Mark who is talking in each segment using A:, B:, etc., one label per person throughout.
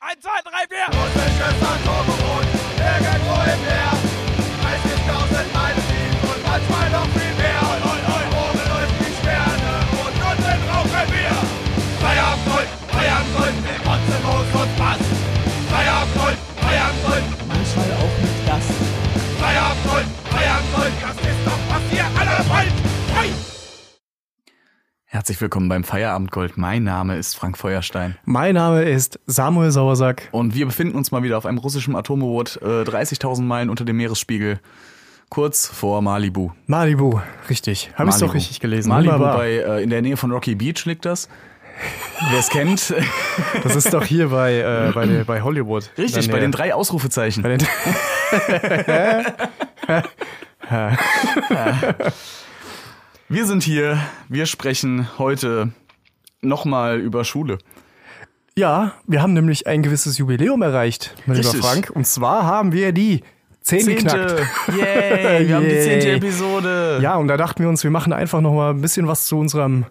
A: 1, 2, 3, 4.
B: Und ich öfter Turbo-Rot, irgendwo im Meer. 30.000 Meilen und manchmal noch viel mehr. Oi, oi, oben läuft die Sterne und unten rauchen wir. Feierabend, Feierabend, wir kotzen los und Spaß. Feierabend, Feierabend,
C: Manchmal auch mit das.
B: Feierabend, Feierabend, das ist doch was hier alle wollt. Hey!
D: Herzlich willkommen beim Feierabendgold. Mein Name ist Frank Feuerstein
E: Mein Name ist Samuel Sauersack.
D: und wir befinden uns mal wieder auf einem russischen Atomboot äh, 30.000 Meilen unter dem Meeresspiegel, kurz vor Malibu.
E: Malibu, richtig. Habe ich doch
D: Malibu.
E: richtig gelesen.
D: Malibu
E: Wunderbar.
D: bei, äh, in der Nähe von Rocky Beach liegt das. Wer es kennt,
E: das ist doch hier bei, äh, bei, der, bei Hollywood.
D: richtig,
E: Dann,
D: bei
E: äh,
D: den drei Ausrufezeichen.
E: Bei den
D: Wir sind hier, wir sprechen heute nochmal über Schule.
E: ja, wir haben nämlich ein gewisses Jubiläum erreicht, mein lieber
D: Richtig.
E: Frank. Und zwar haben wir die 10 geknackt.
D: Yay, wir haben die
E: Yay.
D: zehnte Episode.
E: Ja, und da dachten wir uns, wir machen einfach noch mal ein bisschen was zu unserem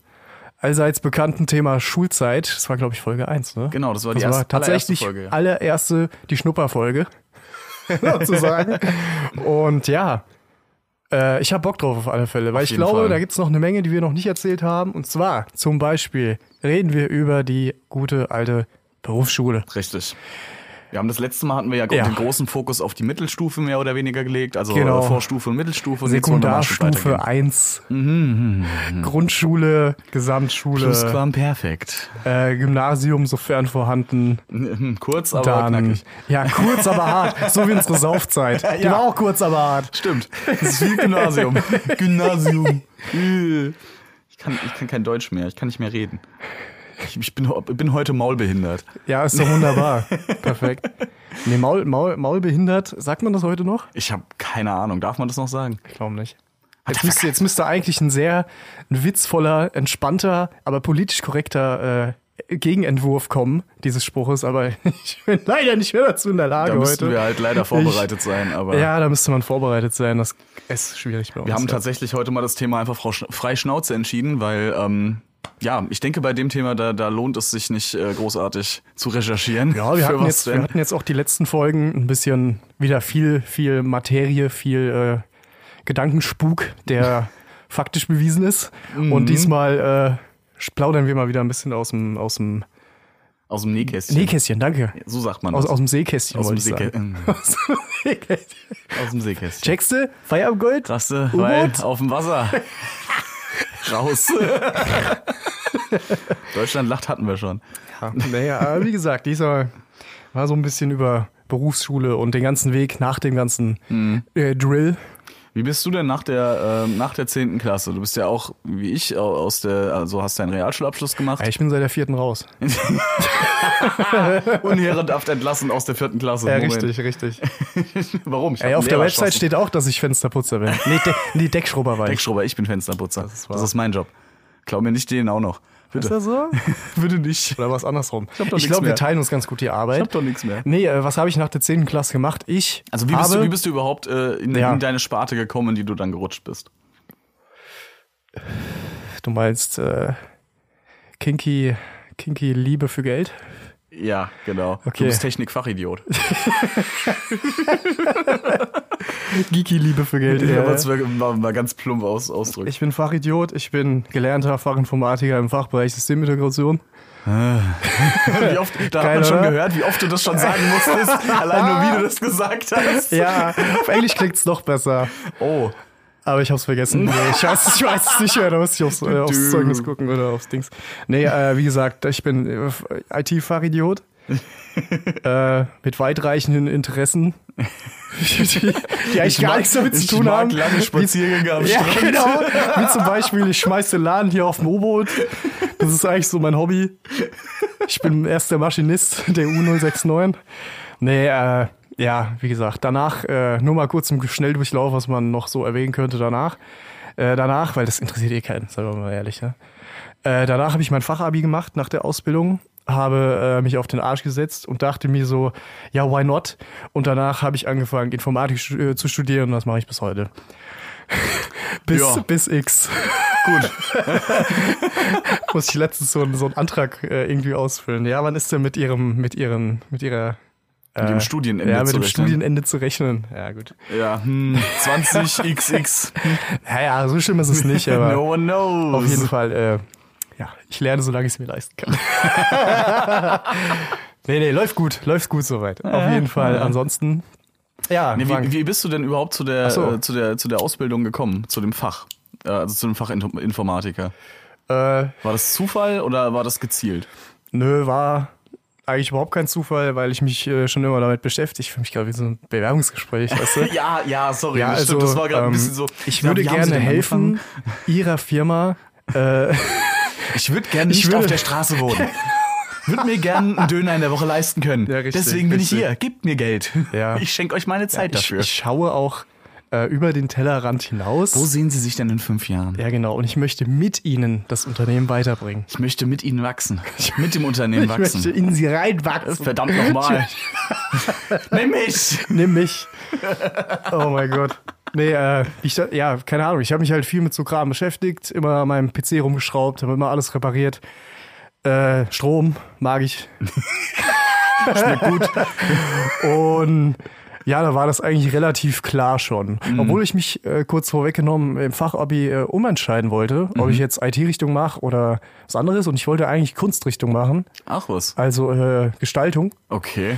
E: allseits bekannten Thema Schulzeit. Das war, glaube ich, Folge 1, ne?
D: Genau, das war die
E: Das war
D: erste, allererste
E: tatsächlich
D: Folge. ja.
E: allererste, die Schnupperfolge, sozusagen. Und ja, äh, ich habe Bock drauf auf alle Fälle, weil ich
D: jeden
E: glaube,
D: Fall.
E: da gibt's noch eine Menge, die wir noch nicht erzählt haben. Und zwar zum Beispiel reden wir über die gute alte Berufsschule.
D: Richtig. Wir haben das letzte Mal hatten wir ja,
E: Ja.
D: den großen Fokus auf die Mittelstufe mehr oder weniger gelegt, also
E: Genau.
D: äh, Vorstufe und Mittelstufe und jetzt wollen wir mal ein Stück
E: Sekundarstufe
D: weitergehen. Mhm,
E: 1, Grundschule, Gesamtschule,
D: perfekt.
E: äh, Gymnasium, sofern vorhanden.
D: Kurz, aber
E: Dann,
D: knackig.
E: ja, kurz, aber hart. So wie unsere Saufzeit. Die war auch kurz, aber hart.
D: Stimmt. Das ist wie Gymnasium. Gymnasium. ich, kann, ich kann kein Deutsch mehr. Ich kann nicht mehr reden. Ich, ich bin, ho- bin heute maulbehindert.
E: Ja, ist doch wunderbar. Perfekt. Nee, Maul, Maul, Maulbehindert, sagt man das heute noch?
D: Ich habe keine Ahnung. Darf man das noch sagen?
E: Ich glaube nicht. Jetzt müsste, jetzt müsste eigentlich ein sehr ein witzvoller, entspannter, aber politisch korrekter äh, Gegenentwurf kommen, dieses Spruches, aber ich bin leider nicht mehr dazu in der Lage
D: Da müssten
E: heute.
D: wir halt leider vorbereitet sein, aber.
E: ich, ja, da müsste man vorbereitet sein. Das ist schwierig bei uns.
D: Wir haben
E: ja.
D: tatsächlich heute mal das Thema einfach Frau Schna- frei Schnauze entschieden, weil ähm, ja, ich denke, bei dem Thema da, da lohnt es sich nicht äh, großartig zu recherchieren.
E: Ja, wir
D: Für
E: hatten,
D: was
E: jetzt, wir
D: denn?
E: hatten jetzt auch die letzten Folgen ein bisschen wieder viel, viel Materie, viel äh, Gedankenspuk, der faktisch bewiesen ist.
D: Mhm.
E: Und diesmal äh, plaudern wir mal wieder ein bisschen aus dem, aus dem
D: aus dem Nähkästchen.
E: Nähkästchen, danke.
D: So sagt man
E: Aus,
D: das.
E: aus dem Seekästchen
D: aus dem
E: wollte ich
D: Seekä-
E: sagen.
D: ähm,
E: Aus dem Seekästchen.
D: aus dem Seekästchen.
E: Checkst du? Feierabendgold?
D: Raste, weil
E: U-Boot?
D: auf dem Wasser. Raus. Deutschland lacht hatten wir schon.
E: Ja, naja, aber wie gesagt, dieser war so ein bisschen über Berufsschule und den ganzen Weg nach dem ganzen
D: Mhm.
E: äh, Drill.
D: Wie bist du denn nach der ähm, nach der 10. Klasse? Du bist ja auch wie ich au- aus der also hast deinen Realschulabschluss gemacht
E: Ja, Ich bin seit der vierten raus.
D: und ehrenhaft entlassen aus der vierten Klasse. Moment.
E: richtig.
D: Warum? Ich hab
E: Ey,
D: einen
E: auf der
D: Lehrer
E: Website
D: erschossen.
E: steht auch, dass ich Fensterputzer bin. Nee, De nee Deckschrubber war ich.
D: Deckschrubber, ich bin Fensterputzer. Das
E: ist
D: ist,
E: wahr.
D: mein Job. Glaub mir nicht den auch noch. Bitte.
E: das so?
D: Bitte nicht.
E: Oder war es andersrum?
D: hab doch
E: Ich,
D: nix
E: glaube, wir
D: mehr.
E: teilen uns ganz gut die Arbeit.
D: Ich hab doch nix mehr.
E: Nee, äh, was habe ich nach der 10. Klasse gemacht? Ich
D: Also wie bist,
E: habe,
D: du, wie bist du überhaupt äh, in,
E: Ja.
D: in deine Sparte gekommen, in die du dann gerutscht bist?
E: du meinst äh, kinky, kinky Liebe für Geld?
D: Ja, genau.
E: Okay.
D: Du bist Technikfachidiot.
E: Geeky Liebe für Geld.
D: Ja,
E: Ja,
D: aber es war, war, war ganz plump aus, ausdrücken.
E: ich bin Fachidiot, ich bin gelernter Fachinformatiker im Fachbereich Systemintegration.
D: wie oft, da hat
E: Geil,
D: man schon
E: oder?
D: gehört, wie oft du das schon sagen musstest. Allein nur, wie du das gesagt hast.
E: Ja, auf Englisch klingt's noch besser.
D: Oh,
E: Aber ich hab's vergessen. Nee, ich, weiß, ich weiß es nicht mehr, da muss ich aufs, äh, aufs Zeugnis gucken oder aufs Dings. Nee, äh, wie gesagt, ich bin äh, IT-Fahridiot. äh, mit weitreichenden Interessen, die, die eigentlich
D: mag-
E: gar nichts damit zu
D: ich
E: tun
D: mag
E: haben.
D: lange
E: Wie-
D: Spaziergänge am
E: ja,
D: Strand.
E: Genau. Wie zum Beispiel, ich schmeiß den Laden hier auf dem U-Boot. Das ist eigentlich so mein Hobby. Ich bin erst der Maschinist der U069. Nee, äh, ja, wie gesagt, danach äh, nur mal kurz im Schnelldurchlauf, was man noch so erwähnen könnte danach. Äh, danach, weil das interessiert eh keinen, sagen wir mal ehrlich. Ne? Äh, danach habe ich mein Fachabi gemacht nach der Ausbildung, habe äh, mich auf den Arsch gesetzt und dachte mir so, ja, why not? Und danach habe ich angefangen, Informatik stu- äh, zu studieren und das mache ich bis heute. bis,
D: Ja.
E: bis X.
D: Gut.
E: Muss ich letztens so, einen- so einen Antrag äh, irgendwie ausfüllen. Ja, wann ist denn mit ihrem, mit ihren, mit ihrer äh,
D: dem Studienende
E: Ja, mit
D: zu
E: dem
D: rechnen.
E: Studienende zu rechnen. Ja, gut.
D: Ja, hm, 20xx.
E: Naja, so schlimm ist es nicht, aber
D: no one knows.
E: auf jeden Fall, äh, ja, ich lerne, solange ich es mir leisten kann. nee, nee, läuft gut, läuft gut soweit. Auf jeden Fall. Ansonsten, ja,
D: Nee,
E: Frank.
D: wie, wie bist du denn überhaupt zu der,
E: so.
D: äh, zu der, zu der Ausbildung gekommen, zu dem Fach? Äh, Also zu dem Fach Intu- Informatiker.
E: äh,
D: War das Zufall oder war das gezielt?
E: Nö, war eigentlich überhaupt kein Zufall, weil ich mich äh, schon immer damit beschäftige. Ich fühle mich gerade wie so ein Bewerbungsgespräch, weißt du?
D: Ja, ja, also, sorry.
E: Ja,
D: das stimmt, das war gerade
E: ähm,
D: ein bisschen so.
E: Ich
D: Ja,
E: würde
D: wie haben Sie
E: gerne
D: denn
E: helfen, ihrer Firma. Äh,
D: angefangen? Ich würde gerne nicht
E: würde-
D: auf der Straße wohnen. würde mir gerne einen Döner in der Woche leisten können.
E: Ja, richtig,
D: Deswegen bin ich
E: richtig.
D: hier. Gebt mir Geld.
E: Ja.
D: Ich schenke euch meine Zeit
E: ich,
D: dafür.
E: ich schaue auch äh, über den Tellerrand hinaus.
D: Wo sehen Sie sich denn in fünf Jahren?
E: ja, genau. Und ich möchte mit ihnen das Unternehmen weiterbringen.
D: Ich möchte mit Ihnen wachsen. Mit dem Unternehmen
E: Ich möchte
D: wachsen.
E: in sie reinwachsen.
D: Verdammt nochmal. Nimm mich!
E: Nimm mich. Oh mein Gott. Nee, äh, ich, da- ja, keine Ahnung. Ich habe mich halt viel mit so Kram beschäftigt, immer an meinem PC rumgeschraubt, habe immer alles repariert. Äh, Strom mag ich. Schmeckt gut. Und ja, da war das eigentlich relativ klar schon. Obwohl ich mich äh, kurz vorweggenommen im Fachabi äh, umentscheiden wollte, ob ich jetzt IT-Richtung mache oder was anderes. Und ich wollte eigentlich Kunstrichtung machen,
D: Ach was.
E: also äh, Gestaltung.
D: Okay.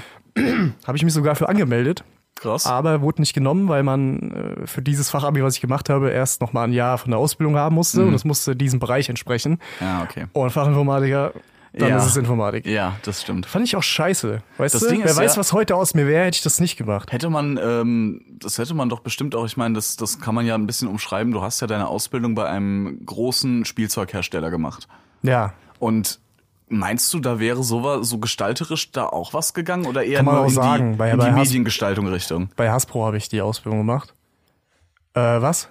E: Habe ich mich sogar für angemeldet.
D: Krass.
E: Aber wurde nicht genommen, weil man äh, für dieses Fachabi, was ich gemacht habe, erst nochmal ein Jahr von der Ausbildung haben musste und es musste diesem Bereich entsprechen.
D: Mhm. Ja, okay.
E: Und Fachinformatiker, dann
D: Ja.
E: ist es Informatik.
D: Ja, das stimmt.
E: Fand ich auch scheiße. Weißt
D: Das
E: du,
D: Ding
E: wer
D: ist
E: weiß,
D: ja-
E: was heute aus mir wäre, hätte ich das nicht gemacht.
D: Hätte man, ähm, das hätte man doch bestimmt auch, ich meine, das, das kann man ja ein bisschen umschreiben. Du hast ja deine Ausbildung bei einem großen Spielzeughersteller gemacht.
E: Ja.
D: Und meinst du, da wäre so, so gestalterisch da auch was gegangen oder eher
E: Kann man
D: nur
E: auch
D: in
E: sagen,
D: die,
E: bei-
D: in
E: bei
D: die
E: Hasp-
D: Mediengestaltung Richtung?
E: Bei Hasbro habe ich die Ausbildung gemacht. Äh, was?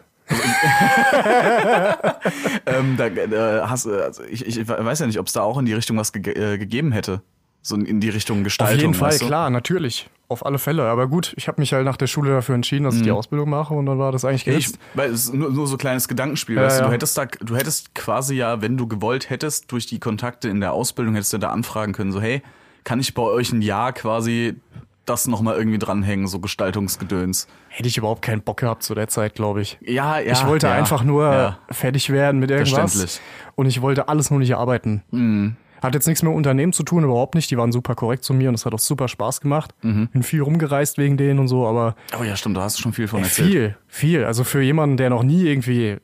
D: Ähm, da, äh, hast, äh, also ich, ich weiß ja nicht, ob es da auch in die Richtung was ge äh, gegeben hätte. So in in die Richtung Gestaltung.
E: Auf jeden Fall,
D: weißt du?
E: klar, natürlich. Auf alle Fälle. Aber gut, ich habe mich halt nach der Schule dafür entschieden, dass ich die Ausbildung mache und dann war das eigentlich
D: Mhm. Ich,
E: geritzt.
D: weil es ist nur, nur so kleines Gedankenspiel, weißt du,
E: ja.
D: du hättest da, du hättest quasi ja, wenn du gewollt hättest, durch die Kontakte in der Ausbildung hättest du da anfragen können, so, hey, kann ich bei euch ein Jahr quasi das nochmal irgendwie dranhängen, so Gestaltungsgedöns.
E: Hätte ich überhaupt keinen Bock gehabt zu der Zeit, glaube ich.
D: Ja, ja.
E: Ich wollte
D: ja,
E: einfach nur
D: Ja.
E: fertig werden mit irgendwas.
D: Verständlich. Mhm.
E: Und ich wollte alles nur nicht arbeiten. Hat jetzt nichts mit dem Unternehmen zu tun, überhaupt nicht. Die waren super korrekt zu mir und es hat auch super Spaß gemacht.
D: Mhm.
E: Bin viel rumgereist wegen denen und so, aber
D: Oh ja, stimmt, da hast du schon viel von erzählt.
E: viel, viel. Also für jemanden, der noch nie irgendwie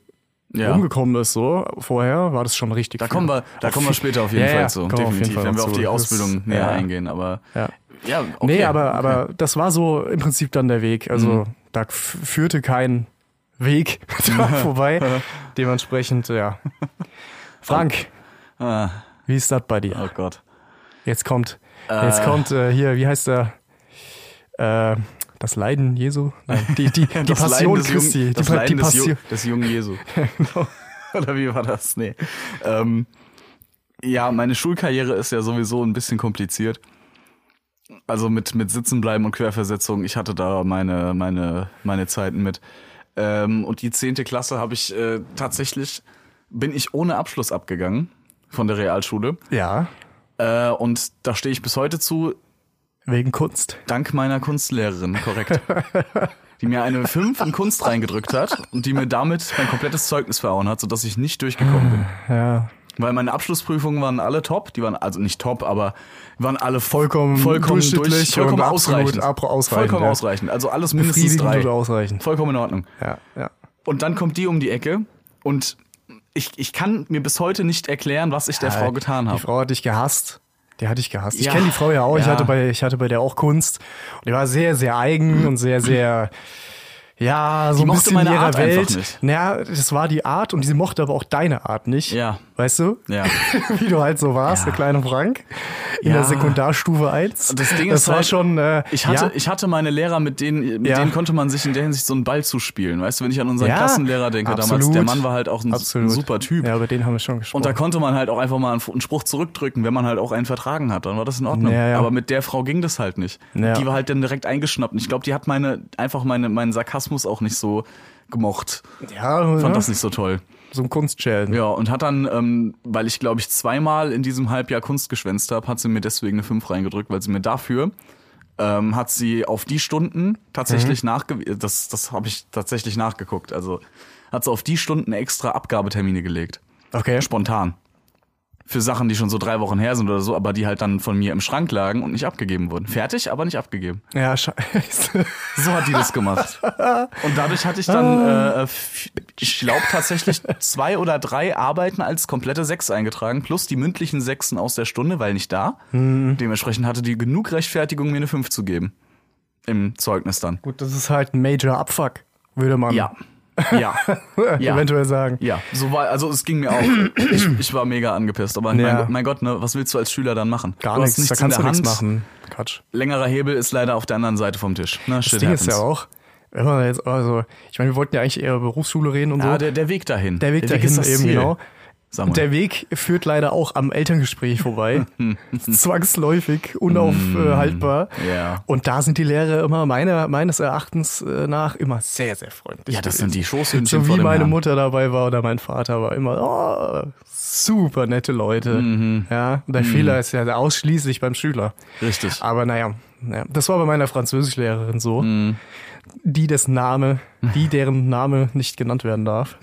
D: Ja.
E: rumgekommen ist, so vorher, war das schon richtig.
D: Da
E: viel.
D: kommen wir, da
E: Auch
D: kommen wir
E: viel-
D: später auf jeden
E: Ja, ja,
D: Fall zu.
E: kommen wir auf jeden
D: Definitiv,
E: Fall
D: wenn wir
E: noch
D: auf
E: zu.
D: die
E: Das-
D: Ausbildung näher
E: ja.
D: eingehen, aber.
E: Ja.
D: Ja, okay. Mhm.
E: Nee, aber, aber das war so im Prinzip dann der Weg. Also da f- führte kein Weg dran vorbei. Dementsprechend, ja. Frank,
D: Ah,
E: wie ist das bei dir?
D: oh Gott.
E: Jetzt kommt, jetzt kommt äh, hier, wie heißt der? Äh, das Leiden Jesu? Nein, die, die, die
D: Das Leiden
E: Passion
D: des Jungen-
E: Christi.
D: Das
E: die, Pa- die
D: Leiden des, Ju
E: Passion.
D: des jungen Jesu. Genau. Oder wie war das? Nee. Ähm, ja, meine Schulkarriere ist ja sowieso ein bisschen kompliziert. Also mit, mit Sitzenbleiben und Querversetzung, ich hatte da meine, meine, meine Zeiten mit. Ähm, und die zehnte Klasse habe ich äh, tatsächlich, bin ich ohne Abschluss abgegangen von der Realschule.
E: Ja,
D: Äh, und da stehe ich bis heute zu,
E: wegen Kunst.
D: Dank meiner Kunstlehrerin, korrekt. Die mir eine 5 in Kunst reingedrückt hat und die mir damit mein komplettes Zeugnis verhauen hat, sodass ich nicht durchgekommen bin.
E: Ja.
D: Weil meine Abschlussprüfungen waren alle top, die waren also nicht top, aber waren alle
E: Vollkommen
D: vollkommen durch,
E: durchschnittlich
D: vollkommen
E: und absolut
D: ausreichend.
E: abro- ausreichend,
D: vollkommen
E: ja.
D: ausreichend. Also alles mindestens
E: Befriedigend
D: drei.
E: und ausreichend.
D: Vollkommen in Ordnung.
E: Ja, ja.
D: Und dann kommt die um die Ecke und ich, ich kann mir bis heute nicht erklären, was ich der Frau getan
E: Die
D: habe.
E: Frau hat dich gehasst. Die hat dich gehasst. Ich
D: Ja.
E: kenne die Frau ja auch. Ich,
D: Ja.
E: hatte bei, ich hatte bei der auch Kunst. Und die war sehr, sehr eigen und sehr, sehr. Ja, so ein
D: mochte
E: bisschen
D: meine
E: in ihrer
D: Art einfach
E: Welt.
D: nicht.
E: Naja, das war die Art und sie mochte aber auch deine Art nicht.
D: Ja.
E: Weißt du?
D: Ja.
E: Wie du halt so warst,
D: Ja.
E: der kleine Frank. In
D: Ja.
E: der Sekundarstufe 1.
D: Das Ding
E: das
D: ist
E: war
D: halt,
E: schon. Äh,
D: Ich hatte,
E: ja,
D: ich hatte meine Lehrer, mit denen, mit
E: Ja.
D: denen konnte man sich in der Hinsicht so einen Ball zuspielen. Weißt du, wenn ich an unseren
E: Ja,
D: Klassenlehrer denke damals,
E: absolut.
D: der Mann war halt auch ein, ein
E: absolut.
D: super Typ.
E: Ja, über den haben wir schon gesprochen.
D: Und da konnte man halt auch einfach mal einen, einen Spruch zurückdrücken, wenn man halt auch einen vertragen hat, dann war das in Ordnung.
E: Ja, ja.
D: Aber mit der Frau ging das halt nicht.
E: Ja.
D: Die war halt dann direkt eingeschnappt. Und ich glaube, die hat meine, einfach meine, meinen Sarkasmus auch nicht so gemocht.
E: ja,
D: Fand
E: ne?
D: das nicht so toll.
E: so ein Kunstschälen.
D: Ja, und hat dann, ähm, weil ich glaube ich zweimal in diesem Halbjahr Kunst geschwänzt habe, hat sie mir deswegen eine 5 reingedrückt, weil sie mir dafür ähm, hat sie auf die Stunden tatsächlich nachge das das habe ich tatsächlich nachgeguckt. Also hat sie auf die Stunden extra Abgabetermine gelegt,
E: Okay.
D: spontan. Für Sachen, die schon so drei Wochen her sind oder so, aber die halt dann von mir im Schrank lagen und nicht abgegeben wurden. Fertig, aber nicht abgegeben.
E: Ja, scheiße.
D: So hat die das gemacht. Und dadurch hatte ich dann,
E: Ah.
D: äh, f- ich glaube tatsächlich zwei oder drei Arbeiten als komplette Sechs eingetragen, plus die mündlichen Sechsen aus der Stunde, weil nicht da.
E: Mhm.
D: Dementsprechend hatte die genug Rechtfertigung, mir eine Fünf zu geben. Im Zeugnis dann.
E: Gut, das ist halt ein Major Abfuck, würde man
D: Ja. Ja. ja.
E: Ähm. eventuell sagen.
D: Ja, so war, also es ging mir auch. Ich, ich war mega angepisst, aber mein,
E: Ja.
D: Gott- mein Gott, ne, was willst du als Schüler dann machen?
E: Gar
D: du
E: nichts,
D: hast
E: da kannst
D: in
E: du
D: der
E: nichts
D: Hand.
E: machen. Quatsch.
D: Längerer Hebel ist leider auf der anderen Seite vom Tisch. Na, shit
E: Das Ding
D: happens.
E: ist ja auch, wenn man jetzt, also, ich meine, wir wollten ja eigentlich eher über Berufsschule reden und
D: Ja,
E: so.
D: Ah, der, der Weg dahin.
E: Der Weg dahin
D: ist das
E: eben,
D: Ziel.
E: genau.
D: Sag mal.
E: Und der Weg führt leider auch am Elterngespräch vorbei. Zwangsläufig, unaufhaltbar.
D: Mm, ja.
E: Und da sind die Lehrer immer meiner, meines Erachtens äh, nach immer sehr, sehr freundlich.
D: ja, das
E: gewesen.
D: sind die Schoßhündchen
E: So
D: vor
E: wie
D: dem
E: meine
D: Herrn.
E: Mutter dabei war oder mein Vater war immer oh, super nette Leute.
D: Mhm.
E: Ja, und der Fehler ist ja ausschließlich beim Schüler.
D: Richtig.
E: Aber naja, ja. das war bei meiner Französischlehrerin so,
D: Mhm.
E: die das Name, die deren Name nicht genannt werden darf.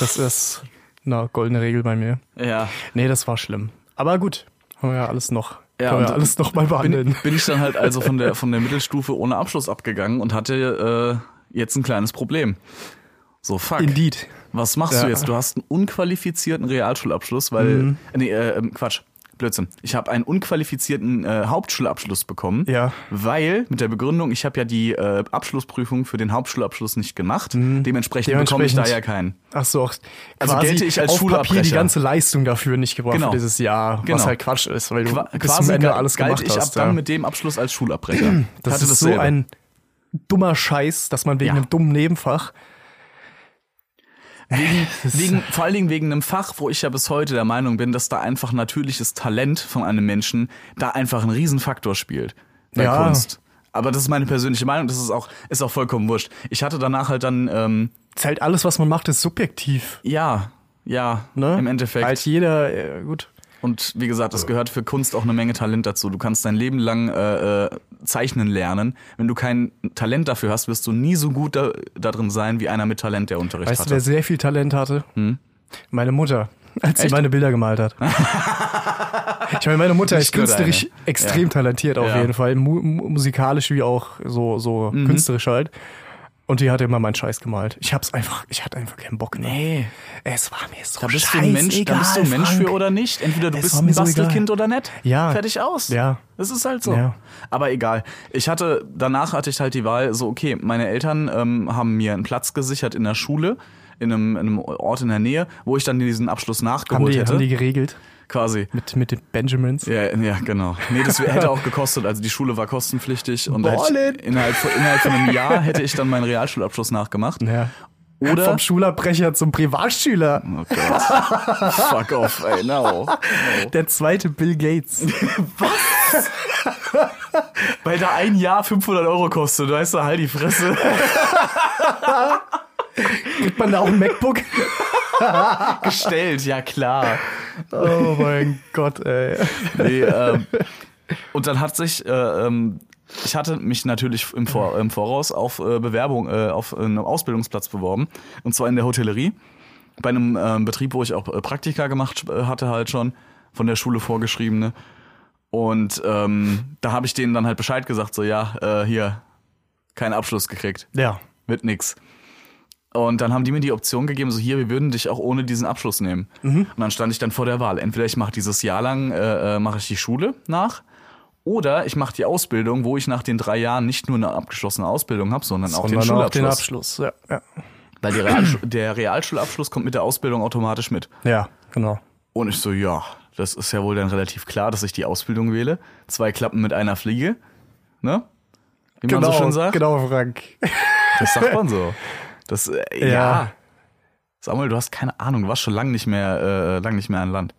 E: Das ist eine goldene Regel bei mir.
D: Ja.
E: Nee, das war schlimm. Aber gut, haben wir ja alles noch.
D: Ja,
E: können wir
D: und
E: ja alles noch mal behandeln.
D: Bin, bin ich dann halt also von der, von der Mittelstufe ohne Abschluss abgegangen und hatte äh, jetzt ein kleines Problem. So, fuck.
E: Indeed.
D: Was machst
E: Ja. Mhm.
D: du jetzt? Du hast einen unqualifizierten Realschulabschluss, weil. Nee, äh, ähm, Quatsch. Blödsinn. Ich habe einen unqualifizierten äh, Hauptschulabschluss bekommen,
E: Ja.
D: weil mit der Begründung, ich habe ja die äh, Abschlussprüfung für den Hauptschulabschluss nicht gemacht. Dementsprechend, bekomme ich da ja
E: Mhm.
D: keinen.
E: Dementsprechend. Ach so, auch
D: Also
E: quasi
D: gelte ich als
E: auf Papier die
D: Schulabbrecher.
E: ganze Leistung dafür nicht gebracht
D: Genau.
E: für dieses Jahr,
D: Genau.
E: was halt Quatsch ist, weil du
D: Qua
E: bis zum
D: quasi
E: Ende
D: gal-
E: alles
D: galt
E: gemacht
D: ich
E: hast.
D: ab dann
E: ja.
D: mit dem Abschluss als Schulabbrecher.
E: das
D: Hatte
E: ist so
D: dasselbe.
E: ein dummer Scheiß, dass man wegen
D: Ja.
E: einem dummen Nebenfach
D: Wegen, wegen, vor allen Dingen wegen einem Fach, wo ich ja bis heute der Meinung bin, dass da einfach natürliches Talent von einem Menschen da einfach einen Riesenfaktor spielt bei
E: Ja.
D: Kunst. Aber das ist meine persönliche Meinung, das ist auch, ist auch vollkommen wurscht. Ich hatte danach halt dann, ähm,
E: ist halt alles, was man macht, ist subjektiv.
D: ja, ja,
E: Ne?
D: im Endeffekt.
E: Halt jeder, äh, gut.
D: Und wie gesagt, es gehört für Kunst auch eine Menge Talent dazu. Du kannst dein Leben lang äh, äh, zeichnen lernen. Wenn du kein Talent dafür hast, wirst du nie so gut da, da drin sein wie einer mit Talent, der Unterricht
E: Weißt du,
D: hatte. Hm?
E: wer sehr viel Talent hatte? Meine Mutter, als sie
D: Echt?
E: meine Bilder gemalt hat. ich meine, meine Mutter
D: Nicht
E: ist
D: nur
E: künstlerisch
D: deine.
E: extrem
D: Ja.
E: talentiert auf
D: Ja. Mhm.
E: jeden Fall, mu mu- musikalisch wie auch so, so künstlerisch halt. Und die hat immer meinen Scheiß gemalt. Ich hab's einfach, ich hatte einfach keinen Bock. Nee.
D: hey,
E: Es war mir so
D: Da bist, du ein Mensch, da bist du ein Mensch für oder nicht. Entweder du
E: Es
D: bist
E: war
D: ein
E: mir so
D: Bastelkind
E: egal.
D: oder nicht.
E: Ja.
D: Fertig aus.
E: Ja.
D: Das ist halt so.
E: Ja.
D: Aber egal. Ich hatte, danach hatte ich halt die Wahl, so, okay, meine Eltern ähm, haben mir einen Platz gesichert in der Schule, in einem, in einem Ort in der Nähe, wo ich dann diesen Abschluss
E: Haben
D: nachgeholt
E: die,
D: hätte.
E: haben die geregelt
D: quasi.
E: mit, mit den Benjamins?
D: Ja, ja, genau. Nee, das wär- hätte auch gekostet. Also die Schule war kostenpflichtig und da hätte
E: Ballin.
D: ich, innerhalb, von, innerhalb von einem Jahr hätte ich dann meinen Realschulabschluss nachgemacht.
E: Ja.
D: Oder-
E: Vom Schulabbrecher zum Privatschüler.
D: Oh Gott. Fuck off, ey, no.
E: Der zweite Bill Gates.
D: Weil da ein Jahr 500 Euro kostet, du weißt du, halt die Fresse.
E: Kriegt man da auch ein MacBook?
D: Gestellt, ja klar.
E: Oh mein Gott, ey.
D: Nee, ähm, und dann hat sich, äh, ähm, ich hatte mich natürlich im, Vor im Voraus auf äh, Bewerbung, äh, auf einen Ausbildungsplatz beworben. Und zwar in der Hotellerie. Bei einem ähm, Betrieb, wo ich auch äh, Praktika gemacht äh, hatte, halt schon, von der Schule vorgeschriebene. Und ähm, da habe ich denen dann halt Bescheid gesagt, so ja, äh, hier, keinen Abschluss gekriegt.
E: Ja.
D: wird nix. Und dann haben die mir die Option gegeben, so hier, wir würden dich auch ohne diesen Abschluss nehmen.
E: Mhm.
D: Und dann stand ich dann vor der Wahl. Entweder ich mache dieses Jahr lang, äh, äh, mache ich die Schule nach, oder ich mache die Ausbildung, wo ich nach den drei Jahren nicht nur eine abgeschlossene Ausbildung habe, sondern, auch den
E: Sondern auch den
D: Schulabschluss.
E: Abschluss. Ja, ja.
D: Weil die Realschu der Realschulabschluss kommt mit der Ausbildung automatisch mit.
E: ja genau.
D: Und ich so, ja, das ist ja wohl dann relativ klar, dass ich die Ausbildung wähle. Zwei Klappen mit einer Fliege, ne? Wie man so
E: genau,
D: schön sagt.
E: genau, Frank.
D: Das sagt man so. Das, äh, ja.
E: Ja.
D: Samuel, du hast keine Ahnung, du warst schon lange nicht mehr, äh, lang nicht mehr an Land.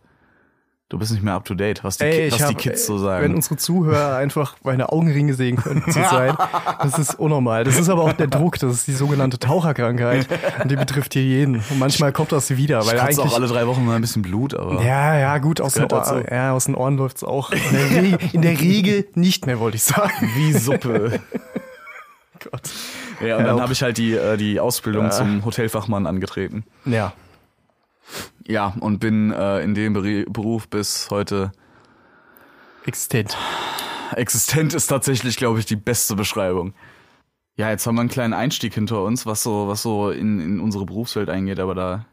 D: Du bist nicht mehr up to date, was die, Ki- was die Kids so
E: äh, Wenn
D: sagen.
E: unsere Zuhörer einfach meine Augenringe sehen könnten zurzeit, das ist unnormal. Das ist aber auch der Druck, das ist die sogenannte Taucherkrankheit. Und die betrifft hier jeden. Und manchmal kommt das wieder, weil
D: Ich kotze
E: eigentlich.
D: auch alle drei Wochen mal ein bisschen Blut, aber.
E: ja, ja, gut, aus, den,
D: gehört dazu.
E: Ohren, ja, aus den Ohren läuft's auch. In der, Regel, in der Regel nicht mehr, wollte ich sagen.
D: Wie Suppe.
E: Gott.
D: ja, und dann
E: Ja.
D: habe ich halt die, äh, die Ausbildung zum Hotelfachmann angetreten.
E: Ja.
D: Ja, und bin äh, in dem Beri- Beruf bis heute
E: Existent.
D: Existent ist tatsächlich, glaube ich, die beste Beschreibung. Ja, jetzt haben wir einen kleinen Einstieg hinter uns, was so, was so in, in unsere Berufswelt eingeht, aber da,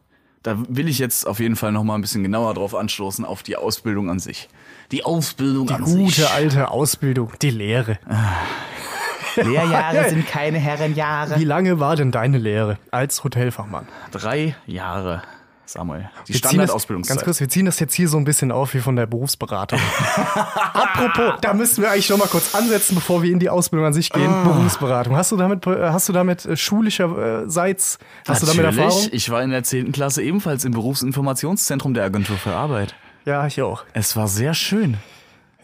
D: da will ich jetzt auf jeden Fall nochmal ein bisschen genauer drauf anstoßen, auf die Ausbildung an sich. Die Ausbildung an
A: Also
D: sich.
E: Gute alte Ausbildung, die Lehre.
A: Ah. Lehrjahre sind keine Herrenjahre.
E: Wie lange war denn deine Lehre als Hotelfachmann?
D: Drei Jahre, Samuel. Die
E: Wir ziehen das- Ganz
D: Standardausbildungszeit.
E: kurz, wir ziehen das jetzt hier so ein bisschen auf wie von der Berufsberatung. Apropos, da müssen wir eigentlich noch mal kurz ansetzen, bevor wir in die Ausbildung an sich gehen. Berufsberatung. Hast du damit, äh, hast du damit äh, schulischerseits, hast du damit Erfahrung?
D: Ich war in der 10. Klasse ebenfalls im Berufsinformationszentrum der Agentur für Arbeit.
E: Ja, ich auch.
D: Es war sehr schön.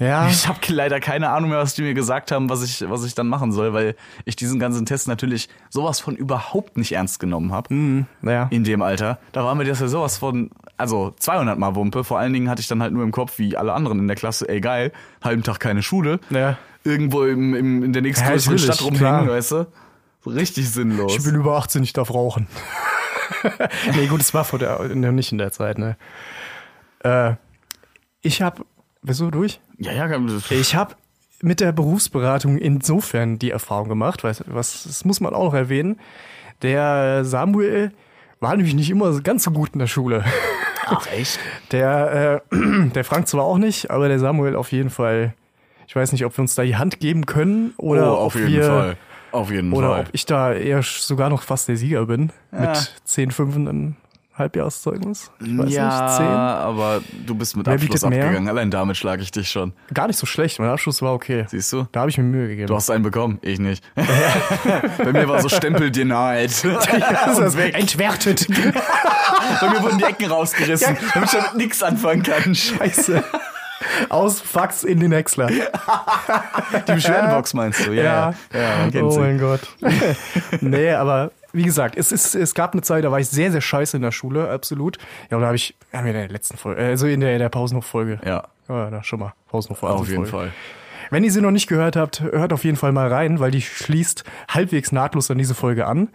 E: Ja,
D: Ich habe leider keine Ahnung mehr, was die mir gesagt haben, was ich, was ich dann machen soll, weil ich diesen ganzen Test natürlich sowas von überhaupt nicht ernst genommen habe
E: Mhm. naja.
D: in dem Alter. Da war mir das ja sowas von, also 200 Mal Wumpe. Vor allen Dingen hatte ich dann halt nur im Kopf, wie alle anderen in der Klasse, ey geil, halben Tag keine Schule,
E: Ja.
D: irgendwo im, im, in der nächstgrößeren
E: natürlich,
D: Stadt rumhängen,
E: klar.
D: weißt du? So Richtig sinnlos.
E: Ich bin über 18, ich darf rauchen. nee, gut, es war vor der, noch nicht in der Zeit, ne? Äh, ich habe, bist du durch?
D: ja, ja, ich,
E: Ich habe mit der Berufsberatung insofern die Erfahrung gemacht, weil was, das muss man auch noch erwähnen. Der Samuel war nämlich nicht immer so ganz so gut in der Schule.
D: ach echt?
E: Der, äh, der Frank zwar auch nicht, aber der Samuel auf jeden Fall. Ich weiß nicht, ob wir uns da die Hand geben können oder
D: oh, auf
E: ob
D: jeden
E: wir
D: Fall. Auf jeden
E: oder
D: Fall.
E: ob ich da eher sch- sogar noch fast der Sieger bin mit 10 Fünfen im Halbjahreszeugnis. Ich weiß nicht,
D: ja, aber du bist mit
E: Wer
D: Abschluss
E: bietet mehr?
D: abgegangen. Allein damit schlage ich dich schon.
E: 10. Gar nicht so schlecht, mein Abschluss war okay.
D: Siehst du?
E: Da habe ich mir Mühe gegeben.
D: Du hast einen bekommen, ich nicht. Bei mir war so Stempel denied.
E: das
D: Und weg.
E: entwertet.
D: Bei mir wurden die Ecken rausgerissen, damit ich damit nichts anfangen kann.
E: Scheiße. Aus Fax in den Häcksler.
D: Die Beschwerdebox meinst du? Ja, ja. ja man kennt
E: oh
D: sie.
E: mein Gott. nee, aber wie gesagt, es, ist, es gab eine Zeit, da war ich sehr, sehr scheiße in der Schule, absolut. Ja, und da habe ich, haben wir in der letzten Folge, äh, also in der, in der Pausenhof-Folge.
D: Ja.
E: Ja, na, schon mal. Pausenhof-Folge.
D: Auf jeden Fall.
E: Wenn ihr sie noch nicht gehört habt, hört auf jeden Fall mal rein, weil die schließt halbwegs nahtlos an diese Folge an.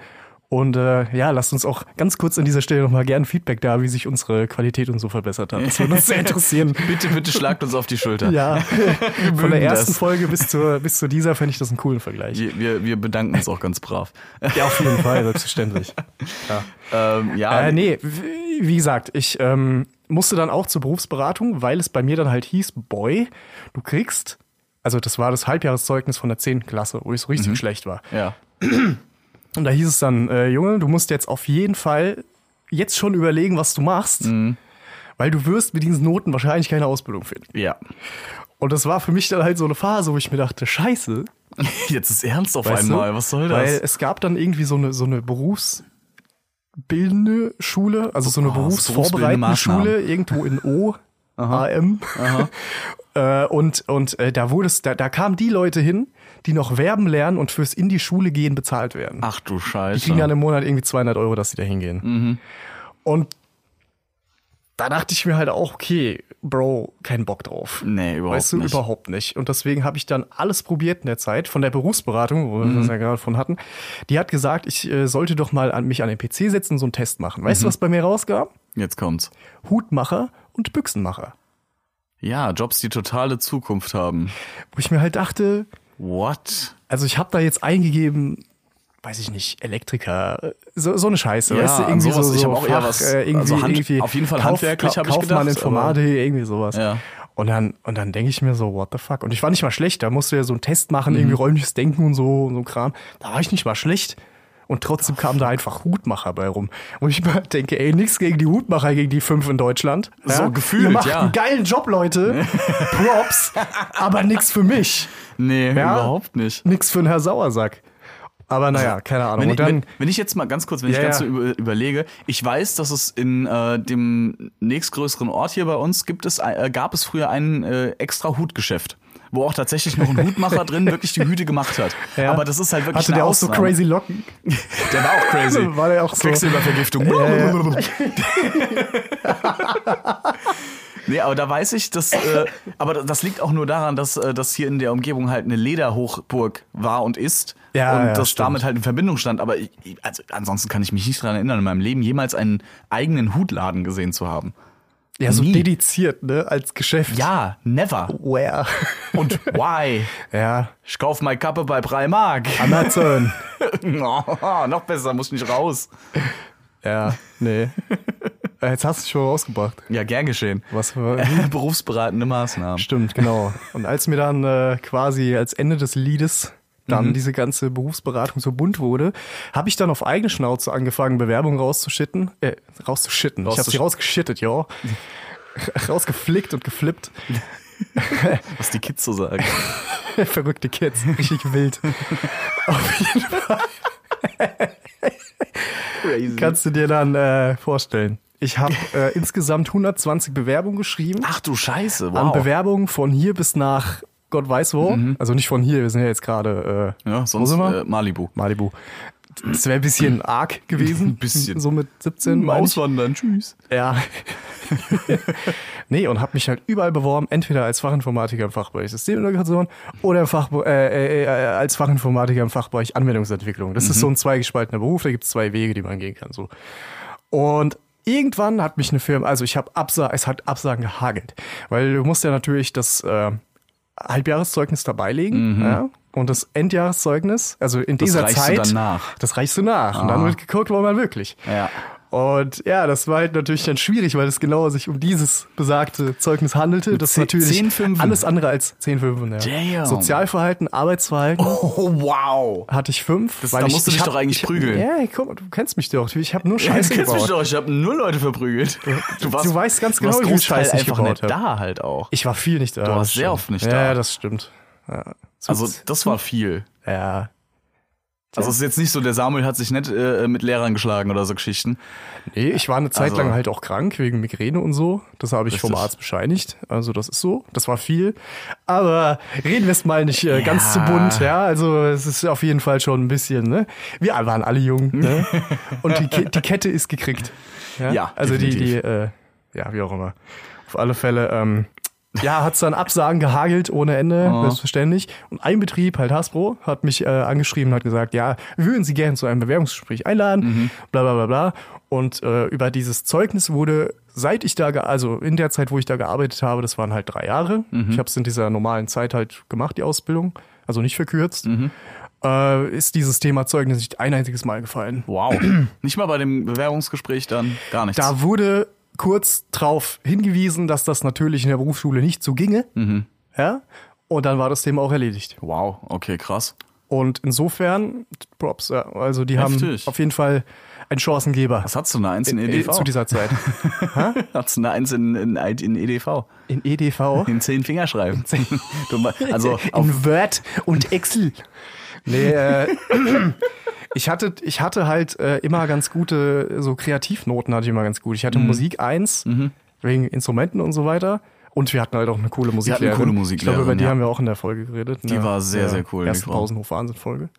E: Und äh, ja, lasst uns auch ganz kurz an dieser Stelle nochmal gern Feedback da, wie sich unsere Qualität und so verbessert hat. Das würde uns sehr interessieren.
D: Bitte, bitte schlagt uns auf die Schulter.
E: Ja, von
D: mögen
E: der ersten
D: das.
E: Folge bis, zur, bis zu dieser fände ich das einen coolen Vergleich.
D: Wir, wir, wir bedanken uns auch ganz brav.
E: Ja, auf jeden Fall, selbstverständlich.
D: Ähm, ja,
E: Äh, nee, w- wie gesagt, ich ähm, musste dann auch zur Berufsberatung, weil es bei mir dann halt hieß, boy, du kriegst, also das war das Halbjahreszeugnis von der 10. Klasse, wo ich so richtig schlecht war.
D: ja.
E: Und da hieß es dann, äh, Junge, du musst jetzt auf jeden Fall jetzt schon überlegen, was du machst, weil du wirst mit diesen Noten wahrscheinlich keine Ausbildung finden.
D: ja.
E: Und das war für mich dann halt so eine Phase, wo ich mir dachte, scheiße,
D: Jetzt ist ernst auf
E: Weißt
D: einmal.
E: du?
D: Was soll
E: Weil äh,
D: das?
E: es gab dann irgendwie so eine, so eine berufsbildende Schule, also so eine
D: Oh, so berufsbildende
E: berufsvorbereitende
D: Maßnahmen.
E: Schule, irgendwo in O, AM. Äh, und und äh, da, wurde es, da, da kamen die Leute hin, die noch werben lernen und fürs in die Schule gehen bezahlt werden.
D: Ach du
E: Die kriegen dann
D: Scheiße.
E: im Monat irgendwie 200 Euro, dass sie da hingehen.
D: Mhm.
E: Und da dachte ich mir halt auch, okay, Bro, kein Bock drauf.
D: Nee, überhaupt
E: Weißt du,
D: nicht.
E: überhaupt nicht. Und deswegen habe ich dann alles probiert in der Zeit, von der Berufsberatung, wo
D: Mhm.
E: wir das ja gerade von hatten. Die hat gesagt, ich äh, sollte doch mal an, mich an den PC setzen und so einen Test machen.
D: Mhm.
E: Weißt du, was bei mir rauskam?
D: Jetzt kommt's.
E: Hutmacher und Büchsenmacher.
D: Ja, Jobs, die totale Zukunft haben.
E: Wo ich mir halt dachte,
D: What?
E: also ich habe da jetzt eingegeben, weiß ich nicht, Elektriker, äh, so, so eine Scheiße,
D: Ja,
E: weißt du, irgendwie
D: an sowas,
E: so, so
D: ich hab auch eher was-
E: äh, irgendwie,
D: also Hand-
E: irgendwie
D: auf jeden Fall handwerklich hab ich
E: Kaufmann,
D: gedacht,
E: Informatik, irgendwie sowas.
D: Ja.
E: Und dann, und dann denke ich mir so, what the fuck? Und ich war nicht mal schlecht, da musst du ja so einen Test machen,
D: Mhm.
E: irgendwie räumliches Denken und so, und so ein Kram. Da war ich nicht mal schlecht. Und trotzdem kamen da einfach Hutmacher bei rum. Und ich mir denke, ey, nichts gegen die Hutmacher, gegen die fünf in Deutschland.
D: So gefühlt,
E: Ihr macht
D: ja.
E: einen geilen Job, Leute. Props. aber nichts für mich.
D: Nee,
E: Ja.
D: überhaupt nicht. Also,
E: Nix für einen Herr Sauersack. Aber naja, keine Ahnung.
D: Wenn ich,
E: Und dann,
D: wenn, wenn ich jetzt mal ganz kurz, wenn
E: Ja,
D: ich ganz
E: ja.
D: so über, überlege, ich weiß, dass es in äh, dem nächstgrößeren Ort hier bei uns gibt es, äh, gab es früher ein äh, extra Hutgeschäft, wo auch tatsächlich noch ein Hutmacher drin wirklich die Hüte gemacht hat.
E: Ja.
D: Aber das ist halt wirklich
E: hatte
D: eine
E: der auch so
D: Ausnahme.
E: crazy Locken.
D: Der war auch crazy.
E: War der auch so-
D: Quecksilbervergiftung.
E: ja.
D: nee, aber da weiß ich, dass. Äh, aber das liegt auch nur daran, dass, äh, dass hier in der Umgebung halt eine Lederhochburg war und ist.
E: Ja,
D: und
E: ja,
D: das
E: stimmt.
D: damit halt in Verbindung stand. Aber ich, ich- also, ansonsten kann ich mich nicht daran erinnern, in meinem Leben jemals einen eigenen Hutladen gesehen zu haben.
E: Ja, so
D: Nie.
E: dediziert, ne, als Geschäft.
D: Ja, never.
E: Where?
D: Und why?
E: Ja.
D: Ich kauf meine Kappe bei Primark.
E: Amazon.
D: oh, noch besser, muss nicht raus.
E: ja, nee. Äh, Jetzt hast du es schon rausgebracht.
D: Ja, gern geschehen.
E: Was für,
D: Berufsberatende Maßnahmen.
E: Stimmt, genau. Und als mir dann äh, quasi als Ende des Liedes dann
D: Mhm.
E: diese ganze Berufsberatung so bunt wurde, habe ich dann auf eigene Schnauze angefangen, Bewerbungen rauszuschitten. Äh, rauszuschitten. Ich habe sie
D: Rauszusch-
E: rausgeschittet, ja. Rausgeflickt und geflippt.
D: Was die Kids so sagen.
E: Verrückte Kids, richtig wild.
D: Crazy.
E: Kannst du dir dann äh, vorstellen. Ich habe äh, insgesamt 120 Bewerbungen geschrieben.
D: Ach du Scheiße,
E: An
D: Ah, wow. Mhm.
E: Bewerbungen von hier bis nach Gott weiß wo. Also nicht von hier, wir sind ja jetzt gerade äh,
D: Ja,
E: wo
D: sonst
E: sind wir?
D: äh, Malibu.
E: Malibu. Das wäre ein bisschen arg gewesen.
D: Ein bisschen.
E: So mit 17. meine ich.
D: Auswandern, tschüss.
E: Ja. nee, und habe mich halt überall beworben, entweder als Fachinformatiker im Fachbereich Systemintegration oder im Fach, äh, äh, äh, als Fachinformatiker im Fachbereich Anwendungsentwicklung.
D: Mhm.
E: Das ist so ein zweigespaltener Beruf, da gibt es zwei Wege, die man gehen kann. So. Und irgendwann hat mich eine Firma, also ich habe Absagen, es hat Absagen gehagelt, weil du musst ja natürlich das äh, Halbjahreszeugnis dabei legen ja? und das Endjahreszeugnis, also in dieser
D: Mhm. reichst du
E: Zeit,
D: dann nach.
E: das reichst du nach und dann wird geguckt, wo man wirklich.
D: Ah. Ja.
E: Und ja, das war halt natürlich dann schwierig, weil es genau sich um dieses besagte Zeugnis handelte. Das ist
D: zehn-
E: natürlich
D: zehn Fünfen.
E: alles andere als 10 Fünfen. Ja.
D: Damn.
E: Sozialverhalten, Arbeitsverhalten
D: Oh, wow.
E: hatte ich fünf. Das,
D: da
E: ich,
D: musst du
E: ich
D: dich doch eigentlich
E: ich,
D: prügeln.
E: Ja, ey, guck mal, du kennst mich doch. Ich habe nur
D: Jetzt
E: Scheiße
D: kennst du mich
E: gebaut.
D: doch, ich habe nur Leute verprügelt. Du,
E: du weißt ganz genau,
D: du
E: wie viel
D: warst
E: Scheiß
D: Großteil
E: ich
D: einfach nicht
E: gebaut hab.
D: da halt auch.
E: Ich war viel nicht da. Du
D: warst sehr oft nicht
E: ja,
D: da.
E: Ja, das stimmt. Ja. So-
D: Also das war viel.
E: ja.
D: Also es ist jetzt nicht so, der Samuel hat sich nicht äh, mit Lehrern geschlagen oder so Geschichten.
E: Nee, ich war eine Zeit
D: Also-
E: lang halt auch krank wegen Migräne und so. Das habe ich vom
D: Richtig.
E: Arzt bescheinigt. Also das ist so. Das war viel. Aber reden wir es mal nicht äh, ganz zu
D: Ja.
E: bunt, ja. Also es ist auf jeden Fall schon ein bisschen, ne? Wir waren alle jung, ne? Und die, Ke die Kette ist gekriegt.
D: Ja,
E: Also die, die,
D: definitiv.
E: äh, ja, wie auch immer. Auf alle Fälle, ähm, ja, hat's dann Absagen gehagelt ohne Ende, selbstverständlich. Und ein Betrieb, halt Hasbro, hat mich äh, angeschrieben und hat gesagt, ja, wir würden Sie gerne zu einem Bewerbungsgespräch einladen,
D: Mhm.
E: bla bla bla bla. Und äh, über dieses Zeugnis wurde, seit ich da, ge- also in der Zeit, wo ich da gearbeitet habe, das waren halt drei Jahre.
D: Mhm.
E: Ich habe es in dieser normalen Zeit halt gemacht, die Ausbildung, also nicht verkürzt.
D: Mhm.
E: Äh, ist dieses Thema Zeugnis nicht ein einziges Mal gefallen.
D: Wow. nicht mal bei dem Bewerbungsgespräch dann gar nichts.
E: Da wurde kurz drauf hingewiesen, dass das natürlich in der Berufsschule nicht so ginge.
D: Mhm.
E: Ja? Und dann war das Thema auch erledigt.
D: wow, okay, krass.
E: Und insofern, Props, ja, also die haben
D: Heftig.
E: auf jeden Fall einen Chancengeber
D: Was hast du eine Eins in E
E: äh,
D: EDV?
E: zu dieser Zeit.
D: Hast du eine Eins in, in, in E EDV?
E: In E EDV,
D: In zehn Finger schreiben. Du me- also auf
E: Oh. in Word und Excel. Nee, äh, ich, hatte, ich hatte halt äh, immer ganz gute, so Kreativnoten hatte ich immer ganz gut. Ich hatte
D: Mhm.
E: Musik 1, wegen Instrumenten und so weiter. Und wir hatten halt auch eine coole Musiklehrerin.
D: coole
E: Ich glaube, über
D: Musiklehrerin,
E: die
D: ja.
E: haben wir auch in der Folge geredet. ne? Die
D: war sehr, sehr cool, die
E: Ersten
D: Frau.
E: Pausenhof-Wahnsinn-Folge.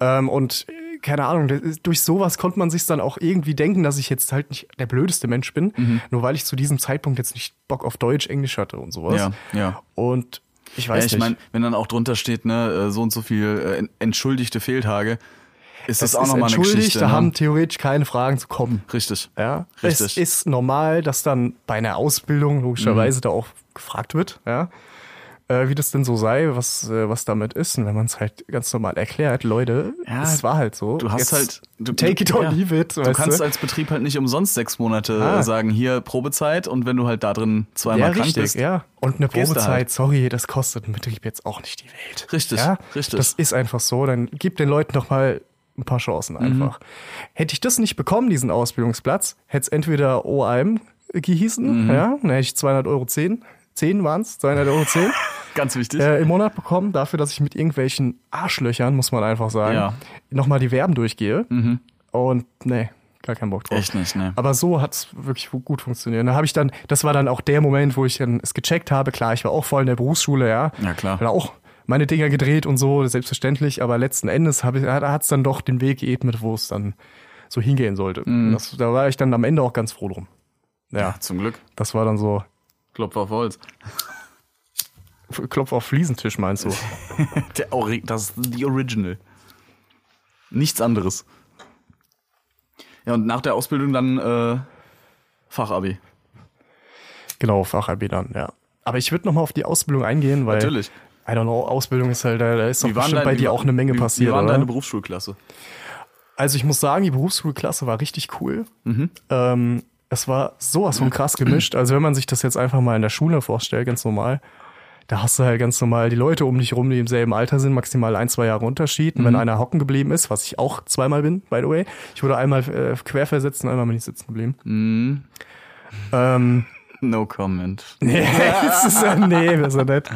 E: Ähm, und äh, keine Ahnung, das ist- durch sowas konnte man sich dann auch irgendwie denken, dass ich jetzt halt nicht der blödeste Mensch bin,
D: Mhm.
E: nur weil ich zu diesem Zeitpunkt jetzt nicht Bock auf Deutsch, Englisch hatte und sowas.
D: Ja, ja.
E: Und ich
D: Ja,
E: weiß
D: ich
E: nicht.
D: meine, wenn dann auch drunter steht, ne, äh, so und so viel äh, en- entschuldigte Fehltage, ist das,
E: es
D: auch
E: ist
D: nochmal eine
E: entschuldigt,
D: Geschichte.
E: da
D: ne?
E: haben theoretisch keine Fragen zu kommen.
D: Richtig.
E: Ja, es
D: Richtig.
E: ist normal, dass dann bei einer Ausbildung
D: Mhm.
E: logischerweise da auch gefragt wird, ja, äh, wie das denn so sei, was, äh, was damit ist. Und wenn man es halt ganz normal erklärt, Leute,
D: Ja,
E: es war halt so.
D: Du hast
E: Jetzt
D: halt. Du,
E: take it or
D: ja.
E: leave it.
D: Du
E: weißt
D: kannst
E: du?
D: als Betrieb halt nicht umsonst sechs Monate
E: Ah.
D: äh, sagen, hier Probezeit und wenn du halt da drin
E: ja,
D: zweimal krank
E: richtig,
D: bist.
E: ja. Und eine
D: Gehst du
E: Probezeit,
D: halt.
E: sorry, das kostet einen Betrieb jetzt auch nicht die Welt.
D: Richtig,
E: ja?
D: richtig.
E: Das ist einfach so. Dann gib den Leuten doch mal ein paar Chancen
D: Mhm.
E: einfach. Hätte ich das nicht bekommen, diesen Ausbildungsplatz, hätte es entweder
D: Mhm.
E: OAM gehießen, ja, dann hätte ich 200 Euro 10, 10 waren es, 200 Euro 10.
D: Ganz wichtig.
E: äh, im Monat bekommen, dafür, dass ich mit irgendwelchen Arschlöchern, muss man einfach sagen,
D: Ja. Mhm.
E: nochmal die Verben durchgehe. Und nee, gar keinen Bock drauf.
D: Echt nicht, ne.
E: Aber so hat's wirklich fu- gut funktioniert. Da habe ich dann, das war dann auch der Moment, wo ich dann es gecheckt habe. Klar, ich war auch voll in der Berufsschule, ja.
D: Ja, klar.
E: Hab auch meine Dinger gedreht und so, selbstverständlich. Aber letzten Endes hab ich, hat es dann doch den Weg geebnet, wo es dann so hingehen sollte. Und Das, da war ich dann am Ende auch ganz froh drum.
D: Mhm.
E: Ja,
D: Ja, zum Glück.
E: das war dann so
D: Klopf auf Holz.
E: F- Klopf auf Fliesentisch, meinst du?
D: Der Ori das ist die Original. Nichts anderes. Ja, und nach der Ausbildung dann äh, Fachabi.
E: genau, Fachabi dann, ja. Aber ich würde nochmal auf die Ausbildung eingehen, weil.
D: Natürlich.
E: I don't know, Ausbildung ist halt, da da ist doch
D: waren
E: bestimmt
D: dein-
E: bei
D: wie
E: dir
D: wa-
E: auch eine Menge
D: wie,
E: passiert.
D: Wie waren
E: oder?
D: deine Berufsschulklasse?
E: Also ich muss sagen, die Berufsschulklasse war richtig cool.
D: Mhm.
E: Ähm, es war sowas von krass gemischt. Also wenn man sich das jetzt einfach mal in der Schule vorstellt, ganz normal, da hast du halt ganz normal die Leute um dich rum, die im selben Alter sind, maximal ein, zwei Jahre Unterschied. Und
D: Mhm.
E: wenn einer hocken geblieben ist, was ich auch zweimal bin, by the way, ich wurde einmal äh, quer versetzt und einmal bin ich sitzen geblieben. Ähm,
D: No comment.
E: Nee, das ist, äh, nee, besser nicht.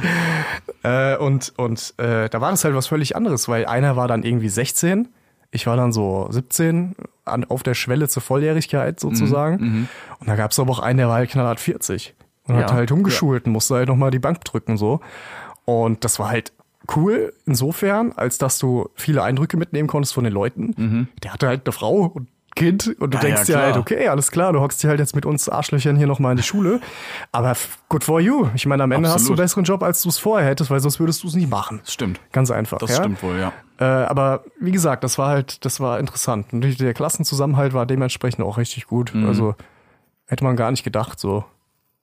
E: Äh, und und äh, da war das halt was völlig anderes, weil einer war dann irgendwie 16, ich war dann so 17, an, auf der Schwelle zur Volljährigkeit sozusagen. Und da gab's aber auch einen, der war halt knallhart 40 und hat
D: Ja,
E: halt umgeschult und musste halt nochmal die Bank drücken so. Und das war halt cool insofern, als dass du viele Eindrücke mitnehmen konntest von den Leuten. Der hatte halt eine Frau und Kind und du
D: Ah,
E: denkst
D: ja,
E: dir halt,
D: klar.
E: okay, okay, alles klar, du hockst dir halt jetzt mit uns Arschlöchern hier nochmal in die Schule. Aber f- good for you. Ich meine, am Ende hast du einen
D: Absolut.
E: besseren Job, als du es vorher hättest, weil sonst würdest du es nicht machen.
D: Stimmt.
E: Ganz einfach.
D: Das
E: ja?
D: stimmt wohl, ja.
E: Äh, aber wie gesagt, das war halt, das war interessant. Und die- der Klassenzusammenhalt war dementsprechend auch richtig gut.
D: Mhm.
E: Also hätte man gar nicht gedacht, so.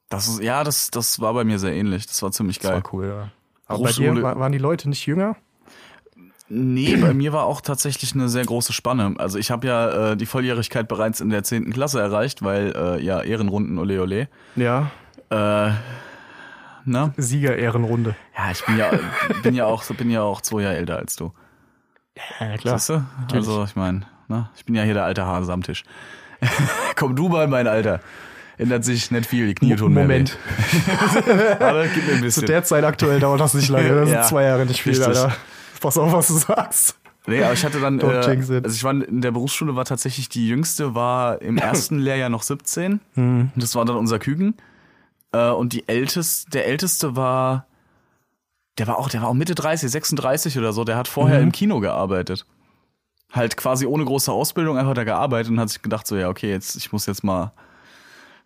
D: Das ist, ja, das, das war bei mir sehr ähnlich. Das war ziemlich
E: Das
D: geil.
E: war cool, ja. Aber bei dir
D: Hochschule-
E: wa- waren die Leute nicht jünger?
D: Nee, bei mir war auch tatsächlich eine sehr große Spanne. Also ich habe ja äh, die Volljährigkeit bereits in der 10. Klasse erreicht, weil äh, ja Ehrenrunden ole ole. ne?
E: Ja.
D: Äh, na?
E: Siegerehrenrunde.
D: Ja, ich bin ja, bin ja auch, bin ja auch zwei Jahre älter als du.
E: Ja, klar.
D: Weißt du? Also, ich meine, ne? ich bin ja hier der alte Hase am Tisch. Komm du mal in mein Alter. Ändert sich nicht viel, die Knie tun mehr
E: Moment.
D: weh. Aber gib mir ein bisschen.
E: Zu der Zeit aktuell dauert das nicht lange. Das
D: Ja,
E: sind zwei Jahre nicht viel,
D: richtig.
E: Alter. Pass auf, was du sagst.
D: Nee, aber ich hatte dann, äh,
E: Don't jinx it.
D: also ich war in der Berufsschule war tatsächlich die jüngste, war im ersten Lehrjahr noch 17.
E: Hm.
D: Das war dann unser Küken. Äh, und die älteste, der älteste war, der war auch, der war auch Mitte 30, 36 oder so. Der hat
E: Mhm.
D: vorher im Kino gearbeitet. Halt quasi ohne große Ausbildung einfach da gearbeitet und hat sich gedacht so, ja okay, jetzt ich muss jetzt mal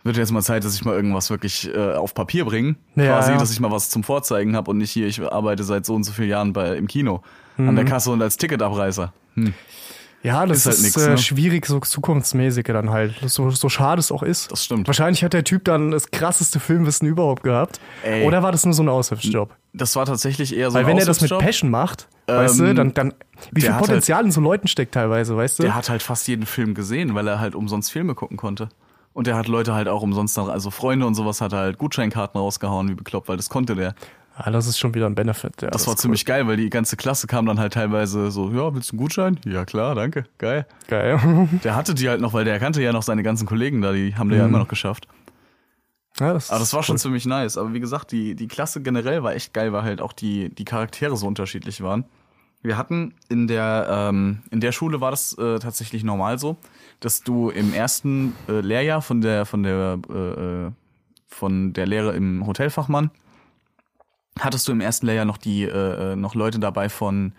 D: wird jetzt mal Zeit, dass ich mal irgendwas wirklich äh, auf Papier bringe.
E: Ja,
D: quasi,
E: ja.
D: dass ich mal was zum Vorzeigen habe und nicht hier, ich arbeite seit so und so vielen Jahren bei, im Kino an
E: Mhm.
D: der Kasse und als Ticketabreißer.
E: Ja, das
D: Ist
E: ist,
D: halt nix,
E: äh,
D: ne?
E: schwierig, so zukunftsmäßige dann halt. So, so schade es auch ist.
D: Das stimmt.
E: Wahrscheinlich hat der Typ dann das krasseste Filmwissen überhaupt gehabt.
D: Ey.
E: Oder war das nur so ein Aushilfsjob?
D: Das war tatsächlich eher so
E: Weil
D: ein
E: wenn er das mit
D: Aushilfsjob.
E: Passion macht, weißt du,
D: Ähm,
E: dann, dann wie viel
D: hat halt-
E: Potenzial in so Leuten steckt teilweise, weißt du?
D: Der hat halt fast jeden Film gesehen, weil er halt umsonst Filme gucken konnte. Und der hat Leute halt auch umsonst, dann- also Freunde und sowas, hat er halt Gutscheinkarten rausgehauen, wie bekloppt, weil das konnte der.
E: ah, das ist schon wieder ein Benefit. Ja,
D: Das, war
E: ist
D: ziemlich geil, weil die ganze Klasse kam dann halt teilweise so, ja, willst du einen Gutschein? Ja, klar, danke, geil.
E: cool. geil.
D: Der hatte die halt noch, weil der kannte ja noch seine ganzen Kollegen da, die haben der ja immer noch geschafft.
E: ja, das
D: Aber Ah, das
E: ist
D: war schon
E: cool.
D: ziemlich nice. Aber wie gesagt, die, die Klasse generell war echt geil, weil halt auch die, die Charaktere so unterschiedlich waren. Wir hatten in der, ähm, in der Schule war das äh, tatsächlich normal so, dass du im ersten äh, Lehrjahr von der, von der, äh, äh, von der Lehre im Hotelfachmann hattest du im ersten Lehrjahr noch die, äh, äh, noch Leute dabei von,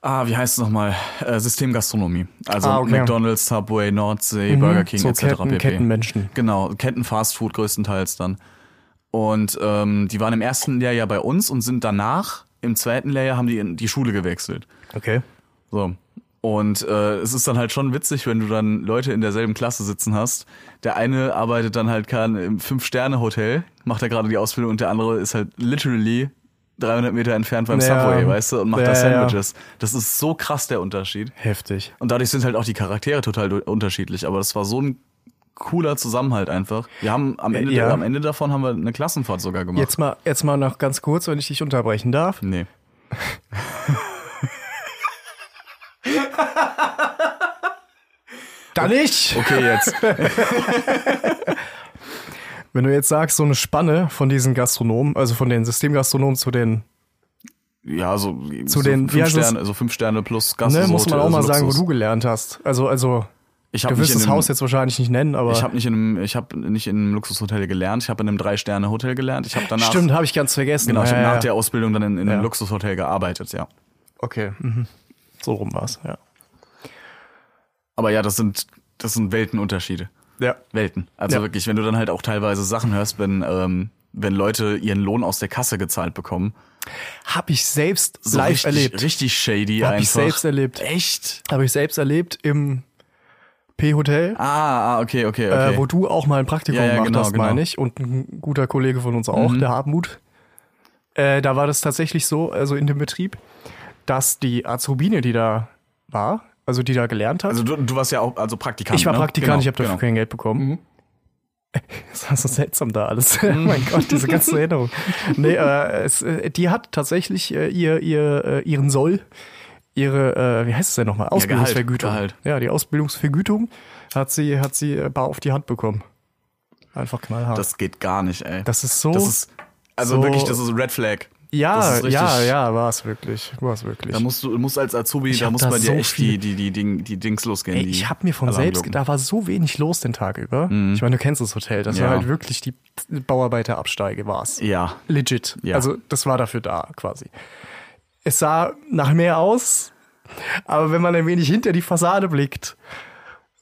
D: ah, wie heißt es nochmal, äh, Systemgastronomie. Also
E: Ah, okay.
D: McDonalds, Subway, Nordsee, Burger King
E: Mhm. so
D: etc.
E: Ketten,
D: pp.
E: Kettenmenschen.
D: Genau, Ketten Fast Food größtenteils dann. Und ähm, die waren im ersten Lehrjahr bei uns und sind danach, im zweiten Lehrjahr, haben die in die Schule gewechselt.
E: Okay.
D: So. Und äh, es ist dann halt schon witzig, wenn du dann Leute in derselben Klasse sitzen hast. Der eine arbeitet dann halt kann im Fünf-Sterne-Hotel, macht da gerade die Ausbildung und der andere ist halt literally 300 Meter entfernt beim
E: Ja.
D: Subway, weißt du, und macht da
E: Ja, ja, ja.
D: Sandwiches. Das ist so krass der Unterschied.
E: Heftig.
D: Und dadurch sind halt auch die Charaktere total du- unterschiedlich. Aber das war so ein cooler Zusammenhalt einfach. Wir haben am Ende,
E: Ja.
D: am Ende davon haben wir eine Klassenfahrt sogar gemacht.
E: Jetzt mal, jetzt mal noch ganz kurz, wenn ich dich unterbrechen darf.
D: Nee.
E: Dann ich!
D: Oh. Okay, jetzt.
E: Wenn du jetzt sagst, so eine Spanne von diesen Gastronomen, also von den Systemgastronomen zu den,
D: Ja, so,
E: Zu
D: so
E: den-
D: fünf,
E: wie heißt es?
D: Sterne, also fünf Sterne plus Gast.
E: ne, muss man auch mal
D: also
E: sagen, wo
D: Luxus.
E: du gelernt hast. Also, also,
D: ich hab
E: du
D: nicht
E: wirst
D: in
E: das
D: einem-
E: Haus jetzt wahrscheinlich nicht nennen, aber.
D: Ich habe nicht in einem, ich habe nicht in einem Luxushotel gelernt. Ich habe in einem Drei-Sterne-Hotel gelernt. Ich habe danach,
E: Stimmt, habe ich ganz vergessen.
D: genau, ich
E: ja,
D: habe
E: ja,
D: nach
E: ja.
D: der Ausbildung dann in, in einem
E: Ja.
D: Luxushotel gearbeitet, ja.
E: Okay, mhm. so rum war's. ja.
D: Aber ja, das sind, das sind Weltenunterschiede.
E: Ja.
D: Welten. Also
E: Ja.
D: wirklich, wenn du dann halt auch teilweise Sachen hörst, wenn, ähm, wenn Leute ihren Lohn aus der Kasse gezahlt bekommen.
E: Habe ich selbst
D: So
E: live
D: richtig,
E: erlebt.
D: Richtig shady
E: Hab
D: einfach.
E: ich selbst erlebt.
D: Echt?
E: Habe ich selbst erlebt im P-Hotel,
D: Ah, ah, okay, okay, okay.
E: äh, wo du auch mal ein Praktikum
D: Ja, ja,
E: gemacht
D: genau,
E: hast,
D: genau. Mhm.
E: meine ich. Und ein guter Kollege von uns auch, der Hartmut. Äh, da war das tatsächlich so, also in dem Betrieb, dass die Azubine, die da war, also die da gelernt hat,
D: also du, du warst ja auch also Praktikant.
E: ich war
D: ne?
E: Praktikant,
D: Genau,
E: ich habe dafür
D: genau.
E: kein Geld bekommen. Das war so seltsam da alles. Oh
D: Mhm.
E: mein Gott, diese ganze Erinnerung. Nee, äh, es, äh, die hat tatsächlich äh, ihr, ihr, äh, ihren Soll, ihre, äh, wie heißt es denn nochmal? Ausbildungsvergütung.
D: Gehalt.
E: Ja, die Ausbildungsvergütung hat sie, hat sie äh, bar auf die Hand bekommen. Einfach knallhart.
D: Das geht gar nicht, ey.
E: Das ist so-
D: Das ist, also
E: so-
D: wirklich, das ist ein Red Flag. das
E: ja,
D: ist richtig-
E: ja, ja, war es wirklich. War es wirklich.
D: Da musst du musst als Azubi,
E: Ich
D: da
E: hab
D: muss
E: da
D: bei dir
E: so
D: echt
E: viel-
D: die, die, die, Ding, die Dings losgehen.
E: Ey,
D: die
E: ich habe mir von selbst,
D: Alarmglocken. Mhm.
E: da war so wenig los den Tag über. Ich meine, du kennst das Hotel, das
D: Ja.
E: war halt wirklich die Bauarbeiterabsteige war's.
D: Ja.
E: Legit.
D: Ja.
E: Also das war dafür da quasi. Es sah nach mehr aus, aber wenn man ein wenig hinter die Fassade blickt,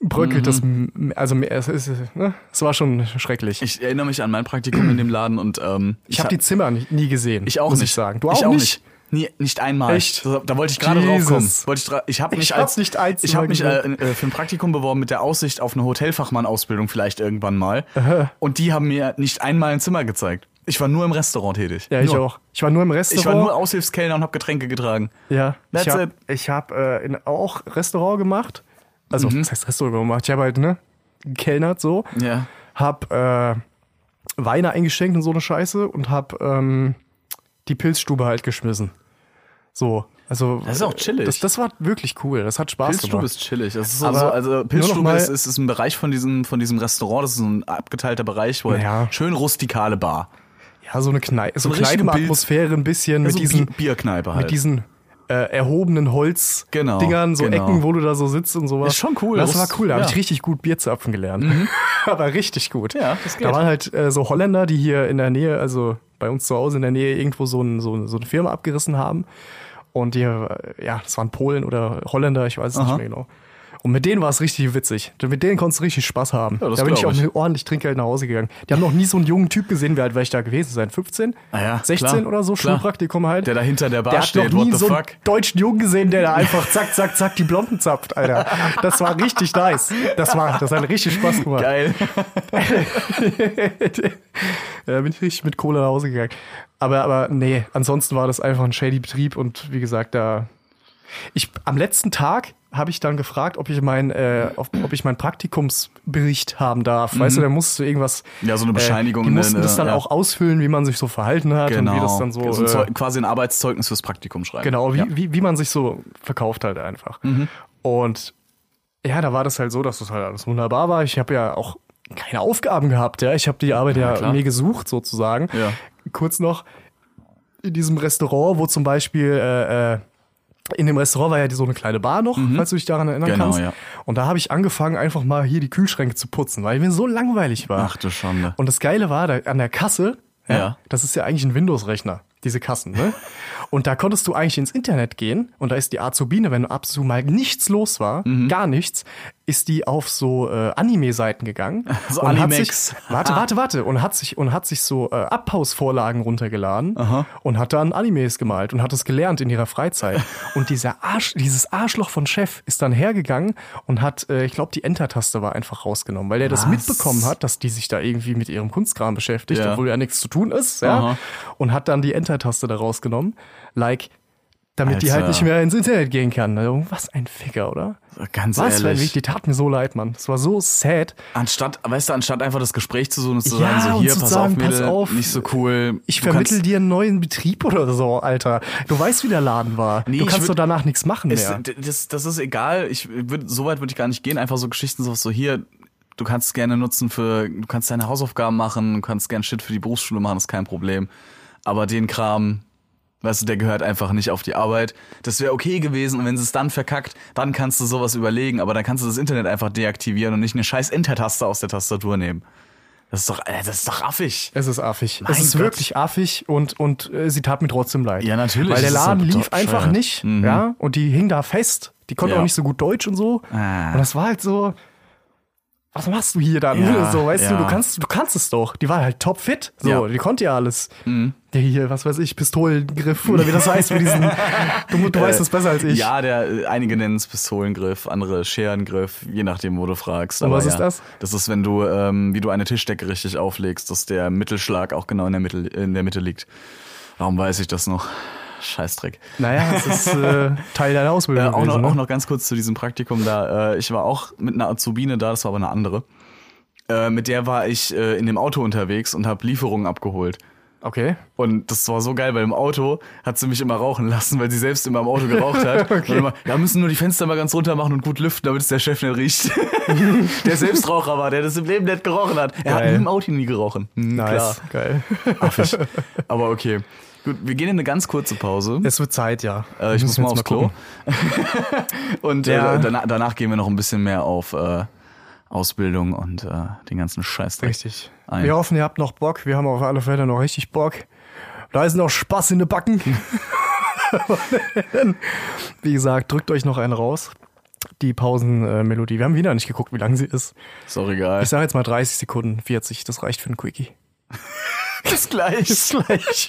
E: bröckelt das. m- Also mehr- es, ist, ne? es war schon schrecklich.
D: Mhm. Ich erinnere mich an mein Praktikum in dem Laden und ähm,
E: Ich habe die Zimmer ni- nie gesehen.
D: Ich auch
E: muss
D: nicht.
E: Ich sagen. Du auch,
D: ich
E: nicht.
D: Nie, nicht einmal.
E: Echt?
D: Da, da wollte ich gerade drauf
E: Jesus.
D: kommen. Wollte ich, dra- ich habe mich
E: Ich hab
D: als
E: nicht eins
D: ich habe mich äh,
E: drüber
D: äh, für ein Praktikum beworben mit der Aussicht auf eine Hotelfachmann Ausbildung vielleicht irgendwann mal. Und die haben mir nicht einmal ein Zimmer gezeigt. Ich war nur im Restaurant tätig.
E: Ja, ich
D: nur.
E: auch. Ich war nur im
D: Ich war
E: Restaurant.
D: nur Aushilfskellner und habe Getränke getragen.
E: Ja,
D: That's
E: ich
D: it.
E: habe ich hab, äh, in- auch Restaurant gemacht. Also,
D: Mhm.
E: was heißt Restaurant gemacht? Ich habe halt, ne, gekellnert so.
D: Ja.
E: Hab äh, Weine eingeschenkt und so eine Scheiße und hab ähm, die Pilzstube halt geschmissen. So, also.
D: Das ist auch chillig.
E: Das, das war wirklich cool. Das hat Spaß
D: Pilzstube
E: gemacht.
D: ist chillig. Das ist so,
E: Aber
D: so, also
E: nur noch
D: Pilzstube
E: mal-
D: ist, ist, ist ein Bereich von diesem, von diesem Restaurant, das ist so ein abgeteilter Bereich, wo halt
E: Ja.
D: schön rustikale Bar.
E: Ja, so eine Kneipe, so,
D: eine richtige
E: Kneipenatmosphäre ein bisschen mit
D: so
E: diesen,
D: Bi- Bierkneipe halt.
E: mit diesen äh, erhobenen
D: Genau,
E: Holzdingern, so
D: genau.
E: Ecken, wo du da so sitzt und sowas.
D: Ist schon cool.
E: Das war
D: Das-
E: cool, da hab
D: ja. Mhm.
E: habe ich richtig gut Bierzapfen gelernt. Aber richtig gut.
D: Ja, das geht.
E: Da waren halt äh, so Holländer, die hier in der Nähe, also bei uns zu Hause in der Nähe irgendwo so, ein, so, ein- so eine Firma abgerissen haben. Und die, äh, ja, das waren Polen oder Holländer, ich weiß es
D: Aha.
E: nicht mehr genau. Und mit denen war es richtig witzig. Mit denen konntest du richtig Spaß haben.
D: Ja, das
E: da bin ich
D: glaub
E: auch
D: ich.
E: mit ordentlich Trinkgeld nach Hause gegangen. Die haben noch nie so einen jungen Typ gesehen, wie alt war ich da gewesen sein? 15?
D: Ah ja,
E: 16
D: klar,
E: oder so,
D: klar.
E: Schulpraktikum halt.
D: Der da hinter der Bar
E: Der hat
D: steht,
E: noch nie
D: what the
E: so einen
D: fuck?
E: deutschen Jungen gesehen, der da einfach zack, zack, zack die Blonden zapft, Alter. Das war richtig nice. Das war, das hat richtig Spaß gemacht.
D: Geil.
E: Da bin ich richtig mit Kohle nach Hause gegangen. Aber, aber nee, ansonsten war das einfach ein shady Betrieb und wie gesagt, da. Ich, am letzten Tag habe ich dann gefragt, ob ich mein, äh, ob, ob ich meinen Praktikumsbericht haben darf. Weißt du, da musst du irgendwas.
D: Mhm. Ja, so eine Bescheinigung,
E: Äh, die
D: ne,
E: mussten
D: ne,
E: das dann
D: ja.
E: auch ausfüllen, wie man sich so verhalten hat
D: Genau.
E: und wie das dann so.
D: ein
E: äh,
D: Zeug- quasi ein Arbeitszeugnis fürs Praktikum schreiben.
E: Genau, wie,
D: Ja. Mhm.
E: wie, wie man sich so verkauft halt einfach. Und ja, da war das halt so, dass das halt alles wunderbar war. Ich habe ja auch keine Aufgaben gehabt, ja. Ich habe die Arbeit ja,
D: klar.
E: mir gesucht sozusagen.
D: Ja.
E: Kurz noch, in diesem Restaurant, wo zum Beispiel, äh, äh, in dem Restaurant war ja die- so eine kleine Bar noch, falls du dich daran erinnern
D: Genau,
E: kannst.
D: ja.
E: Und da habe ich angefangen, einfach mal hier die Kühlschränke zu putzen, weil mir so langweilig war.
D: Ach du Schande.
E: Und das Geile war, da, an der Kasse, ja,
D: Ja.
E: das ist ja eigentlich ein Windows-Rechner, diese Kassen, ne? und da konntest du eigentlich ins Internet gehen und da ist die Azubine, wenn ab und zu mal nichts los war,
D: Mhm.
E: gar nichts, ist die auf so äh, Anime-Seiten gegangen.
D: So
E: und hat
D: Animex.
E: sich, warte, warte, warte. Und hat sich, und hat sich so äh, Abhausvorlagen runtergeladen und hat dann Animes gemalt und hat das gelernt in ihrer Freizeit. und dieser Arsch, dieses Arschloch von Chef ist dann hergegangen und hat, äh, ich glaube, die Enter-Taste war einfach rausgenommen, weil der das mitbekommen hat, dass die sich da irgendwie mit ihrem Kunstkram beschäftigt,
D: Ja.
E: obwohl ja nichts zu tun ist, ja.
D: Aha.
E: Und hat dann die Enter-Taste da rausgenommen. Like, damit die
D: Alter.
E: halt nicht mehr ins Internet gehen kann. Also, Was ein Ficker, oder?
D: Ganz
E: Was für ein Weg,
D: ehrlich.
E: die tat mir so leid, Mann. Das war so sad.
D: Anstatt, weißt du, anstatt einfach das Gespräch zu suchen und zu
E: Ja,
D: sagen, so
E: und
D: hier,
E: zu
D: pass
E: sagen,
D: auf, Mädel,
E: pass auf,
D: nicht so cool.
E: Ich
D: Du kannst-
E: vermittel dir einen neuen Betrieb oder so, Alter. Du weißt, wie der Laden war.
D: Nee,
E: du
D: ich
E: kannst
D: würd-
E: doch danach nichts machen
D: Es,
E: mehr.
D: d- das, das ist egal. Ich würd, so weit würde ich gar nicht gehen. Einfach so Geschichten so, so hier. Du kannst es gerne nutzen für, du kannst deine Hausaufgaben machen, du kannst gerne Shit für die Berufsschule machen, ist kein Problem. Aber den Kram, weißt du, der gehört einfach nicht auf die Arbeit. Das wäre okay gewesen und wenn sie es dann verkackt, dann kannst du sowas überlegen, aber dann kannst du das Internet einfach deaktivieren und nicht eine scheiß Enter-Taste aus der Tastatur nehmen. Das ist doch, äh, das ist doch affig.
E: Es ist affig.
D: Mein
E: es ist
D: Gott.
E: wirklich affig und, und äh, sie tat mir trotzdem leid.
D: Ja, natürlich.
E: Weil der
D: Das ist
E: Laden
D: doch
E: lief
D: bescheuert.
E: einfach nicht, ja, und die hing da fest. Die konnte
D: Mhm. Ja.
E: auch nicht so gut Deutsch und so.
D: Ah.
E: Und das war halt so, was machst du hier dann?
D: Ja,
E: so, weißt
D: ja.
E: du, du kannst, du kannst es doch. Die war halt topfit. So,
D: Ja. Mhm.
E: die konnte ja alles. Der hier, was weiß ich, Pistolengriff oder wie das heißt mit diesen, du, du weißt es besser als ich.
D: Äh, Ja, der, äh, einige nennen es Pistolengriff, andere Scherengriff, je nachdem, wo du fragst.
E: was
D: ja,
E: ist das?
D: Das ist, wenn du, ähm, wie du eine Tischdecke richtig auflegst, dass der Mittelschlag auch genau in der Mitte, in der Mitte liegt. Warum weiß ich das noch? Scheißdreck.
E: Naja, das ist äh, Teil deiner Ausbildung.
D: Äh, auch,
E: gewesen,
D: noch,
E: ne?
D: auch noch ganz kurz zu diesem Praktikum da. Äh, ich war auch mit einer Azubine da, das war aber eine andere. Äh, mit der war ich äh, in dem Auto unterwegs und habe Lieferungen abgeholt.
E: Okay.
D: Und das war so geil, weil im Auto hat sie mich immer rauchen lassen, weil sie selbst immer im Auto geraucht hat. Und immer, ja, müssen nur die Fenster mal ganz runter machen und gut lüften, damit es der Chef nicht riecht. der selbst Raucher war, der das im Leben nicht gerochen hat. Er hat
E: Geil.
D: nie im Auto nie gerochen. Hm,
E: Nice. Geil.
D: Klar. Affig. Aber okay. Gut, wir gehen in eine ganz kurze Pause.
E: Es wird Zeit, ja.
D: Äh, ich muss
E: Müssen wir
D: mal
E: jetzt
D: aufs Klo.
E: gucken.
D: und
E: Ja.
D: äh, danach, danach gehen wir noch ein bisschen mehr auf äh, Ausbildung und äh, den ganzen Scheiß.
E: Richtig.
D: Ein.
E: Wir hoffen, ihr habt noch Bock. Wir haben auf alle Fälle noch richtig Bock. Da ist noch Spaß in den Backen. wie gesagt, drückt euch noch einen raus. Die Pausenmelodie. Wir haben wieder nicht geguckt, wie lang sie ist.
D: Ist auch egal.
E: Ich sage jetzt mal 30 Sekunden, 40. Das reicht für einen Quickie.
D: Bis gleich. Bis gleich.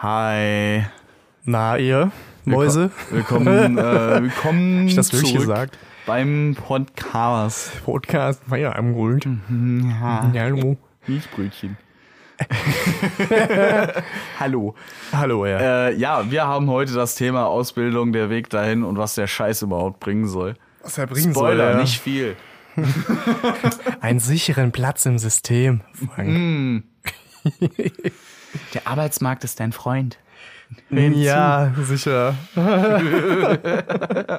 D: Hi.
E: Na, ihr Mäuse.
D: Willkommen, willkommen, äh, willkommen
E: ich das wirklich
D: zurück
E: gesagt?
D: beim Podcast.
E: Podcast. Ja, am Grund.
D: Mhm, Ja, Äh,
E: Ja, hallo.
D: Milchbrötchen. Hallo.
E: Hallo, ja.
D: Äh, ja, wir haben heute das Thema Ausbildung, der Weg dahin und was der Scheiß überhaupt bringen soll.
E: Was er bringen
D: Spoiler,
E: soll, ja.
D: nicht viel.
E: Einen sicheren Platz im System. Frank.
D: Der Arbeitsmarkt ist dein Freund.
E: ja, sicher.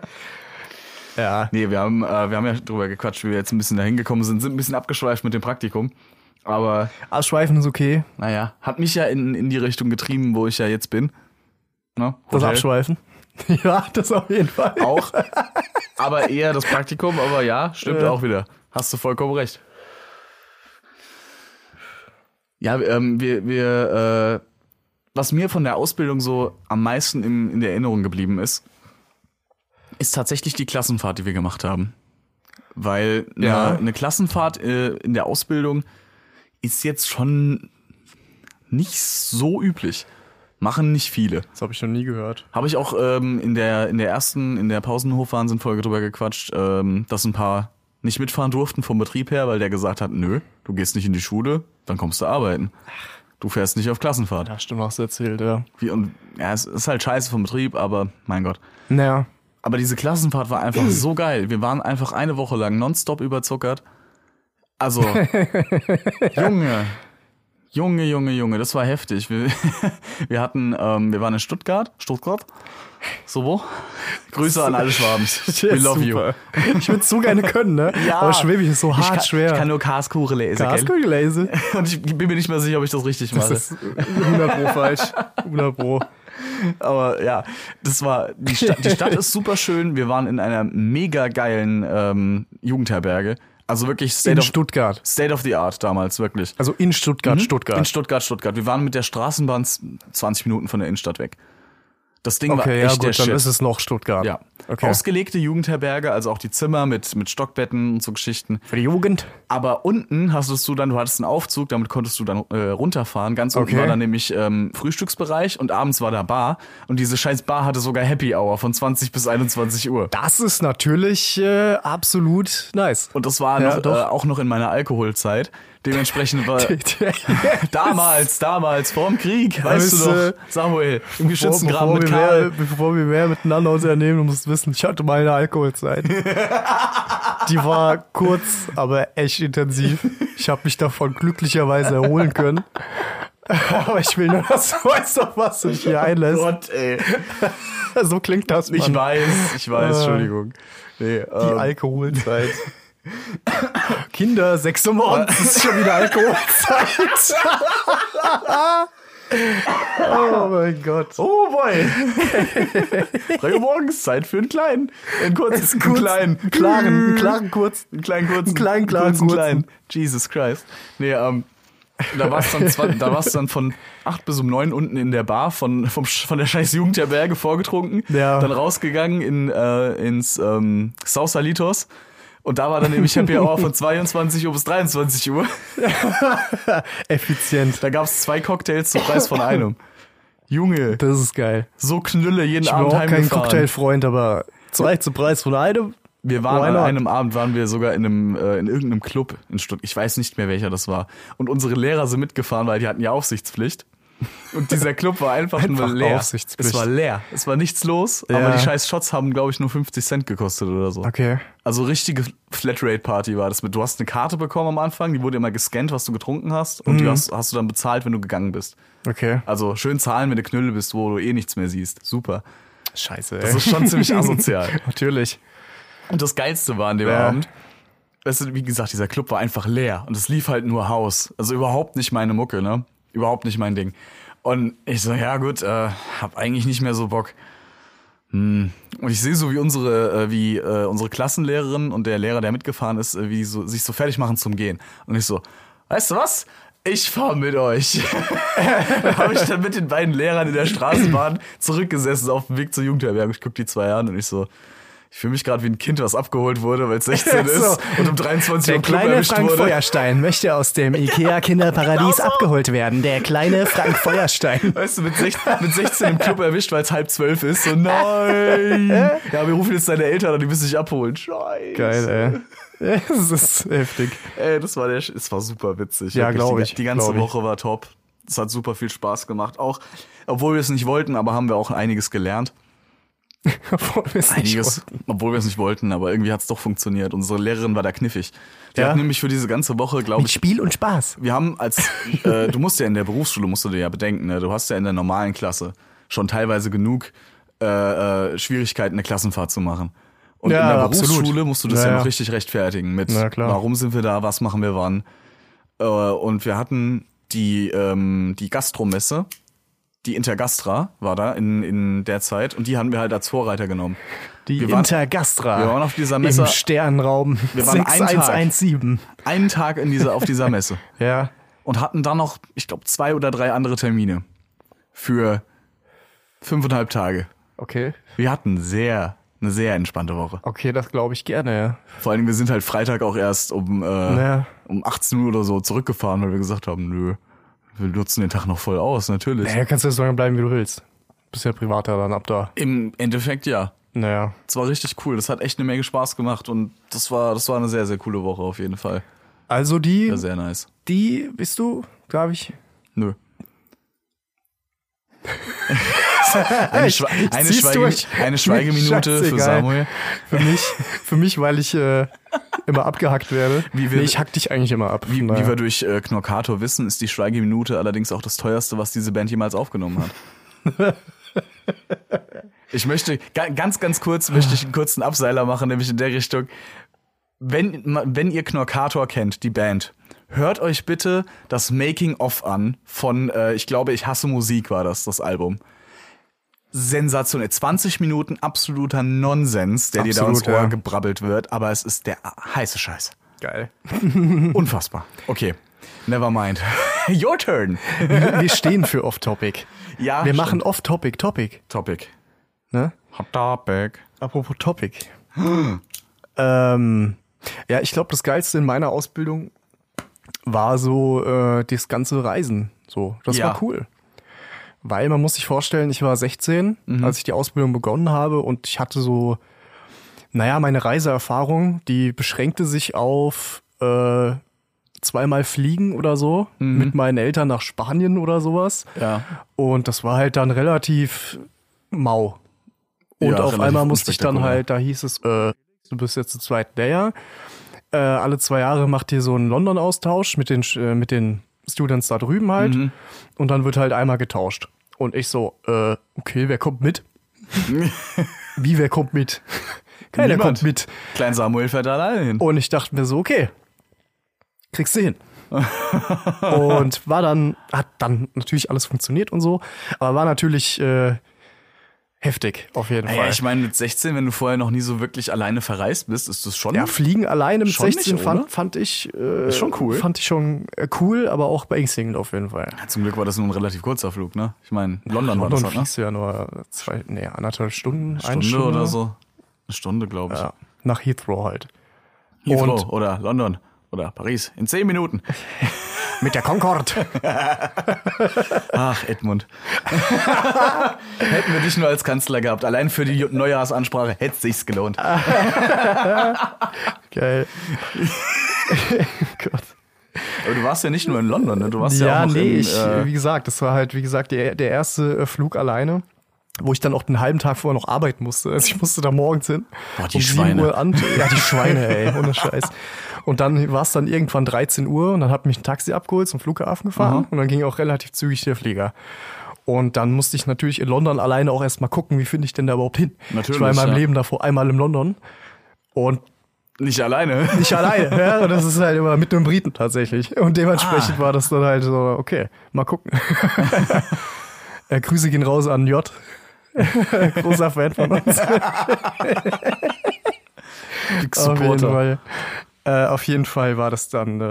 E: ja.
D: Nee, wir haben, äh, wir haben ja drüber gequatscht, wie wir jetzt ein bisschen dahin gekommen sind, sind ein bisschen abgeschweift mit dem Praktikum. Aber
E: Abschweifen ist okay.
D: naja, hat mich ja in, in die Richtung getrieben, wo ich ja jetzt bin. Ne?
E: Das
D: Hotel.
E: Abschweifen. Ja, das auf jeden Fall.
D: auch. aber eher das Praktikum, aber ja, stimmt
E: Äh.
D: auch wieder. Hast du vollkommen recht. Ja, ähm, wir, wir, äh, was mir von der Ausbildung so am meisten in, in der Erinnerung geblieben ist, ist tatsächlich die Klassenfahrt, die wir gemacht haben. Weil eine,
E: Ja.
D: eine Klassenfahrt äh, in der Ausbildung ist jetzt schon nicht so üblich. Machen nicht viele.
E: Das habe ich noch nie gehört.
D: Habe ich auch ähm, in, der, in der ersten, in der Pausenhof-Wahnsinn-Folge drüber gequatscht, ähm, dass ein paar nicht mitfahren durften vom Betrieb her, weil der gesagt hat, nö, du gehst nicht in die Schule, dann kommst du arbeiten. Du fährst nicht auf Klassenfahrt.
E: Ja, stimmt, hast du erzählt, ja.
D: Wie, und ja, es ist halt scheiße vom Betrieb, aber mein Gott.
E: Naja.
D: Aber diese Klassenfahrt war einfach so geil. Wir waren einfach eine Woche lang nonstop überzuckert. Also, Junge, Junge, Junge, Junge, das war heftig. Wir, wir hatten, ähm, wir waren in Stuttgart, Stuttgart, so wo? Grüße an alle Schwaben. We love you.
E: you. Ich würde es so gerne können, ne? Aber Schwäbisch ist so
D: Ich
E: hart
D: kann,
E: schwer.
D: Ich kann nur Karlskuche lesen.
E: das
D: gell?
E: gelesen.
D: Und ich bin mir nicht mehr sicher, ob ich das richtig
E: Das
D: mache.
E: ist 100 Pro falsch. 100 Pro.
D: Aber ja, das war die Stadt. Die Stadt ist super schön. Wir waren in einer mega geilen ähm, Jugendherberge. Also wirklich State
E: In
D: of
E: Stuttgart.
D: State of the Art damals, wirklich.
E: Also in Stuttgart,
D: Mhm. In
E: Stuttgart.
D: Stuttgart, Stuttgart. Wir waren mit der Straßenbahn z- 20 Minuten von der Innenstadt weg. Das Ding war
E: okay,
D: echt
E: ja
D: der
E: gut,
D: Shit.
E: dann ist es noch Stuttgart.
D: ja.
E: Okay.
D: Ausgelegte Jugendherberge, also auch die Zimmer mit, mit Stockbetten und so Geschichten.
E: Für die Jugend.
D: Aber unten hattest du dann, du hattest einen Aufzug, damit konntest du dann äh, runterfahren. Ganz unten
E: Okay.
D: war dann nämlich ähm, Frühstücksbereich und abends war da Bar. Und diese scheiß Bar hatte sogar Happy Hour von 20 bis 21 Uhr.
E: Das ist natürlich äh, absolut nice.
D: Und das war
E: Ja,
D: noch, äh,
E: doch.
D: auch noch in meiner Alkoholzeit. Dementsprechend war damals, damals, vorm Krieg,
E: Weißt
D: weißt du
E: du,
D: noch, Samuel, im geschützten Graben mit
E: wir
D: Karl.
E: mehr, bevor wir mehr miteinander unternehmen, du musst wissen, ich hatte mal eine Alkoholzeit. Die war kurz, aber echt intensiv. Ich habe mich davon glücklicherweise erholen können. Aber ich will nur, dass du weißt, auf was du dich hier einlässt.
D: Gott, ey.
E: So klingt das, Mann.
D: Ich weiß, ich weiß,
E: Äh,
D: Entschuldigung. Nee,
E: Die
D: ähm,
E: Alkoholzeit. Kinder, 6 Uhr morgens ist schon wieder Alkoholzeit. oh mein Gott.
D: oh boy. Drei Uhr morgens, Zeit für einen kleinen. Einen kurzen, einen kleinen.
E: Einen klaren,
D: Hm.
E: einen klaren kurz.
D: Einen kleinen kurzen. Einen
E: kleinen, klaren kurzen.
D: Jesus Christ. Nee, ähm, da war's dann, zwar- da war's dann von 8 bis um 9 unten in der Bar von, vom, Sch- von der scheiß Jugendherberge vorgetrunken.
E: Ja.
D: Dann rausgegangen in, äh, ins ähm, Sausalitos. Und da war dann nämlich Happy Hour von 22 Uhr bis 23 Uhr.
E: Effizient.
D: Da gab's zwei Cocktails zum Preis von einem. Junge,
E: Das ist geil.
D: so Knülle jeden
E: Ich bin
D: Abend
E: auch kein
D: heimgefahren.
E: Cocktailfreund, aber zwei zum Preis von einem.
D: Wir waren
E: Why
D: an
E: not?
D: einem Abend waren wir sogar in einem äh, in irgendeinem Club in Stuttgart. Ich weiß nicht mehr welcher das war. Und unsere Lehrer sind mitgefahren, weil die hatten ja Aufsichtspflicht. Und dieser Club war einfach,
E: Einfach
D: nur leer.
E: Aufsichtspflicht.
D: Es war leer. Es war nichts los, aber
E: Ja.
D: die scheiß Shots haben glaube ich nur 50 Cent gekostet oder so.
E: Okay.
D: Also richtige Flatrate Party war das mit du hast eine Karte bekommen am Anfang, die wurde immer gescannt, was du getrunken hast und die
E: Mhm.
D: hast, hast du dann bezahlt, wenn du gegangen bist.
E: Okay.
D: Also schön zahlen, wenn du Knülle bist, wo du eh nichts mehr siehst. Super.
E: Scheiße,
D: Das ist schon ziemlich asozial.
E: Natürlich.
D: Und das Geilste war an dem
E: Ja.
D: Abend, weißt du, wie gesagt, dieser Club war einfach leer und es lief halt nur Haus. Also überhaupt nicht meine Mucke, ne? Überhaupt nicht mein Ding. Und ich so, ja gut, äh, hab eigentlich nicht mehr so Bock. Hm. Und ich sehe so, wie unsere, äh, wie äh, unsere Klassenlehrerin und der Lehrer, der mitgefahren ist, äh, wie die so, sich so fertig machen zum Gehen. Und ich so, weißt du was? Ich fahr mit euch. dann habe ich dann mit den beiden Lehrern in der Straßenbahn zurückgesessen auf dem Weg zur Jugendherberge. Ich guck die zwei an und ich so, ich fühle mich gerade wie ein Kind, was abgeholt wurde, weil es 16
E: So.
D: ist und um 23 Uhr
E: Der
D: im Club
E: kleine
D: erwischt
E: Frank
D: wurde.
E: Feuerstein möchte aus dem IKEA-Kinderparadies
D: Genau so.
E: abgeholt werden. Der kleine Frank Feuerstein.
D: Weißt du, mit 16, mit 16 im Club erwischt, weil es halb zwölf ist. So, nein. Ja, wir rufen jetzt deine Eltern an, die müssen dich abholen. Scheiße.
E: ey. Das ist heftig.
D: Ey, das war der, Sch- es war super witzig.
E: Ja,
D: wirklich.
E: glaub
D: Die-
E: ich,
D: Die ganze
E: glaub ich.
D: Woche war top. Es hat super viel Spaß gemacht. Auch, obwohl wir es nicht wollten, aber haben wir auch einiges gelernt.
E: Obwohl wir es nicht
D: Einiges, obwohl wir es nicht wollten, aber irgendwie hat es doch funktioniert. Unsere Lehrerin war da kniffig. Die
E: Ja?
D: hat nämlich für diese ganze Woche, glaube
E: Mit
D: ich,
E: Spiel und Spaß.
D: wir haben als, äh, du musst ja in der Berufsschule, musst du dir ja bedenken, ne? du hast ja in der normalen Klasse schon teilweise genug äh, äh, Schwierigkeiten, eine Klassenfahrt zu machen. Und
E: Ja,
D: in der
E: absolut.
D: Berufsschule musst du das
E: Ja,
D: ja,
E: ja.
D: noch richtig rechtfertigen mit,
E: Na klar.
D: warum sind wir da, was machen wir wann. Äh, und wir hatten die, ähm, die Gastromesse, die Intergastra war da in, in der Zeit und die haben wir halt als Vorreiter genommen.
E: Die
D: Wir waren-
E: Intergastra.
D: wir waren auf dieser Messe-
E: Im Sternraum
D: Wir waren einen Tag.
E: 6117.
D: Einen Tag in dieser, auf dieser Messe.
E: Ja.
D: und hatten dann noch, ich glaube, zwei oder drei andere Termine für fünfeinhalb Tage.
E: Okay.
D: Wir hatten sehr, eine sehr entspannte Woche.
E: Okay, das glaube ich gerne, ja.
D: Vor allem, wir sind halt Freitag auch erst um, äh,
E: Ja.
D: um 18 Uhr oder so zurückgefahren, weil wir gesagt haben, nö, wir nutzen den Tag noch voll aus, natürlich.
E: Naja, kannst du so lange bleiben, wie du willst. Bist ja privater dann ab da.
D: Im Endeffekt ja.
E: Naja.
D: Es war richtig cool. Das hat echt eine Menge Spaß gemacht und das war, das war eine sehr, sehr coole Woche auf jeden Fall.
E: Also die,
D: Ja, sehr nice.
E: die bist du, glaube ich.
D: Nö. eine, Schwe
E: ich
D: eine,
E: zieh's
D: Schweige
E: durch.
D: eine Schweigeminute für
E: Scheißegal.
D: Samuel.
E: Für mich, für mich, weil ich äh, immer abgehackt werde.
D: Wie wir-
E: nee, ich hack dich eigentlich immer ab.
D: Wie,
E: Von daher.
D: wie wir durch äh, Knorkator wissen, ist die Schweigeminute allerdings auch das teuerste, was diese Band jemals aufgenommen hat. ich möchte ga, ganz, ganz kurz möchte ich einen kurzen Abseiler machen, nämlich in der Richtung. Wenn, ma- wenn ihr Knorkator kennt, die Band, hört euch bitte das Making of an von, äh, ich glaube, ich hasse Musik war das, das Album. Sensationell. 20 Minuten absoluter Nonsens, der dir
E: Absolut,
D: da ins Ohr
E: ja.
D: gebrabbelt wird, aber es ist der heiße Scheiß.
E: Geil.
D: Unfassbar. Okay. Never mind. Your turn.
E: Wir, wir stehen für Off-Topic.
D: Ja,
E: wir machen Off-Topic, Topic.
D: Topic.
E: Ne?
D: Hot Topic.
E: Apropos Topic. ähm, ja, ich glaube, das Geilste in meiner Ausbildung war so äh, das ganze Reisen. So, das
D: Ja.
E: war cool. Weil man muss sich vorstellen, ich war 16,
D: Mhm.
E: als ich die Ausbildung begonnen habe und ich hatte so, naja, meine Reiseerfahrung, die beschränkte sich auf äh, zweimal fliegen oder so mit meinen Eltern nach Spanien oder sowas.
D: Mhm. Ja.
E: Und das war halt dann relativ mau. Und
D: Ja,
E: auf
D: relativ
E: einmal musste ich dann
D: unspektakulär.
E: halt, da hieß es, äh, du bist jetzt im zweiten Layer. Äh, alle zwei Jahre macht ihr so einen London-Austausch mit den, Sch- äh, mit den Students da drüben halt.
D: Mhm.
E: Und dann wird halt einmal getauscht. Und ich so, äh, okay, wer kommt mit? Wie, wer kommt mit? Keiner
D: Niemand.
E: kommt mit.
D: Klein Samuel fährt alleine hin.
E: Und ich dachte mir so, okay, kriegst du hin. und war dann, hat dann natürlich alles funktioniert und so, aber war natürlich äh, heftig, auf jeden
D: Naja,
E: Fall.
D: ich meine, mit 16, wenn du vorher noch nie so wirklich alleine verreist bist, ist das schon.
E: ja, Fliegen allein im
D: Schon nicht,
E: 16
D: oder?
E: fand, fand ich äh,
D: Ist schon cool.
E: Fand ich schon äh, cool, aber auch beängstigend auf jeden Fall.
D: Zum Glück war das nur ein relativ kurzer Flug, ne? Ich meine, London war das
E: London
D: halt, ne?
E: fliegst du ja nur zwei, nee, anderthalb Stunden, eine
D: Stunde,
E: Stunde,
D: oder so. Eine Stunde, glaube ich.
E: Ja, nach Heathrow halt.
D: Heathrow
E: Und-
D: oder London oder Paris. In 10 Minuten.
E: Mit der Concorde.
D: Ach, Edmund. Hätten wir dich nur als Kanzler gehabt. Allein für die Neujahrsansprache hätte sich's gelohnt.
E: Geil. Gott.
D: Aber du warst ja nicht nur in London, ne? Du warst ja,
E: Ja,
D: auch noch
E: nee,
D: in,
E: ich,
D: äh,
E: wie gesagt, das war halt, wie gesagt, der, der erste äh, Flug alleine, wo ich dann auch den halben Tag vorher noch arbeiten musste. Also ich musste da morgens hin.
D: Boah, die
E: um
D: Schweine.
E: Uhr an. Ja, die Schweine, ey, ohne Scheiß. Und dann war es dann irgendwann 13 Uhr und dann hat mich ein Taxi abgeholt zum Flughafen
D: Mhm.
E: gefahren und dann ging auch relativ zügig der Flieger. Und dann musste ich natürlich in London alleine auch erstmal gucken, wie finde ich denn da überhaupt hin. ich
D: Natürlich,
E: war in meinem
D: ja.
E: Leben davor einmal in London und
D: nicht alleine.
E: nicht alleine. Ja? Und das ist halt immer mit einem Briten tatsächlich. Und dementsprechend war das dann halt so, okay, mal gucken. äh, Grüße gehen raus an J. Großer Fan von uns.
D: Big
E: Auf jeden,
D: Supporter.
E: Fall, äh, auf jeden Fall war das dann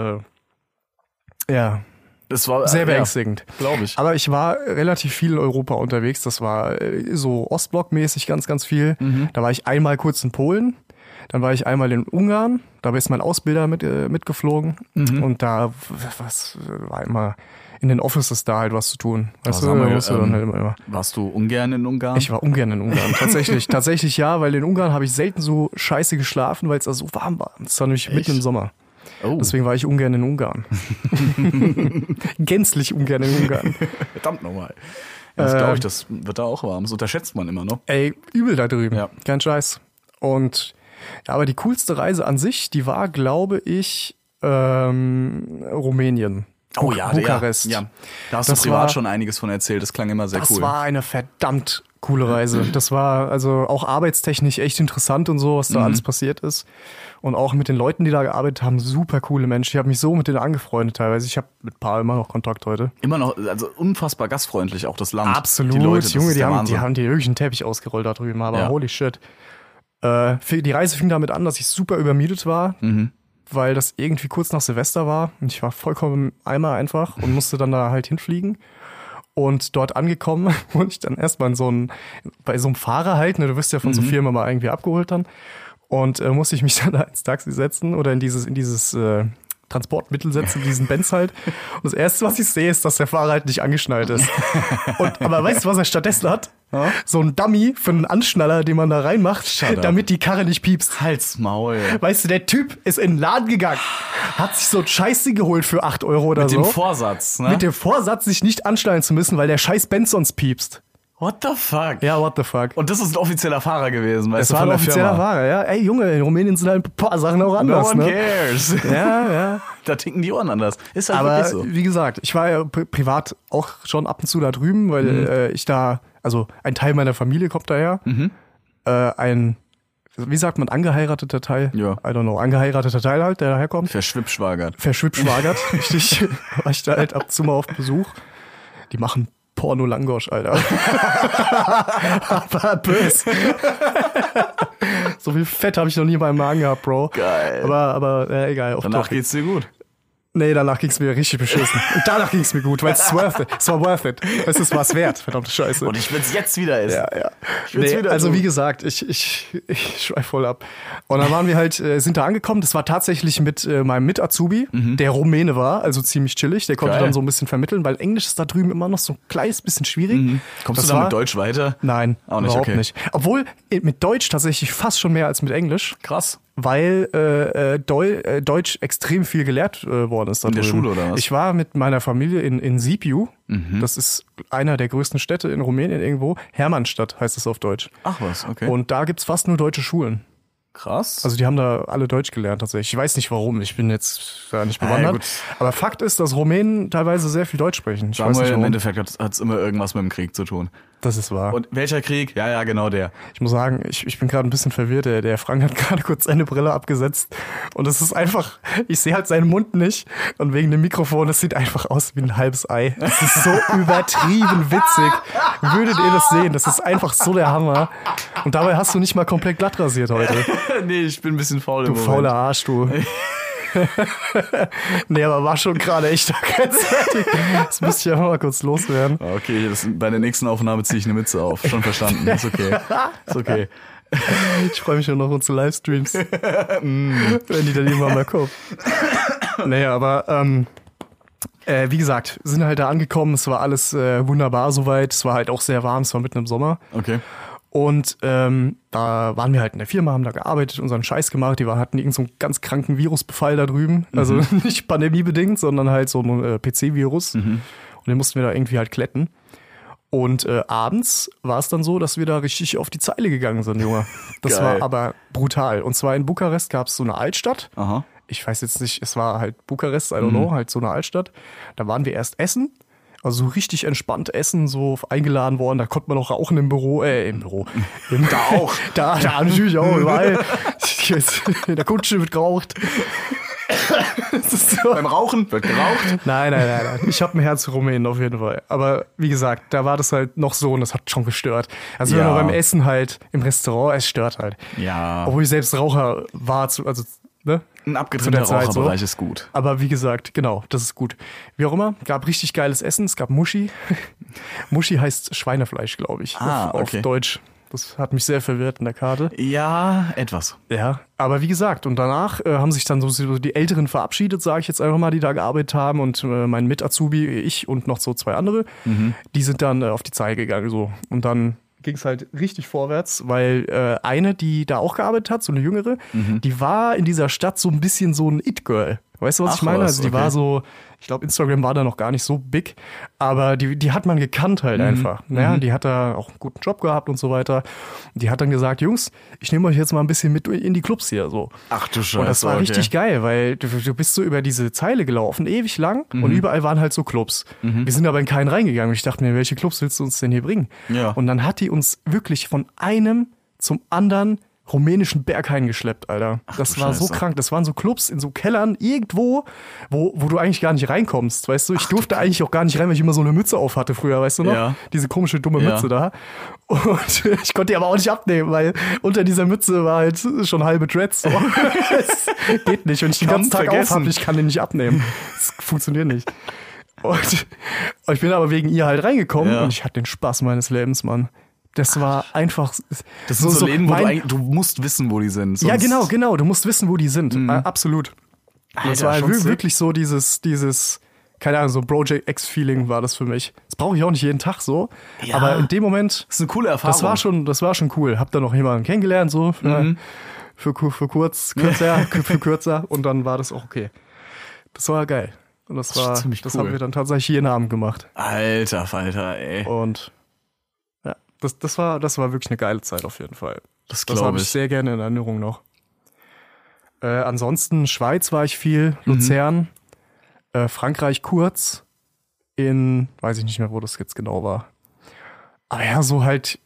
E: äh, ja,
D: Das war
E: sehr
D: Äh, ja,
E: beängstigend.
D: Glaube ich.
E: Aber ich war relativ viel in Europa unterwegs. Das war äh, so Ostblock-mäßig ganz, ganz viel.
D: Mhm.
E: Da war ich einmal kurz in Polen. Dann war ich einmal in Ungarn. Da ist mein Ausbilder mit, äh, mitgeflogen.
D: Mhm.
E: Und da was, war immer in den Offices da halt was zu tun. Weißt
D: sag
E: du,
D: mal,
E: da musst du dann
D: ähm,
E: halt immer, immer.
D: Warst du ungern in Ungarn?
E: Ich war ungern in Ungarn. Tatsächlich, tatsächlich ja, weil in Ungarn habe ich selten so scheiße geschlafen, weil es da so warm war. Es war nämlich mitten im Sommer.
D: oh,
E: Deswegen war ich ungern in Ungarn. Gänzlich ungern in Ungarn.
D: verdammt nochmal. Ja,
E: Äh,
D: das glaube ich, das wird da auch warm. Das unterschätzt man immer ne? noch.
E: Ey, übel da drüben.
D: Ja.
E: Kein Scheiß. Und ja, aber die coolste Reise an sich, die war, glaube ich, ähm, Rumänien. Bu- Bukarest.
D: Oh Ja, ja. Da hast
E: Das
D: du privat
E: war-
D: schon einiges von erzählt. Das klang immer sehr
E: Das
D: cool.
E: war eine verdammt coole Reise. Das war also auch arbeitstechnisch echt interessant und so, was
D: Mhm.
E: da alles passiert ist. Und auch mit den Leuten, die da gearbeitet haben, super coole Menschen. Ich habe mich so mit denen angefreundet teilweise. Ich habe mit ein paar immer noch Kontakt heute.
D: immer noch, also unfassbar gastfreundlich, auch das Land.
E: Absolut,
D: Die Leute, das
E: Junge,
D: ist
E: die
D: der
E: haben,
D: Wahnsinn.
E: die haben dir wirklich einen Teppich ausgerollt da drüben, aber
D: Ja.
E: holy shit. Äh, fi- die Reise fing damit an, dass ich super übermietet war,
D: Mhm.
E: weil das irgendwie kurz nach Silvester war und ich war vollkommen im Eimer einfach und musste dann da halt hinfliegen. Und dort angekommen wurde ich dann erstmal in so einen, bei so einem Fahrer halt, ne, du wirst ja
D: Mhm.
E: von so Firma mal irgendwie abgeholt dann. Und äh, musste ich mich dann da ins Taxi setzen oder in dieses, in dieses äh, Transportmittel setzen, diesen Benz halt. Und das erste, was ich sehe, ist, dass der Fahrer halt nicht angeschnallt ist. Und, aber weißt du, was er stattdessen hat? So ein Dummy für einen Anschnaller, den man da reinmacht,
D: up.
E: damit die Karre nicht piepst.
D: Halt's Maul.
E: Weißt du, der Typ ist in den Laden gegangen, hat sich so ein Scheiße geholt für 8 Euro oder
D: Mit
E: so.
D: dem Vorsatz, ne?
E: mit dem Vorsatz, sich nicht anschnallen zu müssen, weil der scheiß Benz sonst piepst.
D: What the fuck?
E: Ja, what the fuck.
D: Und das ist ein offizieller Fahrer gewesen, weißt
E: Das
D: du,
E: war
D: von
E: ein
D: der
E: offizieller
D: Firma.
E: Ware, ja. Ey, Junge, in Rumänien sind halt ein paar Sachen auch
D: No
E: anders,
D: one
E: ne?
D: cares.
E: Ja, ja.
D: da ticken die Ohren anders. Ist halt
E: Aber
D: wirklich so.
E: wie gesagt, ich war ja pri privat auch schon ab und zu da drüben, weil
D: Mhm.
E: äh, ich da, also ein Teil meiner Familie kommt daher.
D: Mhm.
E: Äh, ein, wie sagt man, angeheirateter Teil?
D: Ja.
E: I don't know, angeheirateter Teil halt, der daherkommt.
D: Verschwippschwagert.
E: Verschwippschwagert, richtig. War ich da halt ab und zu mal auf Besuch. Die machen Porno Langosch, Alter. Aber böse. so viel Fett habe ich noch nie in meinem Magen gehabt, Bro.
D: Geil.
E: Aber, aber äh, egal. Auf
D: Danach
E: Topic.
D: geht's dir gut.
E: Nee, danach ging's mir richtig beschissen. Und danach ging's mir gut, weil es worth it. Es war worth it. Es ist was wert, verdammte Scheiße.
D: Und ich will's jetzt wieder essen.
E: ja, ja.
D: will's
E: Nee,
D: wieder
E: also
D: tun.
E: wie gesagt, ich, ich, ich schweif voll ab. Und dann waren wir halt, äh, sind da angekommen. Das war tatsächlich mit äh, meinem Mit-Azubi, der Rumäne war, also ziemlich chillig. Der konnte
D: Mhm. Geil.
E: dann so ein bisschen vermitteln, weil Englisch ist da drüben immer noch so ein kleines bisschen schwierig.
D: Mhm. Kommst
E: Das
D: du da
E: war-
D: mit Deutsch weiter?
E: Nein,
D: Auch nicht,
E: überhaupt
D: okay.
E: nicht. Obwohl äh, mit Deutsch tatsächlich fast schon mehr als mit Englisch.
D: Krass.
E: weil äh, äh, Deu äh, Deutsch extrem viel gelehrt äh, worden ist. da
D: In der
E: drüben.
D: Schule oder was? Mhm.
E: Ich war mit meiner Familie in, in Sibiu. Das ist einer der größten Städte in Rumänien irgendwo. Hermannstadt heißt es auf Deutsch.
D: Ach was, okay.
E: Und da gibt's fast nur deutsche Schulen.
D: krass.
E: Also die haben da alle Deutsch gelernt tatsächlich. Ich weiß nicht warum, ich bin jetzt gar nicht
D: Ah ja,
E: bewandert.
D: gut.
E: Aber Fakt ist, dass Rumänen teilweise sehr viel Deutsch sprechen. Ich weiß
D: Samuel
E: nicht
D: im
E: warum.
D: Endeffekt hat es immer irgendwas mit dem Krieg zu tun.
E: Das ist wahr.
D: Und welcher Krieg? Ja, ja, genau der.
E: Ich muss sagen, ich, ich bin gerade ein bisschen verwirrt. Der, der Frank hat gerade kurz seine Brille abgesetzt. Und es ist einfach, ich sehe halt seinen Mund nicht. Und wegen dem Mikrofon, das sieht einfach aus wie ein halbes Ei. Das ist so übertrieben witzig. Würdet ihr das sehen? Das ist einfach so der Hammer. Und dabei hast du nicht mal komplett glatt rasiert heute.
D: nee, ich bin ein bisschen faul im
E: Du fauler Arsch, du. nee, aber war schon gerade echt grenzwertig. Das müsste ich einfach mal kurz loswerden.
D: Ah, Okay, das, bei der nächsten Aufnahme ziehe ich eine Mütze auf. Schon verstanden. Ist okay. Ist okay.
E: Ich freue mich schon noch auf unsere Livestreams. Mm. Wenn die dann irgendwann mal kommen. Naja, aber ähm, äh, wie gesagt, sind halt da angekommen. Es war alles äh, wunderbar soweit. Es war halt auch sehr warm. Es war mitten im Sommer.
D: Okay.
E: Und ähm, da waren wir halt in der Firma, haben da gearbeitet, unseren Scheiß gemacht. Die waren, hatten irgendeinen so einen ganz kranken Virusbefall da drüben. Also nicht pandemiebedingt, sondern halt so ein äh, PC-Virus. Und den mussten wir da irgendwie halt kletten. Und äh, abends war es dann so, dass wir da richtig auf die Zeile gegangen sind, Junge. Das
D: Geil.
E: war aber brutal. Und zwar in Bukarest gab es so eine Altstadt.
D: Aha.
E: Ich weiß jetzt nicht, es war halt Bukarest, I don't know, halt so eine Altstadt. Da waren wir erst essen. Also so richtig entspannt essen, so eingeladen worden. Da konnte man auch rauchen im Büro, äh, im Büro. Im, da auch. Da, da natürlich auch, überall. Jetzt, In der Kutsche wird geraucht. Das ist so.
D: Beim Rauchen wird geraucht.
E: Nein, nein, nein, nein. Ich habe ein Herz für Rumänien auf jeden Fall. Aber wie gesagt, da war das halt noch so und das hat schon gestört. Also
D: Ja.
E: wenn man beim Essen halt im Restaurant, es stört halt.
D: Ja.
E: Obwohl ich selbst Raucher war, zu, also ne?
D: Ein abgetrennter
E: Zu der Zeit so.
D: Raucherbereich ist gut.
E: Aber wie gesagt, genau, das ist gut. Wie auch immer, gab richtig geiles Essen. Es gab Muschi. Muschi heißt Schweinefleisch, glaube ich.
D: Ah,
E: auf,
D: okay.
E: auf Deutsch. Das hat mich sehr verwirrt in der Karte.
D: Ja, etwas.
E: Ja, aber wie gesagt, und danach äh, haben sich dann so, so die Älteren verabschiedet, sage ich jetzt einfach mal, die da gearbeitet haben und äh, mein Mit-Azubi, ich und noch so zwei andere,
D: Mhm.
E: die sind dann äh, auf die Zeile gegangen so. Und dann ging es halt richtig vorwärts, weil äh, eine, die da auch gearbeitet hat, so eine jüngere,
D: Mhm.
E: die war in dieser Stadt so ein bisschen so ein It-Girl. Weißt du, was
D: Ach
E: ich meine?
D: was,
E: Also die
D: okay.
E: war so, ich glaube, Instagram war da noch gar nicht so big, aber die, die hat man gekannt halt einfach. Naja, die hat da auch einen guten Job gehabt und so weiter. Und Die hat dann gesagt, Jungs, ich nehme euch jetzt mal ein bisschen mit in die Clubs hier so.
D: Ach du Scheiße.
E: Und das war
D: okay.
E: richtig geil, weil du, du bist so über diese Zeile gelaufen, ewig lang
D: Mhm.
E: und überall waren halt so Clubs. Wir sind aber in keinen reingegangen. Ich dachte mir, welche Clubs willst du uns denn hier bringen?
D: Ja.
E: Und dann hat die uns wirklich von einem zum anderen rumänischen Berg eingeschleppt, Alter. das
D: du
E: war so
D: Scheiße.
E: krank. Das waren so Clubs in so Kellern irgendwo, wo, wo du eigentlich gar nicht reinkommst, weißt du? Ich durfte eigentlich auch gar nicht rein, weil ich immer so eine Mütze auf hatte früher, weißt du noch?
D: Ja.
E: Diese komische dumme
D: Ja.
E: Mütze da. Und ich konnte die aber auch nicht abnehmen, weil unter dieser Mütze war halt schon halbe Dreads. So. Es geht nicht. Und ich den
D: Kann
E: ganzen Tag
D: vergessen.
E: auf hab, ich kann den nicht abnehmen. Das funktioniert nicht. Und ich bin aber wegen ihr halt reingekommen
D: Ja.
E: und ich hatte den Spaß meines Lebens, Mann. Das war einfach.
D: Das sind so, Läden, wo
E: mein-
D: du, eigentlich- du musst wissen, wo die sind. sonst-
E: ja,
D: Mhm.
E: genau, genau. Du musst wissen, wo die sind. Äh, Absolut. das
D: Alter,
E: war
D: schon
E: wir-
D: sick.
E: wirklich so dieses, dieses, keine Ahnung, so Project X-Feeling war das für mich. Das brauche ich auch nicht jeden Tag so.
D: Ja.
E: Aber in dem Moment,
D: Das ist eine coole Erfahrung.
E: das war schon, das war schon cool. Hab dann noch jemanden kennengelernt, so für,
D: Mhm.
E: für, ku- für kurz, kürzer, für kürzer. Und dann war das auch okay. Das war geil. Und das,
D: ist
E: war,
D: ziemlich
E: das
D: cool.
E: haben wir dann tatsächlich jeden Abend gemacht.
D: Alter Falter, ey.
E: Und ja, das, das war, das war wirklich eine geile Zeit auf jeden Fall.
D: Das
E: Das
D: glaub
E: habe ich
D: ich.
E: sehr gerne in Erinnerung noch. Äh, ansonsten Schweiz war ich
D: Mhm.
E: viel, Luzern, äh, Frankreich kurz, in, weiß ich nicht mehr, wo das jetzt genau war. Aber ja, so halt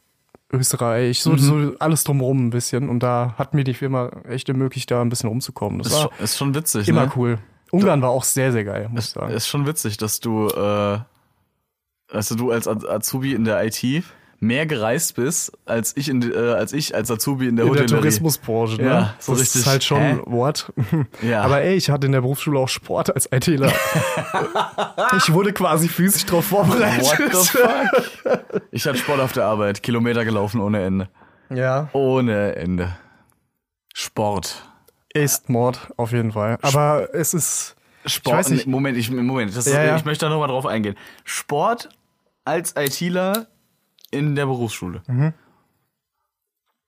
E: Österreich,
D: Mhm.
E: so, so alles drumherum ein bisschen. Und da hat mir die Firma echt ermöglicht, da ein bisschen rumzukommen. Das
D: Ist,
E: war
D: schon- ist schon witzig.
E: immer
D: ne?
E: cool. Ungarn war auch sehr, sehr geil, muss ich
D: Ist,
E: sagen.
D: ist schon witzig, dass du, äh, also du als Az- Azubi in der IT mehr gereist bist, als ich in, die- äh, als ich als Azubi in der
E: in der
D: Hotellerie.
E: Tourismusbranche, ne?
D: Ja, so
E: das
D: richtig,
E: ist halt schon
D: hä?
E: what.
D: Ja.
E: Aber ey, ich hatte in der Berufsschule auch Sport als ITler. ich wurde quasi physisch drauf
D: What
E: vorbereitet.
D: the fuck? Ich hatte Sport auf der Arbeit, Kilometer gelaufen ohne Ende.
E: Ja.
D: Ohne Ende. Sport.
E: Ist Mord, auf jeden Fall. Aber es ist.
D: Sport.
E: weiß nicht.
D: nee, Moment, ich, Moment, das
E: Ja,
D: ist,
E: ja.
D: ich möchte da nochmal drauf eingehen. Sport als
E: Mhm.
D: ITler in der Berufsschule.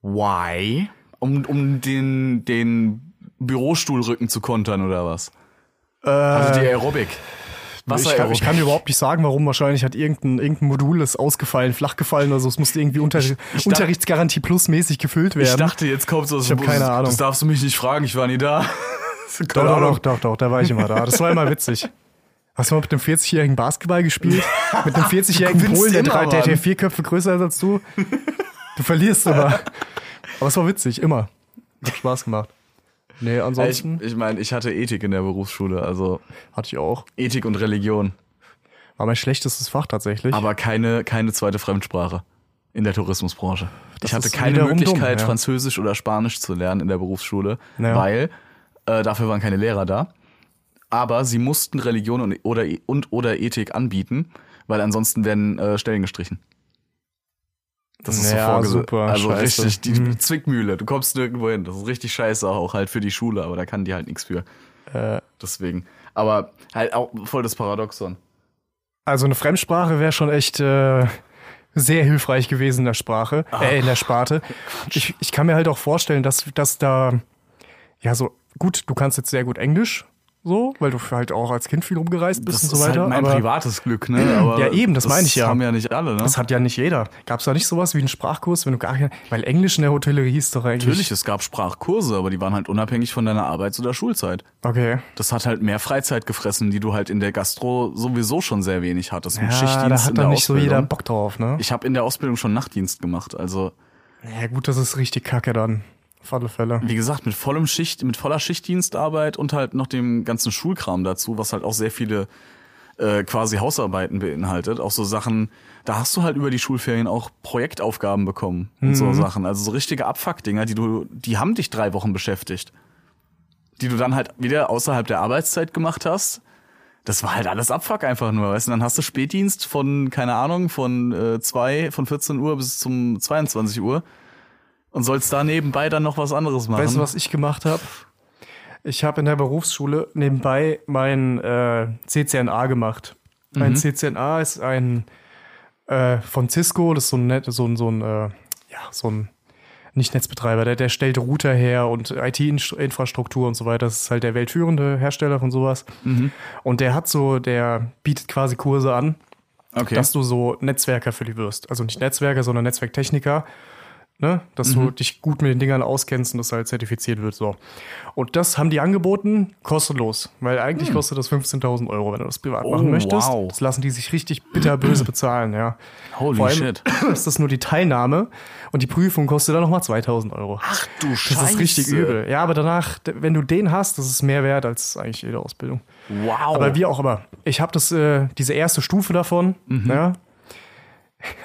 D: Why? Um, um den, den Bürostuhlrücken zu kontern oder was?
E: Äh,
D: Also die Aerobic.
E: ich, kann, ich
D: Wasser-Aerobic.
E: kann dir überhaupt nicht sagen, warum. Wahrscheinlich hat irgendein, irgendein Modul ist ausgefallen, flach gefallen oder so. Es musste irgendwie Unter
D: dacht-
E: Unterrichtsgarantie plus mäßig gefüllt werden.
D: Ich dachte, jetzt kommt so. Ich
E: hab keine Ahnung.
D: Das darfst du mich nicht fragen, ich war nie da.
E: doch, doch, doch, doch, doch, da war ich immer da. Das war immer witzig. Hast du mal mit einem 40-jährigen Basketball gespielt? Mit einem 40-jährigen
D: gewinnst
E: Polen, der,
D: immer,
E: drei, der, der
D: Mann.
E: vier Köpfe größer ist als du? Du verlierst immer. Aber es war witzig, immer. Hat Spaß gemacht. Nee,
D: Ich,
E: ansonsten
D: ich meine, ich hatte Ethik in der Berufsschule, also
E: hatte ich auch.
D: Ethik und Religion.
E: War mein schlechtestes Fach tatsächlich.
D: Aber keine, keine zweite Fremdsprache in der Tourismusbranche. ich hatte
E: ist
D: keine
E: wiederum
D: Möglichkeit,
E: dumm, ja.
D: Französisch oder Spanisch zu lernen in der Berufsschule,
E: Ja.
D: weil äh, dafür waren keine Lehrer da. Aber sie mussten Religion und oder, und, oder Ethik anbieten, weil ansonsten werden äh, Stellen gestrichen. Das ist
E: Ja,
D: so vorgesehen.
E: super,
D: Also
E: scheiße. Mhm.
D: richtig, die Zwickmühle. Du kommst nirgendwo hin. Das ist richtig scheiße auch halt für die Schule, aber da kann die halt nichts für.
E: Äh.
D: Deswegen. Aber halt auch voll das Paradoxon.
E: Also eine Fremdsprache wäre schon echt äh, sehr hilfreich gewesen in der Sprache, äh, in der Sparte. Ich, ich kann mir halt auch vorstellen, dass, dass da, ja so, gut, du kannst jetzt sehr gut Englisch, so, weil du halt auch als Kind viel rumgereist
D: Das
E: bist und so
D: ist
E: weiter.
D: halt mein
E: aber
D: privates Glück, ne? Aber
E: Ja, eben, das meine ich ja.
D: haben ja nicht alle, ne?
E: das hat ja nicht jeder. Gab es da nicht sowas wie einen Sprachkurs, wenn du gar kein, weil Englisch in der Hotellerie ist doch eigentlich.
D: Natürlich, es gab Sprachkurse, aber die waren halt unabhängig von deiner Arbeits- oder Schulzeit.
E: Okay.
D: Das hat halt mehr Freizeit gefressen, die du halt in der Gastro sowieso schon sehr wenig hattest. Im
E: Ja, da
D: in
E: hat
D: der
E: dann nicht so jeder
D: Ausbildung.
E: Bock drauf, ne?
D: Ich habe in der Ausbildung schon Nachtdienst gemacht, also
E: Ja gut, das ist richtig kacke dann. Auf alle Fälle.
D: wie gesagt, mit vollem Schicht, mit voller Schichtdienstarbeit und halt noch dem ganzen Schulkram dazu, was halt auch sehr viele äh, quasi Hausarbeiten beinhaltet. Auch so Sachen, da hast du halt über die Schulferien auch Projektaufgaben bekommen und
E: Mhm.
D: so Sachen. Also so richtige Abfuck-Dinger, die du, die haben dich drei Wochen beschäftigt. Die du dann halt wieder außerhalb der Arbeitszeit gemacht hast. Das war halt alles Abfuck einfach nur, weißt du? Und Dann hast du Spätdienst von, keine Ahnung, von äh, zwei, von 14 Uhr bis zum 22 Uhr und sollst da nebenbei dann noch was anderes machen.
E: Weißt du, was ich gemacht habe? Ich habe in der Berufsschule nebenbei mein äh, CCNA gemacht. Ein CCNA ist ein äh, von Cisco, das ist so ein, Net, so ein, so ein, äh, ja, so ein nicht Netzbetreiber, der, der stellt Router her und IT-Infrastruktur und so weiter. Das ist halt der weltführende Hersteller von sowas. Und der hat so, der bietet quasi Kurse an
D: Okay.
E: dass du so Netzwerker für die wirst. Also nicht Netzwerker, sondern Netzwerktechniker. Ne? Dass du
D: Mhm.
E: dich gut mit den Dingern auskennst und das halt zertifiziert wird. So. Und das haben die angeboten, kostenlos. Weil eigentlich kostet das 15.000 Euro, wenn du das privat machen möchtest.
D: Mhm. Oh, wow.
E: Das lassen die sich richtig bitterböse bezahlen, ja.
D: Holy
E: Vor allem
D: shit.
E: ist das nur die Teilnahme und die Prüfung kostet dann nochmal 2.000 Euro.
D: Ach du Scheiße.
E: das ist richtig übel. Ja, aber danach, d- wenn du den hast, das ist mehr wert als eigentlich jede Ausbildung.
D: Wow.
E: Aber wie auch immer. Ich habe das, äh, diese erste Stufe davon, ne?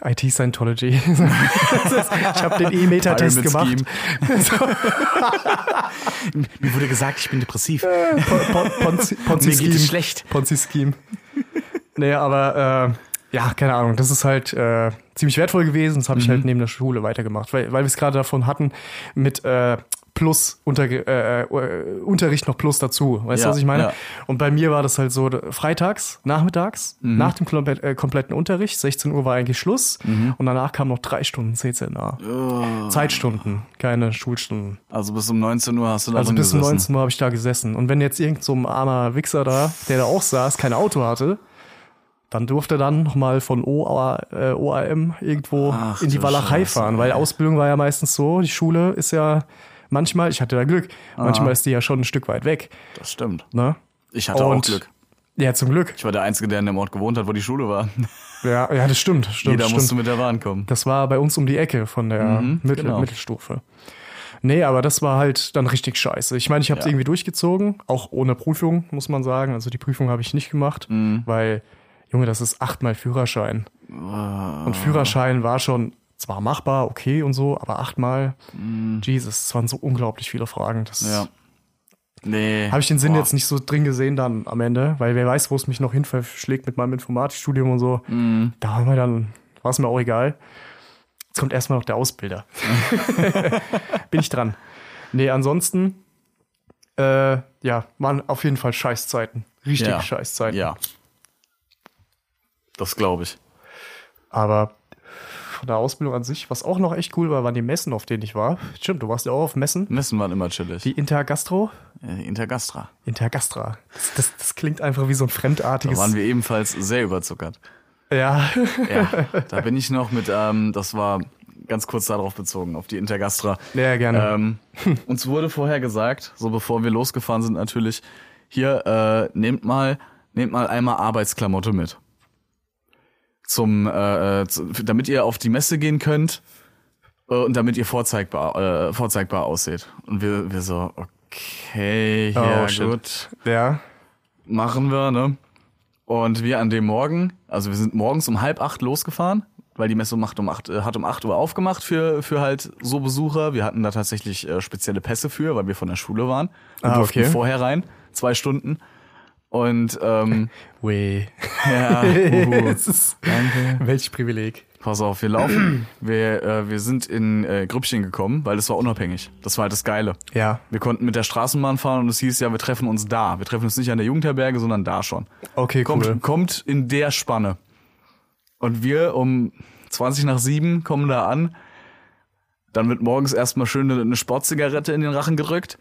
E: IT Scientology. Das ist- ich habe den E-Meter-Test
D: Pyramid
E: gemacht. So,
D: Mir wurde gesagt, ich bin depressiv.
E: Pon- Pon-
D: Mir
E: Ponzi-
D: geht
E: Ponzi-Scheme.
D: es schlecht.
E: Ponzi-Scheme. Nee, aber äh, ja, keine Ahnung. Das ist halt äh, ziemlich wertvoll gewesen. Das habe
D: Mhm.
E: ich halt neben der Schule weitergemacht, weil, weil wir es gerade davon hatten mit äh, Plus unter, äh, äh, Unterricht noch Plus dazu. Weißt du,
D: Ja,
E: was ich meine?
D: ja.
E: Und bei mir war das halt so d- freitags, nachmittags,
D: Mhm.
E: nach dem komple- äh, kompletten Unterricht. 16 Uhr war eigentlich Schluss.
D: Mhm.
E: Und danach kamen noch drei Stunden CCNA.
D: Oh.
E: Zeitstunden, keine Schulstunden.
D: Also bis um 19 Uhr hast du da
E: Also
D: drin
E: bis um
D: gesessen.
E: 19 Uhr habe ich da gesessen. Und wenn jetzt irgend so ein armer Wichser da, der da auch saß, kein Auto hatte, dann durfte er dann nochmal von OA, äh, OAM irgendwo
D: Ach
E: in die
D: du
E: Walachei
D: Scheiße,
E: fahren, weil
D: ey.
E: Ausbildung war ja meistens so, die Schule ist ja manchmal, ich hatte da Glück,
D: Ah.
E: manchmal ist die ja schon ein Stück weit weg.
D: Das stimmt.
E: Ne?
D: Ich hatte auch
E: Und-
D: Glück.
E: Ja, zum Glück.
D: Ich war der Einzige, der in dem Ort gewohnt hat, wo die Schule war.
E: Ja, ja das stimmt, stimmt,
D: Jeder
E: stimmt.
D: musste mit der Bahn kommen.
E: Das war bei uns um die Ecke von der Mittel
D: Mhm. genau.
E: Mittelstufe. Nee, aber das war halt dann richtig scheiße. Ich meine, ich habe es
D: Ja.
E: irgendwie durchgezogen, auch ohne Prüfung, muss man sagen. Also die Prüfung habe ich nicht gemacht,
D: Mhm.
E: weil, Junge, das ist achtmal Führerschein. Und Führerschein war schon zwar machbar, okay und so, aber achtmal, Jesus, es waren so unglaublich viele Fragen. Das
D: Mhm. Ja. Nee.
E: habe ich den Sinn
D: Boah.
E: jetzt nicht so drin gesehen dann am Ende, weil wer weiß, wo es mich noch hin verschlägt mit meinem Informatikstudium und so.
D: Mhm.
E: Da haben wir dann, war es mir auch egal. Jetzt kommt erstmal noch der Ausbilder. Bin ich dran. Nee, ansonsten, äh, ja, waren auf jeden Fall Scheißzeiten. Richtig
D: Ja.
E: Scheißzeiten.
D: Ja. Das glaube ich.
E: Aber von der Ausbildung an sich, was auch noch echt cool war, waren die Messen, auf denen ich war. Stimmt, du warst ja auch auf Messen.
D: Messen waren immer chillig.
E: Die Intergastro.
D: Äh, Intergastra.
E: Intergastra. Das, das, das klingt einfach wie so ein
D: Da
E: fremdartiges.
D: waren wir ebenfalls sehr überzuckert.
E: ja.
D: Ja, da bin ich noch mit, ähm, das war ganz kurz darauf bezogen, auf die Intergastra.
E: Ja, gerne.
D: Ähm, uns wurde vorher gesagt, so bevor wir losgefahren sind natürlich, hier, äh, nehmt mal, nehmt mal einmal Arbeitsklamotte mit. Zum, äh, äh, zu, damit ihr auf die Messe gehen könnt äh, und damit ihr vorzeigbar, äh, vorzeigbar ausseht. Und wir, wir so, okay, ja,
E: Oh, shit.
D: gut
E: ja.
D: machen wir, ne? Und wir an dem Morgen, also wir sind morgens um halb acht losgefahren, weil die Messe um acht, um acht, äh, hat um acht Uhr aufgemacht für, für halt so Besucher. Wir hatten da tatsächlich äh, spezielle Pässe für, weil wir von der Schule waren. Wir
E: Ah,
D: durften
E: okay.
D: vorher rein, zwei Stunden. Und ähm,
E: Weh.
D: ja, uhu,
E: Es ist-
D: danke.
E: Welch Privileg.
D: Pass auf, wir laufen. Wir, äh, wir sind in äh, Grüppchen gekommen, weil das war unabhängig. Das war halt das Geile.
E: Ja.
D: Wir konnten mit der Straßenbahn fahren und es hieß ja, wir treffen uns da. Wir treffen uns nicht an der Jugendherberge, sondern da schon.
E: Okay,
D: Kommt,
E: cool.
D: kommt in der Spanne. Und wir um 20 nach 7 kommen da an. Dann wird morgens erstmal schön eine- eine Sportzigarette in den Rachen gedrückt.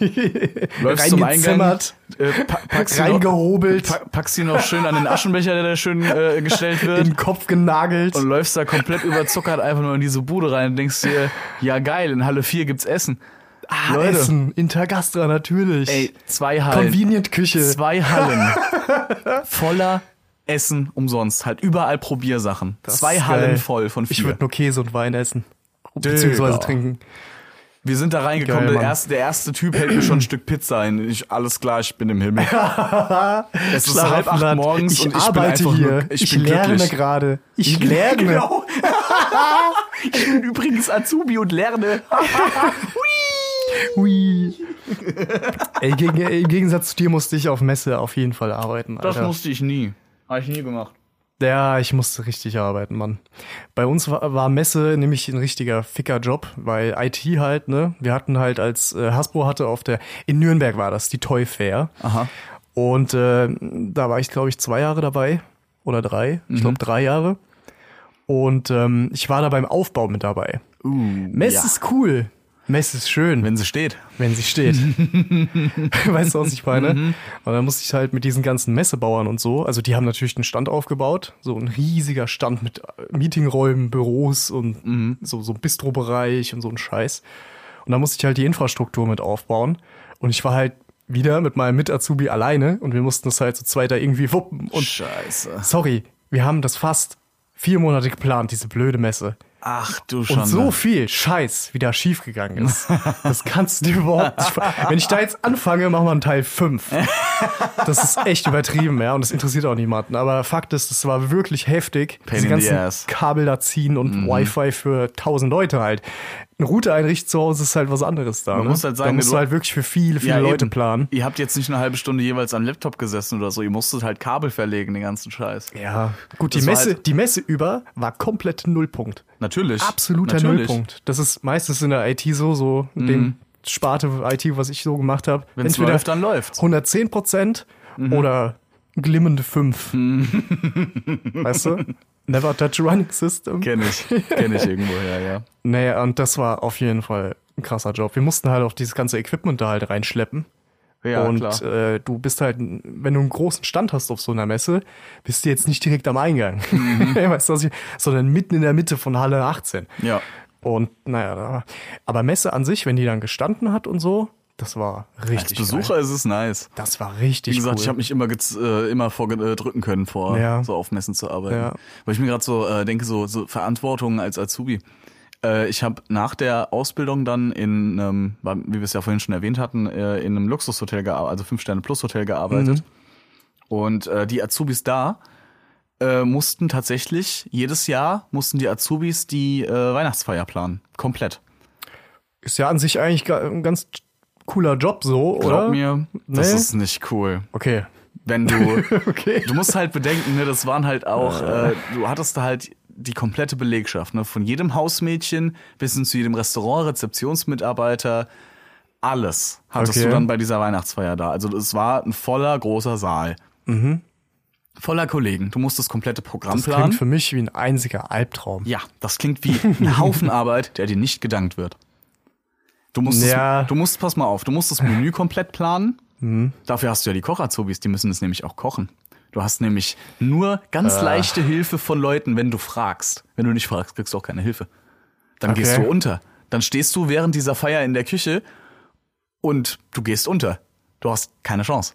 D: Läufst zum Eingang.
E: Reingezimmert.
D: Äh, pa packst, sie noch,
E: Reingehobelt.
D: pa packst sie noch schön an den Aschenbecher, der da schön äh, gestellt
E: In
D: wird.
E: den Kopf genagelt.
D: Und läufst da komplett überzuckert einfach nur in diese Bude rein und denkst dir, ja geil, in Halle 4 gibt's Essen.
E: Ah, Essen. Intergastra, natürlich.
D: Ey, zwei Hallen.
E: Convenient-Küche.
D: Zwei Hallen voller Essen umsonst. Halt überall Probiersachen. Zwei
E: ist
D: Hallen
E: geil.
D: voll von vier.
E: Ich würde nur Käse und Wein essen.
D: Digga.
E: Beziehungsweise trinken.
D: Wir sind da reingekommen.
E: Geil,
D: der,
E: Mann.
D: erste, der erste Typ hält mir schon ein Stück Pizza hin. Ich, alles klar, ich bin im Himmel. es ist halb acht
E: Schlaraffenland.
D: morgens
E: ich
D: und ich bin
E: arbeite
D: einfach
E: hier.
D: nur, ich,
E: ich
D: bin
E: lerne
D: glücklich.
E: gerade. Ich lerne.
D: Genau. ich bin übrigens Azubi und lerne.
E: Hui. Ey, gegen, Im Gegensatz zu dir musste ich auf Messe auf jeden Fall arbeiten. Alter.
D: Das musste ich nie. Habe ich nie gemacht.
E: Ja, ich musste richtig arbeiten, Mann. Bei uns war, war Messe nämlich ein richtiger Ficker-Job, weil IT halt, ne? Wir hatten halt als äh, Hasbro hatte auf der, in Nürnberg war das, die Toy Fair.
D: Aha.
E: Und äh, da war ich, glaube ich, zwei Jahre dabei oder drei. Ich
D: Mhm.
E: glaube, drei Jahre. Und ähm, ich war da beim Aufbau mit dabei. Mess
D: Uh, ja.
E: ist cool. Mess ist schön
D: Wenn sie steht.
E: wenn sie steht. weißt du, was ich meine? Und dann musste ich halt mit diesen ganzen Messebauern und so, also die haben natürlich einen Stand aufgebaut, so ein riesiger Stand mit äh, Meetingräumen, Büros und so, so ein Bistrobereich und so ein Scheiß. Und da musste ich halt die Infrastruktur mit aufbauen. Und ich war halt wieder mit meinem Mit-Azubi alleine und wir mussten das halt zu zweit da irgendwie wuppen. Und
D: Scheiße.
E: sorry, wir haben das fast vier Monate geplant, diese blöde Messe.
D: Ach du
E: Und
D: Schande.
E: so viel Scheiß, wie da schiefgegangen ist. Das kannst du dir überhaupt nicht vor- Wenn ich da jetzt anfange, machen wir einen Teil 5. Das ist echt übertrieben, ja. Und das interessiert auch niemanden. Aber Fakt ist, das war wirklich heftig.
D: Pain
E: Diese
D: in the
E: ganzen
D: ass. Mhm.
E: Kabel da ziehen und Wi-Fi für 1000 Leute halt. Ein Router einrichten zu Hause ist halt was anderes da. Man ne?
D: muss halt sagen,
E: da musst
D: du-
E: du halt wirklich für viele, viele
D: Ja,
E: Leute
D: eben.
E: planen.
D: Ihr habt jetzt nicht eine halbe Stunde jeweils am Laptop gesessen oder so. Ihr musstet halt Kabel verlegen, den ganzen Scheiß.
E: Ja, gut, die
D: Das war
E: Messe,
D: halt-
E: die Messe über war komplett Nullpunkt.
D: Natürlich.
E: absoluter
D: natürlich. Mhm.
E: Nullpunkt. Das ist meistens in der IT so, so in dem Sparte IT, was ich so gemacht habe.
D: Wenn's
E: Entweder
D: läuft, dann läuft's. Mhm.
E: 110 Prozent oder glimmende 5.
D: Mhm.
E: Weißt du? Never touch running system.
D: Kenn ich. Kenn ich irgendwo, ja, ja.
E: Nee, und das war auf jeden Fall ein krasser Job. Wir mussten halt auch dieses ganze Equipment da halt reinschleppen.
D: Ja,
E: und
D: klar.
E: Äh, du bist halt, wenn du einen großen Stand hast auf so einer Messe, bist du jetzt nicht direkt am Eingang, weißt du, was ich, sondern mitten in der Mitte von Halle 18.
D: Mhm. Ja.
E: Und naja, da- aber Messe an sich, wenn die dann gestanden hat und so, das war
D: Als
E: richtig. Geil.
D: Besucher ist es nice.
E: Das war richtig
D: Wie gesagt,
E: cool.
D: ich habe mich immer gez äh, immer vorgedrücken können vor
E: Ja.
D: so auf Messen zu arbeiten,
E: Ja.
D: weil ich mir gerade so äh, denke so, so Verantwortung als Azubi. Äh, ich habe nach der Ausbildung dann in einem, wie wir es ja vorhin schon erwähnt hatten, äh, in einem Luxushotel gearbeitet, also fünf Sterne Plus Hotel
E: Mhm.
D: gearbeitet. Und äh, die Azubis da äh, mussten tatsächlich jedes Jahr mussten die Azubis die äh, Weihnachtsfeier planen, komplett.
E: Ist ja an sich eigentlich ga- ein ganz cooler Job so,
D: Glaub
E: oder?
D: mir, das
E: Nee.
D: ist nicht cool.
E: Okay.
D: wenn du.
E: Okay.
D: Du musst halt bedenken, ne, das waren halt auch, äh, du hattest da halt die komplette Belegschaft, ne? Von jedem Hausmädchen bis hin zu jedem Restaurant, Rezeptionsmitarbeiter, alles hattest
E: Okay.
D: du dann bei dieser Weihnachtsfeier da. Also es war ein voller großer Saal. voller Kollegen. Du musst das komplette Programm
E: Mhm. Das
D: planen.
E: klingt für mich wie ein einziger Albtraum.
D: Ja, das klingt wie ein Haufen Arbeit, der dir nicht gedankt wird. Du musst,
E: Ja. Mhm.
D: das, du musst, pass mal auf, du musst das Menü komplett planen. Dafür hast du ja die Kochazubis, die müssen es nämlich auch kochen. Du hast nämlich nur
E: Ah.
D: ganz leichte Hilfe von Leuten, wenn du fragst. Wenn du nicht fragst, kriegst du auch keine Hilfe. Dann
E: Okay.
D: gehst du unter. Dann stehst du während dieser Feier in der Küche und du gehst unter. Du hast keine Chance.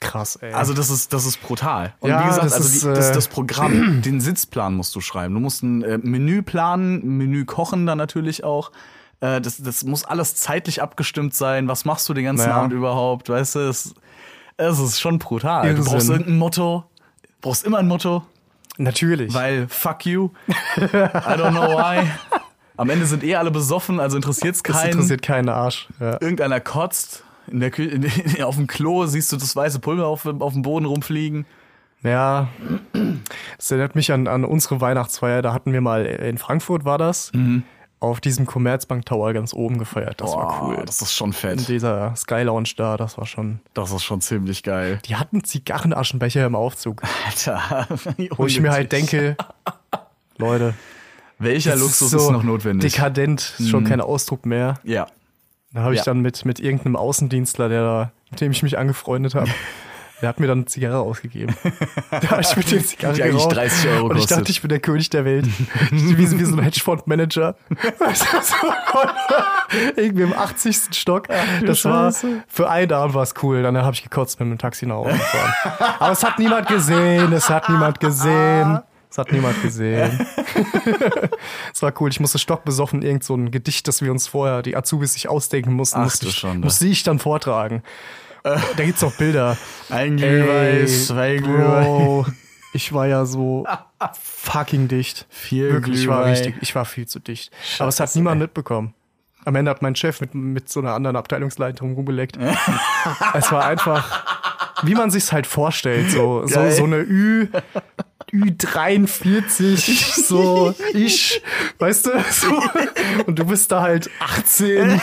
E: Krass, ey.
D: Also das ist das ist brutal. Und
E: Ja,
D: wie gesagt,
E: das
D: also
E: ist,
D: die, das,
E: äh,
D: das Programm, den Sitzplan musst du schreiben. Du musst ein äh, Menü planen, Menü kochen dann natürlich auch. Äh, das, das muss alles zeitlich abgestimmt sein. Was machst du den ganzen
E: Ja.
D: Abend überhaupt? Weißt du, es, es ist schon brutal. Du
E: Irrsinn.
D: brauchst irgendein Motto. Brauchst immer ein Motto,
E: Natürlich.
D: weil fuck you. I don't know why. Am Ende sind eh alle besoffen, also interessiert's
E: das
D: keinen
E: interessiert keinen Arsch. Ja.
D: irgendeiner kotzt, in der Kü in, auf dem Klo siehst du das weiße Pulver auf, auf dem Boden rumfliegen.
E: Ja, das erinnert mich an, an unsere Weihnachtsfeier. Da hatten wir mal, in Frankfurt war das, auf diesem Commerzbank Tower ganz oben gefeiert. Das war
D: Mhm. Boah,
E: cool.
D: Oh, Das ist schon
E: In
D: fett.
E: dieser Sky Lounge da, das war schon.
D: Das ist schon ziemlich geil.
E: Die hatten Zigarrenaschenbecher im Aufzug,
D: Alter.
E: wo ich mir halt denke, Leute,
D: welcher
E: das
D: Luxus
E: so
D: ist halt. noch notwendig? Mhm.
E: Dekadent, ist schon kein Ausdruck mehr.
D: ja.
E: Da habe ich
D: Ja.
E: dann mit, mit irgendeinem Außendienstler, der da, mit dem ich mich angefreundet habe, der hat mir dann eine Zigarre ausgegeben. Da habe ich mit dem Zigarre
D: Die eigentlich
E: geraucht
D: 30 Euro
E: Und ich
D: kostet.
E: dachte, ich bin der König der Welt. wie, wie so ein Hedgefondsmanager. Weißt du, so- Irgendwie im 80. Stock. das war,
D: Scheiße.
E: für einen Abend war es cool. Dann habe ich gekotzt mit dem Taxi nach Hause gefahren. Aber es hat niemand gesehen. Es hat niemand gesehen. Es hat niemand gesehen. Es war cool. Ich musste stockbesoffen irgend so ein Gedicht, das wir uns vorher, die Azubis sich ausdenken mussten,
D: Ach,
E: musste
D: du
E: ich,
D: Schande. Äh.
E: musste ich dann vortragen. Da gibt's auch Bilder.
D: Ein
E: Ey, Bro, ich war ja so fucking dicht.
D: Vier
E: Wirklich, ich war
D: Glühwein.
E: richtig, ich war viel zu dicht. Aber es hat niemand mitbekommen. Am Ende hat mein Chef mit, mit so einer anderen Abteilungsleitung rumgeleckt. es war einfach, wie man sich's halt vorstellt, so, so,
D: Geil.
E: so eine Ü, Ü43, so ich, weißt du, so. und du bist da halt 18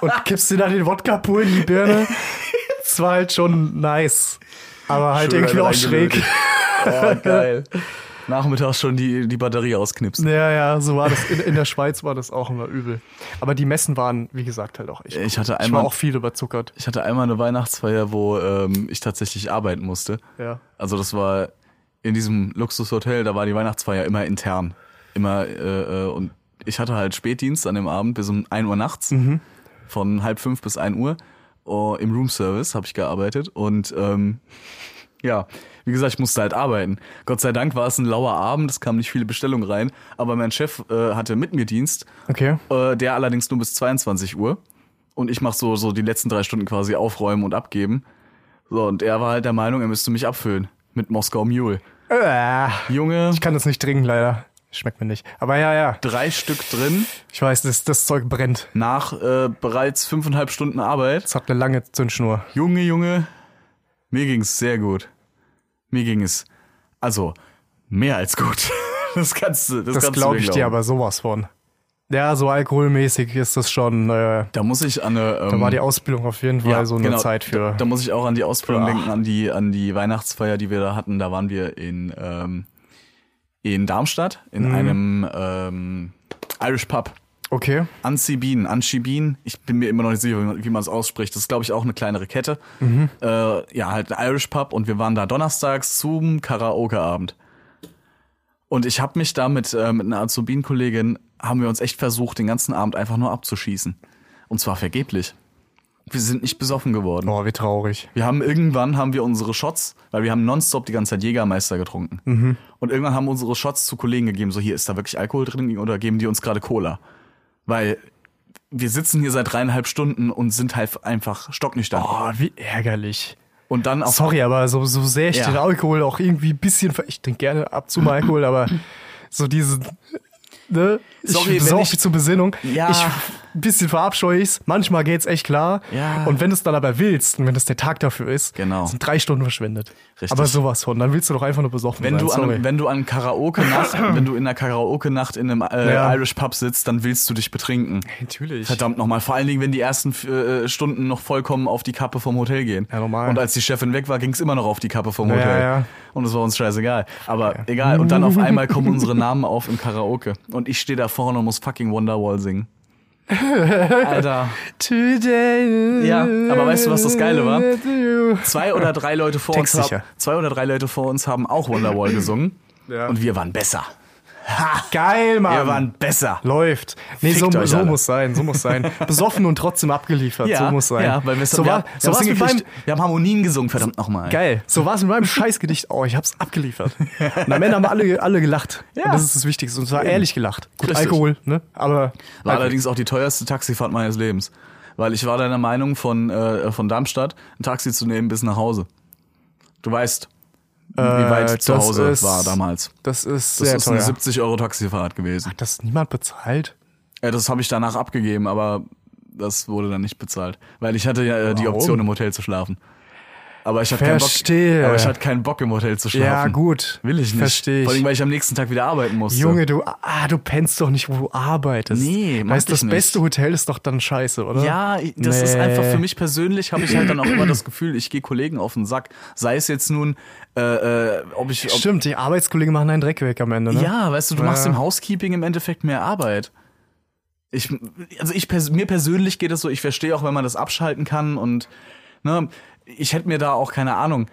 E: und kippst dir da den Wodka pur in die Birne. Es war halt schon nice, aber halt
D: Schön
E: irgendwie
D: einen
E: auch schräg.
D: Oh, geil. Nachmittags schon die, die Batterie ausknipsen.
E: Ja, ja, so war das. In, in der Schweiz war das auch immer übel. Aber die Messen waren, wie gesagt, halt auch echt.
D: Ich hatte
E: Ich war
D: einmal-
E: auch viel überzuckert.
D: Ich hatte einmal eine Weihnachtsfeier, wo ähm, ich tatsächlich arbeiten musste.
E: Ja.
D: Also das war in diesem Luxushotel, da war die Weihnachtsfeier immer intern. Immer äh, äh, und ich hatte halt Spätdienst an dem Abend bis um 1 Uhr nachts. Von halb fünf bis 1 Uhr. Oh, Im Roomservice habe ich gearbeitet. Und ähm, ja, wie gesagt, ich musste halt arbeiten. Gott sei Dank war es ein lauer Abend, es kamen nicht viele Bestellungen rein. Aber mein Chef äh, hatte mit mir Dienst.
E: Okay.
D: Äh, der allerdings nur bis 22 Uhr. Und ich mache so, so die letzten drei Stunden quasi aufräumen und abgeben. So, und er war halt der Meinung, er müsste mich abfüllen. Mit Moskau Mule.
E: Äh,
D: Junge,
E: ich kann das nicht trinken, leider. Schmeckt mir nicht. Aber ja, ja.
D: drei Stück drin,
E: Ich weiß, das, das Zeug brennt.
D: nach äh, bereits fünfeinhalb Stunden Arbeit.
E: Es hat eine lange Zündschnur.
D: Junge, Junge, mir ging's sehr gut. Mir ging es, also, mehr als gut. Das kannst du, das,
E: Das
D: kannst du
E: glaube ich dir
D: glauben.
E: aber sowas von. Ja, so alkoholmäßig ist das schon. Äh,
D: Da muss ich an eine, ähm,
E: da war die Ausbildung auf jeden Fall so eine
D: genau.
E: Zeit für.
D: Da, da muss ich auch an die Ausbildung
E: Ach.
D: denken, an die, an die Weihnachtsfeier, die wir da hatten. Da waren wir in, ähm, in Darmstadt
E: Mhm.
D: in einem ähm, Irish Pub.
E: Okay.
D: Anzibin, Anschibin, ich bin mir immer noch nicht sicher, wie man- wie man es ausspricht. Das ist, glaube ich, auch eine kleinere Kette. Äh, ja, halt ein Irish Pub und wir waren da donnerstags zum Karaoke-Abend. Und ich habe mich da mit, äh, mit einer Azubin-Kollegin, haben wir uns echt versucht, den ganzen Abend einfach nur abzuschießen. Und zwar vergeblich. Wir sind nicht besoffen geworden.
E: Boah, wie traurig.
D: Wir haben irgendwann haben wir unsere Shots, weil wir haben nonstop die ganze Zeit Jägermeister getrunken.
E: Mhm.
D: Und irgendwann haben wir unsere Shots zu Kollegen gegeben, so hier ist da wirklich Alkohol drin oder geben die uns gerade Cola? Weil wir sitzen hier seit dreieinhalb Stunden und sind halt einfach stocknüchtern.
E: Boah, wie ärgerlich.
D: Und dann auf
E: Oh. Sorry, aber so, so sehr ich
D: Ja.
E: den Alkohol auch irgendwie ein bisschen. ver- Ich trinke gerne ab zu mal Alkohol, aber so diese. Ne?
D: Sorry,
E: ich
D: wenn
E: besauf
D: ich-
E: mich zur Besinnung.
D: Ja.
E: Ich ein bisschen verabscheue ich's. Manchmal geht's echt klar.
D: Ja.
E: Und wenn du es dann aber willst und wenn es der Tag dafür ist,
D: Genau.
E: sind drei Stunden verschwendet.
D: Richtig.
E: Aber sowas von. Dann willst du doch einfach nur besoffen
D: Wenn
E: sein.
D: du, an,
E: sorry.
D: wenn du an Karaoke-Nacht, wenn du in einer Karaoke-Nacht in einem äh,
E: Ja.
D: Irish Pub sitzt, dann willst du dich betrinken.
E: Natürlich.
D: Verdammt nochmal. Vor allen Dingen, wenn die ersten äh, Stunden noch vollkommen auf die Kappe vom Hotel gehen.
E: Ja, normal.
D: Und als die Chefin weg war, ging es immer noch auf die Kappe vom
E: Ja,
D: Hotel.
E: ja.
D: Und es war uns scheißegal. Aber egal. Und dann auf einmal kommen unsere Namen auf im Karaoke. Und ich stehe da vorne und muss fucking Wonderwall singen. Alter.
E: Today.
D: Ja, aber weißt du, was das Geile war? Zwei oder drei Leute vor uns haben,
E: Textsicher.
D: zwei oder drei Leute vor uns haben auch Wonderwall gesungen.
E: Ja.
D: Und wir waren besser.
E: Geil, Mann.
D: Wir waren besser.
E: Läuft. Nee,
D: Fickt
E: so,
D: euch
E: so
D: alle.
E: muss sein, so muss sein. Besoffen und trotzdem abgeliefert, so muss sein.
D: Ja, weil wir
E: so
D: wir,
E: war,
D: haben- wir
E: so war's
D: haben's
E: mit meinem,
D: hingekriegt. wir haben Harmonien gesungen, verdammt nochmal.
E: geil. So war es mit meinem Scheißgedicht. Oh, ich hab's abgeliefert. Und am Ende haben alle, alle gelacht.
D: Ja.
E: Und das ist das Wichtigste. Und zwar ehrlich gelacht. Gut,
D: Richtig.
E: Alkohol, ne? Aber
D: War
E: Alkohol.
D: allerdings auch die teuerste Taxifahrt meines Lebens. Weil ich war deiner Meinung, von, äh, von Darmstadt ein Taxi zu nehmen bis nach Hause. Du weißt, wie weit
E: Äh, das
D: zu Hause
E: ist-
D: war damals.
E: das ist
D: Das
E: sehr
D: ist eine
E: teuer.
D: 70-Euro-Taxifahrt gewesen.
E: Hat das niemand bezahlt?
D: Äh, das habe ich danach abgegeben, aber das wurde dann nicht bezahlt. Weil ich hatte ja äh, die
E: Warum?
D: Option, im Hotel zu schlafen. Aber ich hatte, keinen Bock,
E: Verstehe.
D: aber ich hatte keinen Bock, im Hotel zu schlafen.
E: Ja, gut.
D: Will ich nicht.
E: Verstehe
D: Vor allem,
E: ich.
D: weil ich am nächsten Tag wieder arbeiten musste.
E: Junge, du, ah, du pennst doch nicht, wo du arbeitest.
D: Nee, mach
E: weißt,
D: ich
E: das
D: nicht.
E: beste Hotel ist doch dann scheiße, oder?
D: Ja, ich- das ist
E: Nee.
D: einfach für mich persönlich, habe ich halt dann auch immer das Gefühl, ich gehe Kollegen auf den Sack. Sei es jetzt nun, äh, äh, ob ich. Ob,
E: Stimmt, die Arbeitskollegen machen einen Dreck weg am Ende, ne?
D: ja, weißt du, du machst
E: Ja.
D: im Housekeeping im Endeffekt mehr Arbeit. Ich, also ich pers mir persönlich geht es so, ich verstehe auch, wenn man das abschalten kann und ne, ich hätte mir da auch keine Ahnung.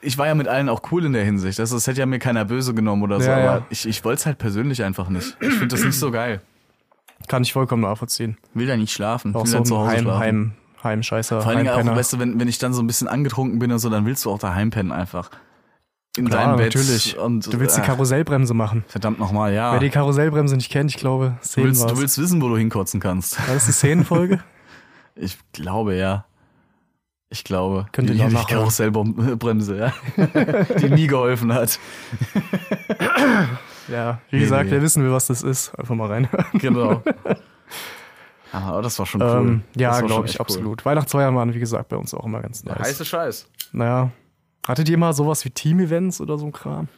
D: Ich war ja mit allen auch cool in der Hinsicht. Das, das hätte ja mir keiner böse genommen oder so,
E: Ja,
D: aber
E: ja.
D: ich, ich wollte es halt persönlich einfach nicht. Ich finde das nicht so geil.
E: Kann ich vollkommen nachvollziehen.
D: Will da nicht schlafen.
E: Auch
D: will
E: so
D: dann zu
E: ein
D: Hause
E: Heim,
D: schlafen.
E: Heim, Heimscheißer.
D: Vor allen Dingen auch,
E: Heimpenner.
D: weißt du, wenn, wenn ich dann so ein bisschen angetrunken bin und so, dann willst du auch daheim pennen einfach. In
E: Klar,
D: deinem Bett.
E: natürlich.
D: Und,
E: du willst die
D: äh,
E: Karussellbremse machen.
D: Verdammt nochmal, ja.
E: Wer die
D: Du
E: Karussellbremse nicht kennt, ich glaube, Szenen
D: willst, du
E: war's.
D: willst wissen, wo du hinkotzen kannst.
E: War das die Szenenfolge?
D: Ich glaube, ja. Ich glaube.
E: Könnt ihr
D: die,
E: noch
D: die
E: nachhören.
D: Karussellbremse, ja. die nie geholfen hat.
E: ja, wie
D: Nee,
E: gesagt,
D: nee.
E: wir wissen, was das ist. Einfach mal rein.
D: Genau. Ah, Aber das war schon cool.
E: Ähm,
D: Das
E: ja,
D: war schon
E: glaube
D: echt
E: ich,
D: cool.
E: absolut. Weihnachtsfeiern waren, wie gesagt, bei uns auch immer ganz nice.
D: Heiße Scheiß.
E: Naja. Hattet ihr mal sowas wie Team-Events oder so ein Kram?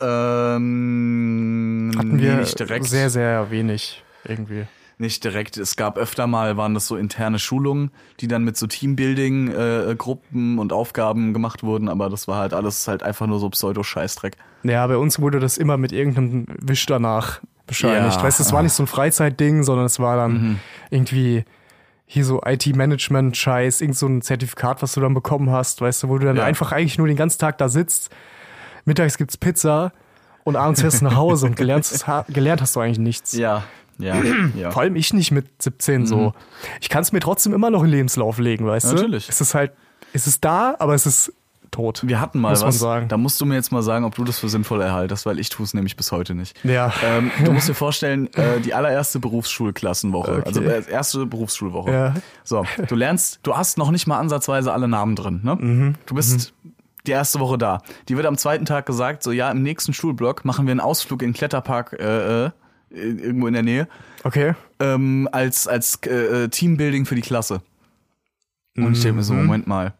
D: Ähm,
E: Hatten wir
D: nee, nicht direkt.
E: sehr, sehr wenig irgendwie.
D: Nicht direkt. Es gab öfter mal, waren das so interne Schulungen, die dann mit so Teambuilding-Gruppen und Aufgaben gemacht wurden, aber das war halt alles halt einfach nur so Pseudo-Scheißdreck.
E: Ja, bei uns wurde das immer mit irgendeinem Wisch danach bescheinigt.
D: Ja. Mhm.
E: Weißt du, es war nicht so ein Freizeitding, sondern es war dann irgendwie hier so IT-Management-Scheiß, irgend so ein Zertifikat, was du dann bekommen hast, weißt du, wo du dann
D: Ja.
E: einfach eigentlich nur den ganzen Tag da sitzt. Mittags gibt's Pizza und abends fährst du nach Hause und gelernt, gelernt hast du eigentlich nichts.
D: Ja, ja, ja.
E: Vor allem ich nicht mit 17 so. Ich kann es mir trotzdem immer noch in den Lebenslauf legen, weißt du?
D: Mhm. Natürlich.
E: Es ist halt, es ist da, aber es ist tot.
D: Wir hatten mal
E: muss man
D: was.
E: sagen.
D: Da musst du mir jetzt mal sagen, ob du das für sinnvoll erhaltest, weil ich tue es nämlich bis heute nicht.
E: Ja.
D: Ähm, du musst dir vorstellen, äh, die allererste Berufsschulklassenwoche,
E: Okay.
D: also äh, erste Berufsschulwoche.
E: Ja.
D: So, du lernst, du hast noch nicht mal ansatzweise alle Namen drin. Ne?
E: Mhm.
D: Du bist die erste Woche da. Die wird am zweiten Tag gesagt, so ja, im nächsten Schulblock machen wir einen Ausflug in den Kletterpark äh, äh, irgendwo in der Nähe
E: Okay.
D: ähm, als, als äh, äh, Teambuilding für die Klasse. Und ich denke mir so,
E: Mhm.
D: Moment mal.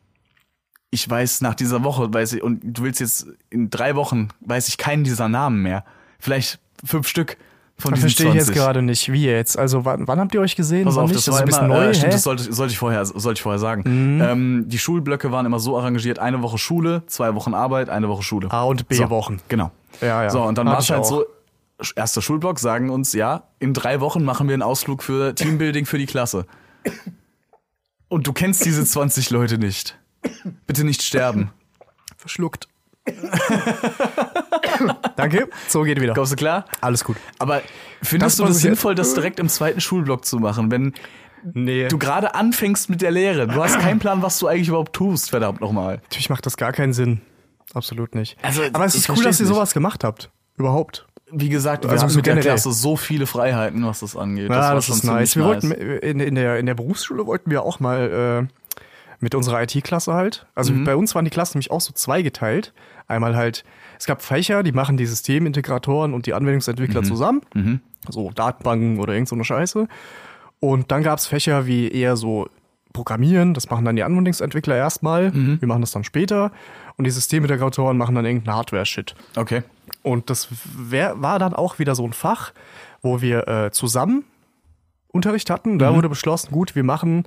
D: Ich weiß nach dieser Woche, weiß ich, und du willst jetzt in drei Wochen, weiß ich keinen dieser Namen mehr. Vielleicht fünf Stück von diesen
E: Das verstehe ich
D: 20.
E: jetzt gerade nicht. Wie jetzt? Also wann, wann habt ihr euch gesehen?
D: Pass
E: wann
D: auf,
E: nicht?
D: das war
E: ist
D: immer,
E: ein bisschen neu.
D: äh, stimmt, das
E: hä? Mhm.
D: sollte, sollte, ich vorher, sollte ich vorher sagen. Ähm, die Schulblöcke waren immer so arrangiert, eine Woche Schule, zwei Wochen Arbeit, eine Woche Schule.
E: A und B
D: so,
E: Wochen.
D: Genau.
E: Ja, ja.
D: So, und dann
E: Hatte
D: war es
E: ich
D: halt
E: auch.
D: so, erster Schulblock sagen uns, ja, in drei Wochen machen wir einen Ausflug für Teambuilding für die Klasse. Und du kennst diese 20 Leute nicht. Bitte nicht sterben.
E: verschluckt. Danke. So geht wieder.
D: Kommst du klar?
E: Alles gut.
D: Aber findest
E: Das
D: du
E: muss
D: das
E: ich jetzt-
D: sinnvoll, das direkt im zweiten Schulblock zu machen, wenn
E: Nee.
D: du
E: Du,
D: gerade anfängst mit der Lehre? Du hast keinen Plan, was du eigentlich überhaupt tust, verdammt nochmal.
E: natürlich macht das gar keinen Sinn. Absolut nicht.
D: Also,
E: Aber es
D: ich
E: ist cool, dass
D: versteh's
E: ihr
D: nicht.
E: sowas gemacht habt. Überhaupt.
D: Wie gesagt, wir
E: Also
D: hatten
E: so
D: mit der
E: generell.
D: Klasse so viele Freiheiten, was das angeht.
E: Ja,
D: war
E: das,
D: schon
E: ist nice. Wir
D: ziemlich
E: wollten in, in, der, in der Berufsschule wollten wir auch mal äh, mit unserer IT-Klasse halt. Also
D: Mhm.
E: bei uns waren die Klassen nämlich auch so zweigeteilt.
D: Mhm.
E: Einmal halt, es gab Fächer, die machen die Systemintegratoren und die Anwendungsentwickler zusammen. so Datenbanken oder irgend so eine Scheiße. Und dann gab es Fächer wie eher so Programmieren, das machen dann die Anwendungsentwickler erstmal,
D: Mhm.
E: wir machen das dann später. Und die Systemintegratoren machen dann irgendeinen Hardware-Shit.
D: Okay.
E: Und das wär, war dann auch wieder so ein Fach, wo wir äh, zusammen Unterricht hatten. Da wurde beschlossen, gut, wir machen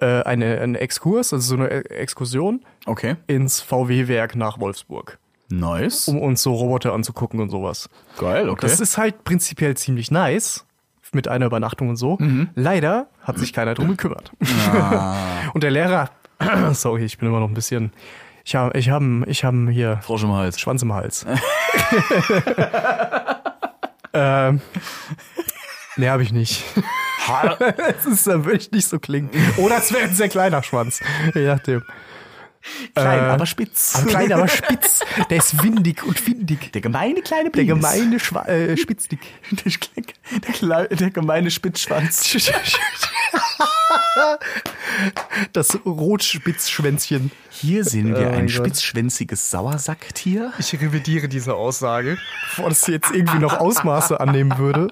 E: äh, eine, einen Exkurs, also so eine E- Exkursion
D: Okay.
E: ins VW-Werk nach Wolfsburg,
D: Nice.
E: um uns so Roboter anzugucken und sowas.
D: Geil, okay.
E: Das ist halt prinzipiell ziemlich nice. Mit einer Übernachtung und so. Leider hat sich keiner drum gekümmert. und der Lehrer, sorry, ich bin immer noch ein bisschen, ich habe ich hab, ich hab hier
D: Frosch im Hals.
E: Schwanz im Hals. ähm, Ähm, nee, habe ich nicht. Es ist, dann würde ich nicht so klingen. Oder es wäre ein sehr kleiner Schwanz. Je nachdem.
D: Klein,
E: äh,
D: aber spitz.
E: Aber klein, aber spitz. Der ist windig und findig.
D: Der gemeine kleine
E: Der
D: Penis.
E: gemeine Schwa äh, Spitzdick.
D: Der, Kle- der, Kle- der gemeine Spitzschwanz.
E: Das Rotspitzschwänzchen.
D: Hier sehen wir
E: Oh
D: ein
E: mein Gott.
D: spitzschwänziges Sauersacktier.
E: Ich revidiere diese Aussage, bevor das jetzt irgendwie noch Ausmaße annehmen würde.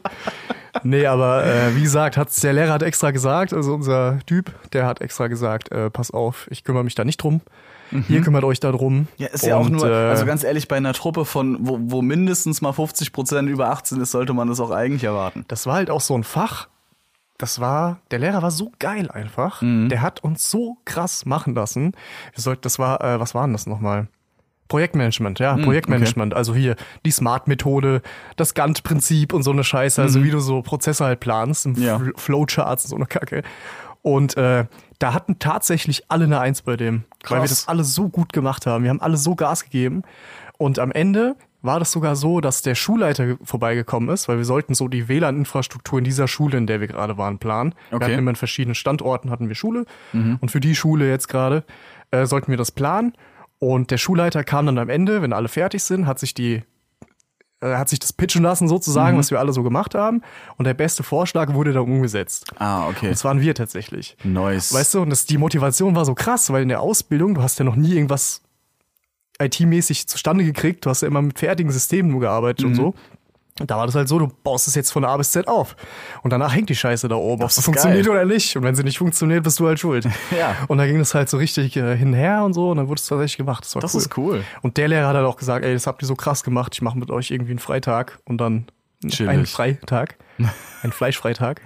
E: Nee, aber äh, wie gesagt, hat's, der Lehrer hat extra gesagt, also unser Typ, der hat extra gesagt, äh, pass auf, ich kümmere mich da nicht drum. Ihr kümmert euch da drum.
D: Mhm. Ja, ist ja auch
E: Und,
D: nur,
E: äh,
D: also ganz ehrlich, bei einer Truppe von, wo, wo mindestens mal 50 Prozent über 18 ist, sollte man das auch eigentlich erwarten.
E: das war halt auch so ein Fach. Das war, der Lehrer war so geil einfach. Der hat uns so krass machen lassen. Wir sollten, das war, äh, was war denn das nochmal? Projektmanagement, ja, Projektmanagement. Also hier die Smart-Methode, das Gantt-Prinzip und so eine Scheiße. Also wie du so Prozesse halt planst, im
D: Ja.
E: Fl- Flowcharts und so eine Kacke. Und äh, da hatten tatsächlich alle eine Eins bei dem, weil wir
D: Krass.
E: das alle so gut gemacht haben. Wir haben alle so Gas gegeben. Und am Ende war das sogar so, dass der Schulleiter ge- vorbeigekommen ist, weil wir sollten so die WLAN-Infrastruktur in dieser Schule, in der wir gerade waren, planen. Wir
D: Okay. Mhm.
E: hatten immer in verschiedenen Standorten hatten wir Schule. Und für die Schule jetzt gerade äh, sollten wir das planen. Und der Schulleiter kam dann am Ende, wenn alle fertig sind, hat sich die äh, hat sich das pitchen lassen
D: Mhm.
E: sozusagen, was wir alle so gemacht haben. Und der beste Vorschlag wurde dann umgesetzt.
D: Ah, okay.
E: Und das waren wir tatsächlich.
D: Nice.
E: Weißt du, und das, die Motivation war so krass, weil in der Ausbildung, du hast ja noch nie irgendwas IT-mäßig zustande gekriegt, du hast ja immer mit fertigen Systemen nur gearbeitet
D: Mhm.
E: und so. Und da war das halt so, du baust es jetzt von A bis Z auf. Und danach hängt die Scheiße da oben, ob es
D: ist
E: funktioniert
D: geil.
E: oder nicht. Und wenn sie nicht funktioniert, bist du halt schuld.
D: Ja.
E: Und da ging das halt so richtig äh, hinher und so und dann wurde es tatsächlich gemacht. Das, war
D: Das
E: cool.
D: ist cool.
E: Und der Lehrer hat halt auch gesagt, ey, das habt ihr so krass gemacht, ich mache mit euch irgendwie einen Freitag und dann
D: Chillig.
E: einen Freitag, einen Fleischfreitag.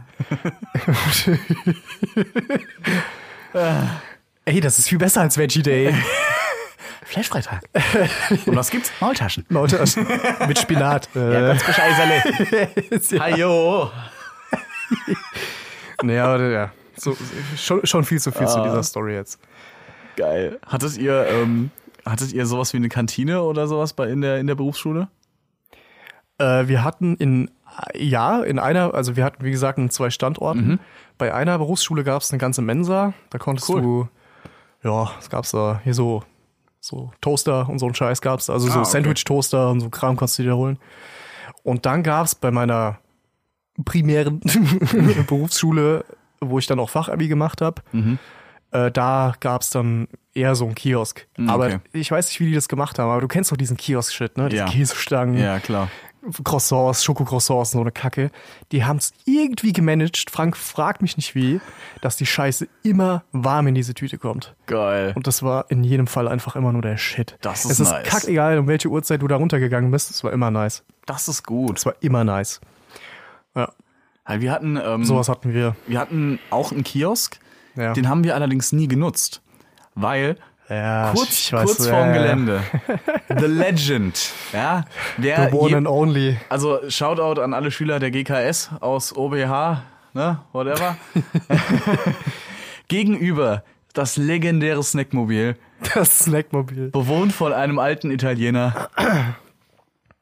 E: ey, das ist viel besser als Veggie Day.
D: Flashfreitag. Und was gibt's? Maultaschen.
E: Lauter mit Spinat. Äh,
D: bescheißerle.
E: ist ja-
D: Ajo.
E: nee, aber ja. So, schon, schon viel zu viel zu dieser Story jetzt.
D: Geil. Hattet ihr, ähm, hattet ihr sowas wie eine Kantine oder sowas bei, in der, in der Berufsschule?
E: Äh, wir hatten in, ja, in einer, also wir hatten, wie gesagt, in zwei Standorten.
D: Mhm.
E: Bei einer Berufsschule gab es eine ganze Mensa. Da konntest
D: Cool.
E: du, ja, es gab's da hier so, so Toaster und so ein Scheiß gab's da. Also so
D: Ah, okay.
E: Sandwich-Toaster und so Kram konntest du dir holen. Und dann gab's bei meiner primären Berufsschule, wo ich dann auch Fachabi gemacht habe,
D: Mhm.
E: äh, da gab's dann eher so einen Kiosk. Aber
D: Mhm, okay.
E: ich weiß nicht, wie die das gemacht haben, aber du kennst doch diesen Kiosk-Shit, ne? Diese
D: Ja.
E: Käsestangen,
D: Ja, klar.
E: Croissants, Schokocroissants, so eine Kacke. Die haben es irgendwie gemanagt, Frank fragt mich nicht wie, dass die Scheiße immer warm in diese Tüte kommt.
D: Geil.
E: Und das war in jedem Fall einfach immer nur der Shit.
D: Das
E: es
D: ist
E: ist
D: nice.
E: kackegal, um welche Uhrzeit du da runtergegangen bist. Es war immer nice.
D: Das ist gut.
E: Es war immer nice.
D: Wir hatten, ähm,
E: Sowas hatten wir.
D: wir hatten auch einen Kiosk.
E: Ja.
D: Den haben wir allerdings nie genutzt. Weil
E: Ja,
D: kurz, kurz vorm Gelände. The Legend. Ja, der
E: The one
D: Äh, je-
E: and only.
D: also Shoutout an alle Schüler der GKS aus OBH, ne, whatever. Gegenüber das legendäre Snackmobil,
E: Das Snackmobil.
D: bewohnt von einem alten Italiener.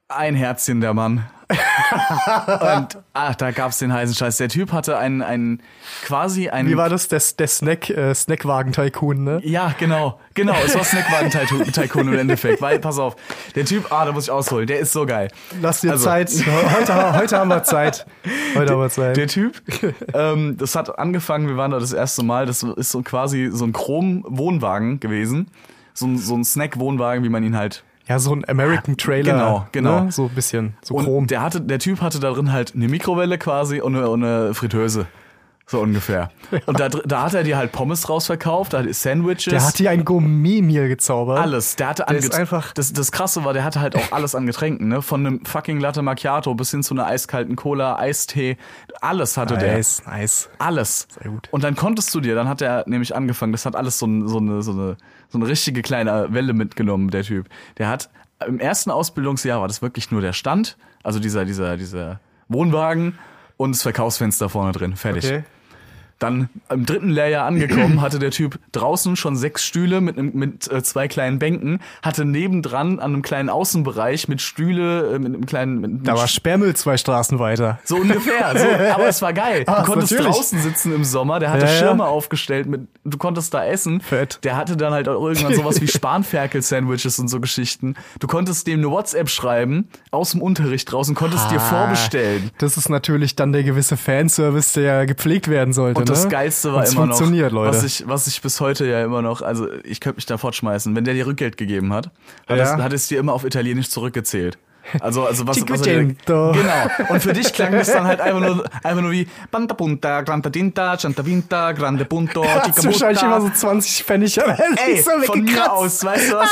D: Ein Herzchen der Mann. Und ach, da gab's den heißen Scheiß. Der Typ hatte einen, einen quasi einen
E: Wie war das? Der, der Snack, äh, Snackwagen-Tycoon, ne?
D: Ja, genau, genau. Es war Snackwagen Tycoon Tycoon im Endeffekt, weil pass auf, der Typ, ah, da muss ich ausholen, der ist so geil.
E: Lass dir
D: Also-
E: Zeit. Heute, heute haben wir Zeit. Heute haben wir Zeit.
D: Der Typ, ähm, das hat angefangen, wir waren da das erste Mal, das ist so quasi so ein Chrom-Wohnwagen gewesen. So ein, so ein Snack-Wohnwagen, wie man ihn halt
E: Ja, so ein American Trailer.
D: Genau, genau.
E: Ne? So ein bisschen, so
D: Und
E: chrom.
D: der, hatte, der Typ hatte da drin halt eine Mikrowelle quasi und eine, und eine Fritteuse. So ungefähr. Und da, dr- da hat er dir halt Pommes draus verkauft, da Sandwiches.
E: Der hat dir ein Gourmet Meal gezaubert.
D: alles. Der hatte
E: Der
D: an
E: ist
D: Get-
E: einfach-
D: das, das Krasse war, der hatte halt auch alles an Getränken, ne? Von einem fucking Latte Macchiato bis hin zu einer eiskalten Cola, Eistee. Alles hatte der.
E: Nice, nice.
D: Alles.
E: Sehr gut.
D: Und dann konntest du dir, dann hat er nämlich angefangen, das hat alles so, ein, so, eine, so, eine, so eine richtige kleine Welle mitgenommen, der Typ. Der hat im ersten Ausbildungsjahr war das wirklich nur der Stand, also dieser, dieser, dieser Wohnwagen und das Verkaufsfenster vorne drin. Fertig.
E: Okay.
D: Dann im dritten Lehrjahr angekommen, hatte der Typ draußen schon sechs Stühle mit, einem- mit äh, zwei kleinen Bänken, hatte nebendran an einem kleinen Außenbereich mit Stühle, äh, mit einem kleinen. Mit, mit
E: Da war Sperrmüll zwei Straßen weiter.
D: so ungefähr. So, aber es war geil. Du
E: Ah,
D: konntest
E: natürlich.
D: draußen sitzen im Sommer, der hatte
E: Ja, ja.
D: Schirme aufgestellt, mit, du konntest da essen.
E: Fett.
D: Der hatte dann halt auch irgendwann sowas wie Spanferkel-Sandwiches und so Geschichten. Du konntest dem eine WhatsApp schreiben aus dem Unterricht draußen, konntest dir
E: Ah,
D: vorbestellen.
E: Das ist natürlich dann der gewisse Fanservice, der gepflegt werden sollte.
D: Und das
E: ne?
D: Geilste war
E: Und es
D: immer noch,
E: funktioniert, Leute.
D: Was, ich, was ich bis heute ja immer noch, also ich könnte mich da fortschmeißen, wenn der dir Rückgeld gegeben hat, hat,
E: Ja.
D: es, hat es dir immer auf Italienisch zurückgezählt. Also, also was,
E: Ti
D: was er dir,
E: cento.
D: Genau. Und für dich klang das dann halt einfach nur, einfach nur wie Panta Punta, Granta Tinta, Chanta Vinta, Grande Punto,
E: Da hat's wahrscheinlich
D: Chica
E: immer so
D: Mutta.
E: 20 Pfennig. aber das
D: Ey,
E: ist so
D: von
E: weggekratzt.
D: mir aus, weißt du was?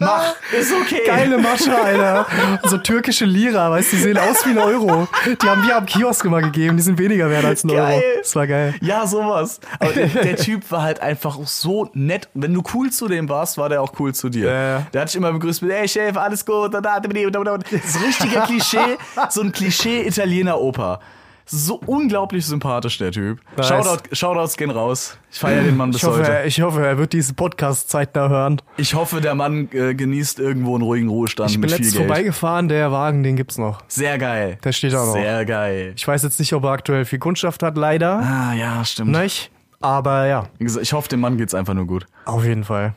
D: Mach, ist okay.
E: Geile Masche, Alter. So türkische Lira, weißt du, die sehen aus wie ein Euro. Die haben wir am Kiosk immer gegeben, die sind weniger wert als ein
D: Geil.
E: Euro. Das war geil.
D: Ja, sowas. Aber der, der Typ war halt einfach auch so nett. Wenn du cool zu dem warst, war der auch cool zu dir.
E: Ja, ja.
D: Der hat dich immer begrüßt mit, ey Chef, alles gut. Da, da, da, da, da, da. Das ist richtiger Klischee, so ein Klischee-Italiener-Opa. So unglaublich sympathisch, der Typ.
E: Nice.
D: Shoutout, Shoutouts gehen raus. Ich feiere den Mann bis
E: Ich hoffe,
D: heute.
E: er- ich hoffe, er wird diesen Podcast zeitnah hören.
D: Ich hoffe, der Mann äh, genießt irgendwo einen ruhigen Ruhestand
E: Ich bin
D: mit viel
E: letztens
D: Geld.
E: vorbeigefahren, der Wagen, den gibt's noch.
D: Sehr geil.
E: Der steht auch noch.
D: Sehr geil.
E: Ich weiß jetzt nicht, ob er aktuell viel Kundschaft hat, leider.
D: Ah, ja, stimmt.
E: Nicht? Aber ja,
D: Wie gesagt, Ich hoffe, dem Mann geht's einfach nur gut.
E: auf jeden Fall.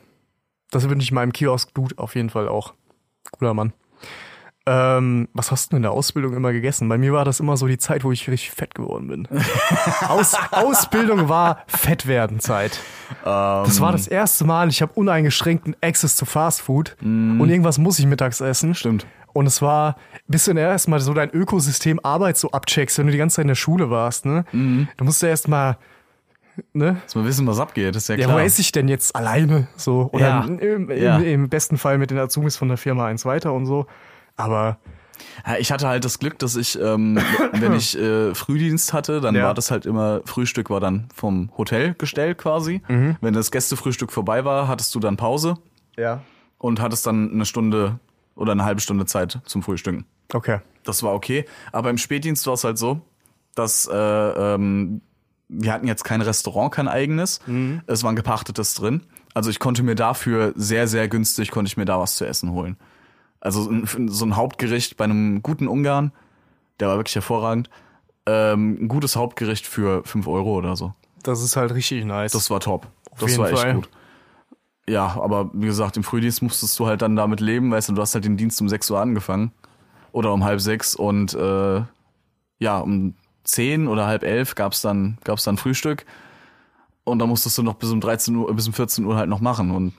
E: Das wünsche ich meinem Kiosk-Dude auf jeden Fall auch. Guter Mann. Ähm, was hast du in der Ausbildung immer gegessen? Bei mir war das immer so die Zeit, wo ich richtig fett geworden bin. Aus, Ausbildung war Fettwerden-Zeit. Das
D: Ähm.
E: war das erste Mal, ich habe uneingeschränkten Access zu Fast Food
D: Mhm.
E: und irgendwas muss ich mittags essen.
D: Stimmt.
E: Und es war, bis du dann erstmal so dein Ökosystem Arbeit so abcheckst, wenn du die ganze Zeit in der Schule warst, ne?
D: Mhm.
E: Du musst ja erstmal, ne?
D: Dass wir wissen, was abgeht, ist ja
E: Ja,
D: klar.
E: wo esse ich denn jetzt alleine? So. Oder
D: Ja.
E: Im, im,
D: Ja.
E: im besten Fall mit den Azubis von der Firma eins weiter und so. Aber
D: Ja, Ich hatte halt das Glück, dass ich, ähm, wenn ich äh, Frühdienst hatte, dann
E: Ja.
D: war das halt immer, Frühstück war dann vom Hotel gestellt quasi. Wenn das Gästefrühstück vorbei war, hattest du dann Pause
E: ja.
D: und hattest dann eine Stunde oder eine halbe Stunde Zeit zum Frühstücken.
E: Okay.
D: Das war okay. Aber im Spätdienst war es halt so, dass äh, ähm, wir hatten jetzt kein Restaurant, kein eigenes. Es war ein gepachtetes drin. Also ich konnte mir dafür sehr, sehr günstig, konnte ich mir da was zu essen holen. Also ein- so ein Hauptgericht bei einem guten Ungarn, der war wirklich hervorragend. Ähm, ein gutes Hauptgericht für 5 Euro oder so.
E: Das ist halt richtig nice.
D: Das war top. das
E: jeden
D: war echt
E: Fall.
D: gut. Ja, aber wie gesagt, im Frühdienst musstest du halt dann damit leben, weißt du, du hast halt den Dienst um 6 Uhr angefangen. Oder um halb sechs und äh, ja, um zehn oder halb elf gab's dann, gab's dann Frühstück. Und da musstest du noch bis um 13 Uhr, bis um 14 Uhr halt noch machen. Und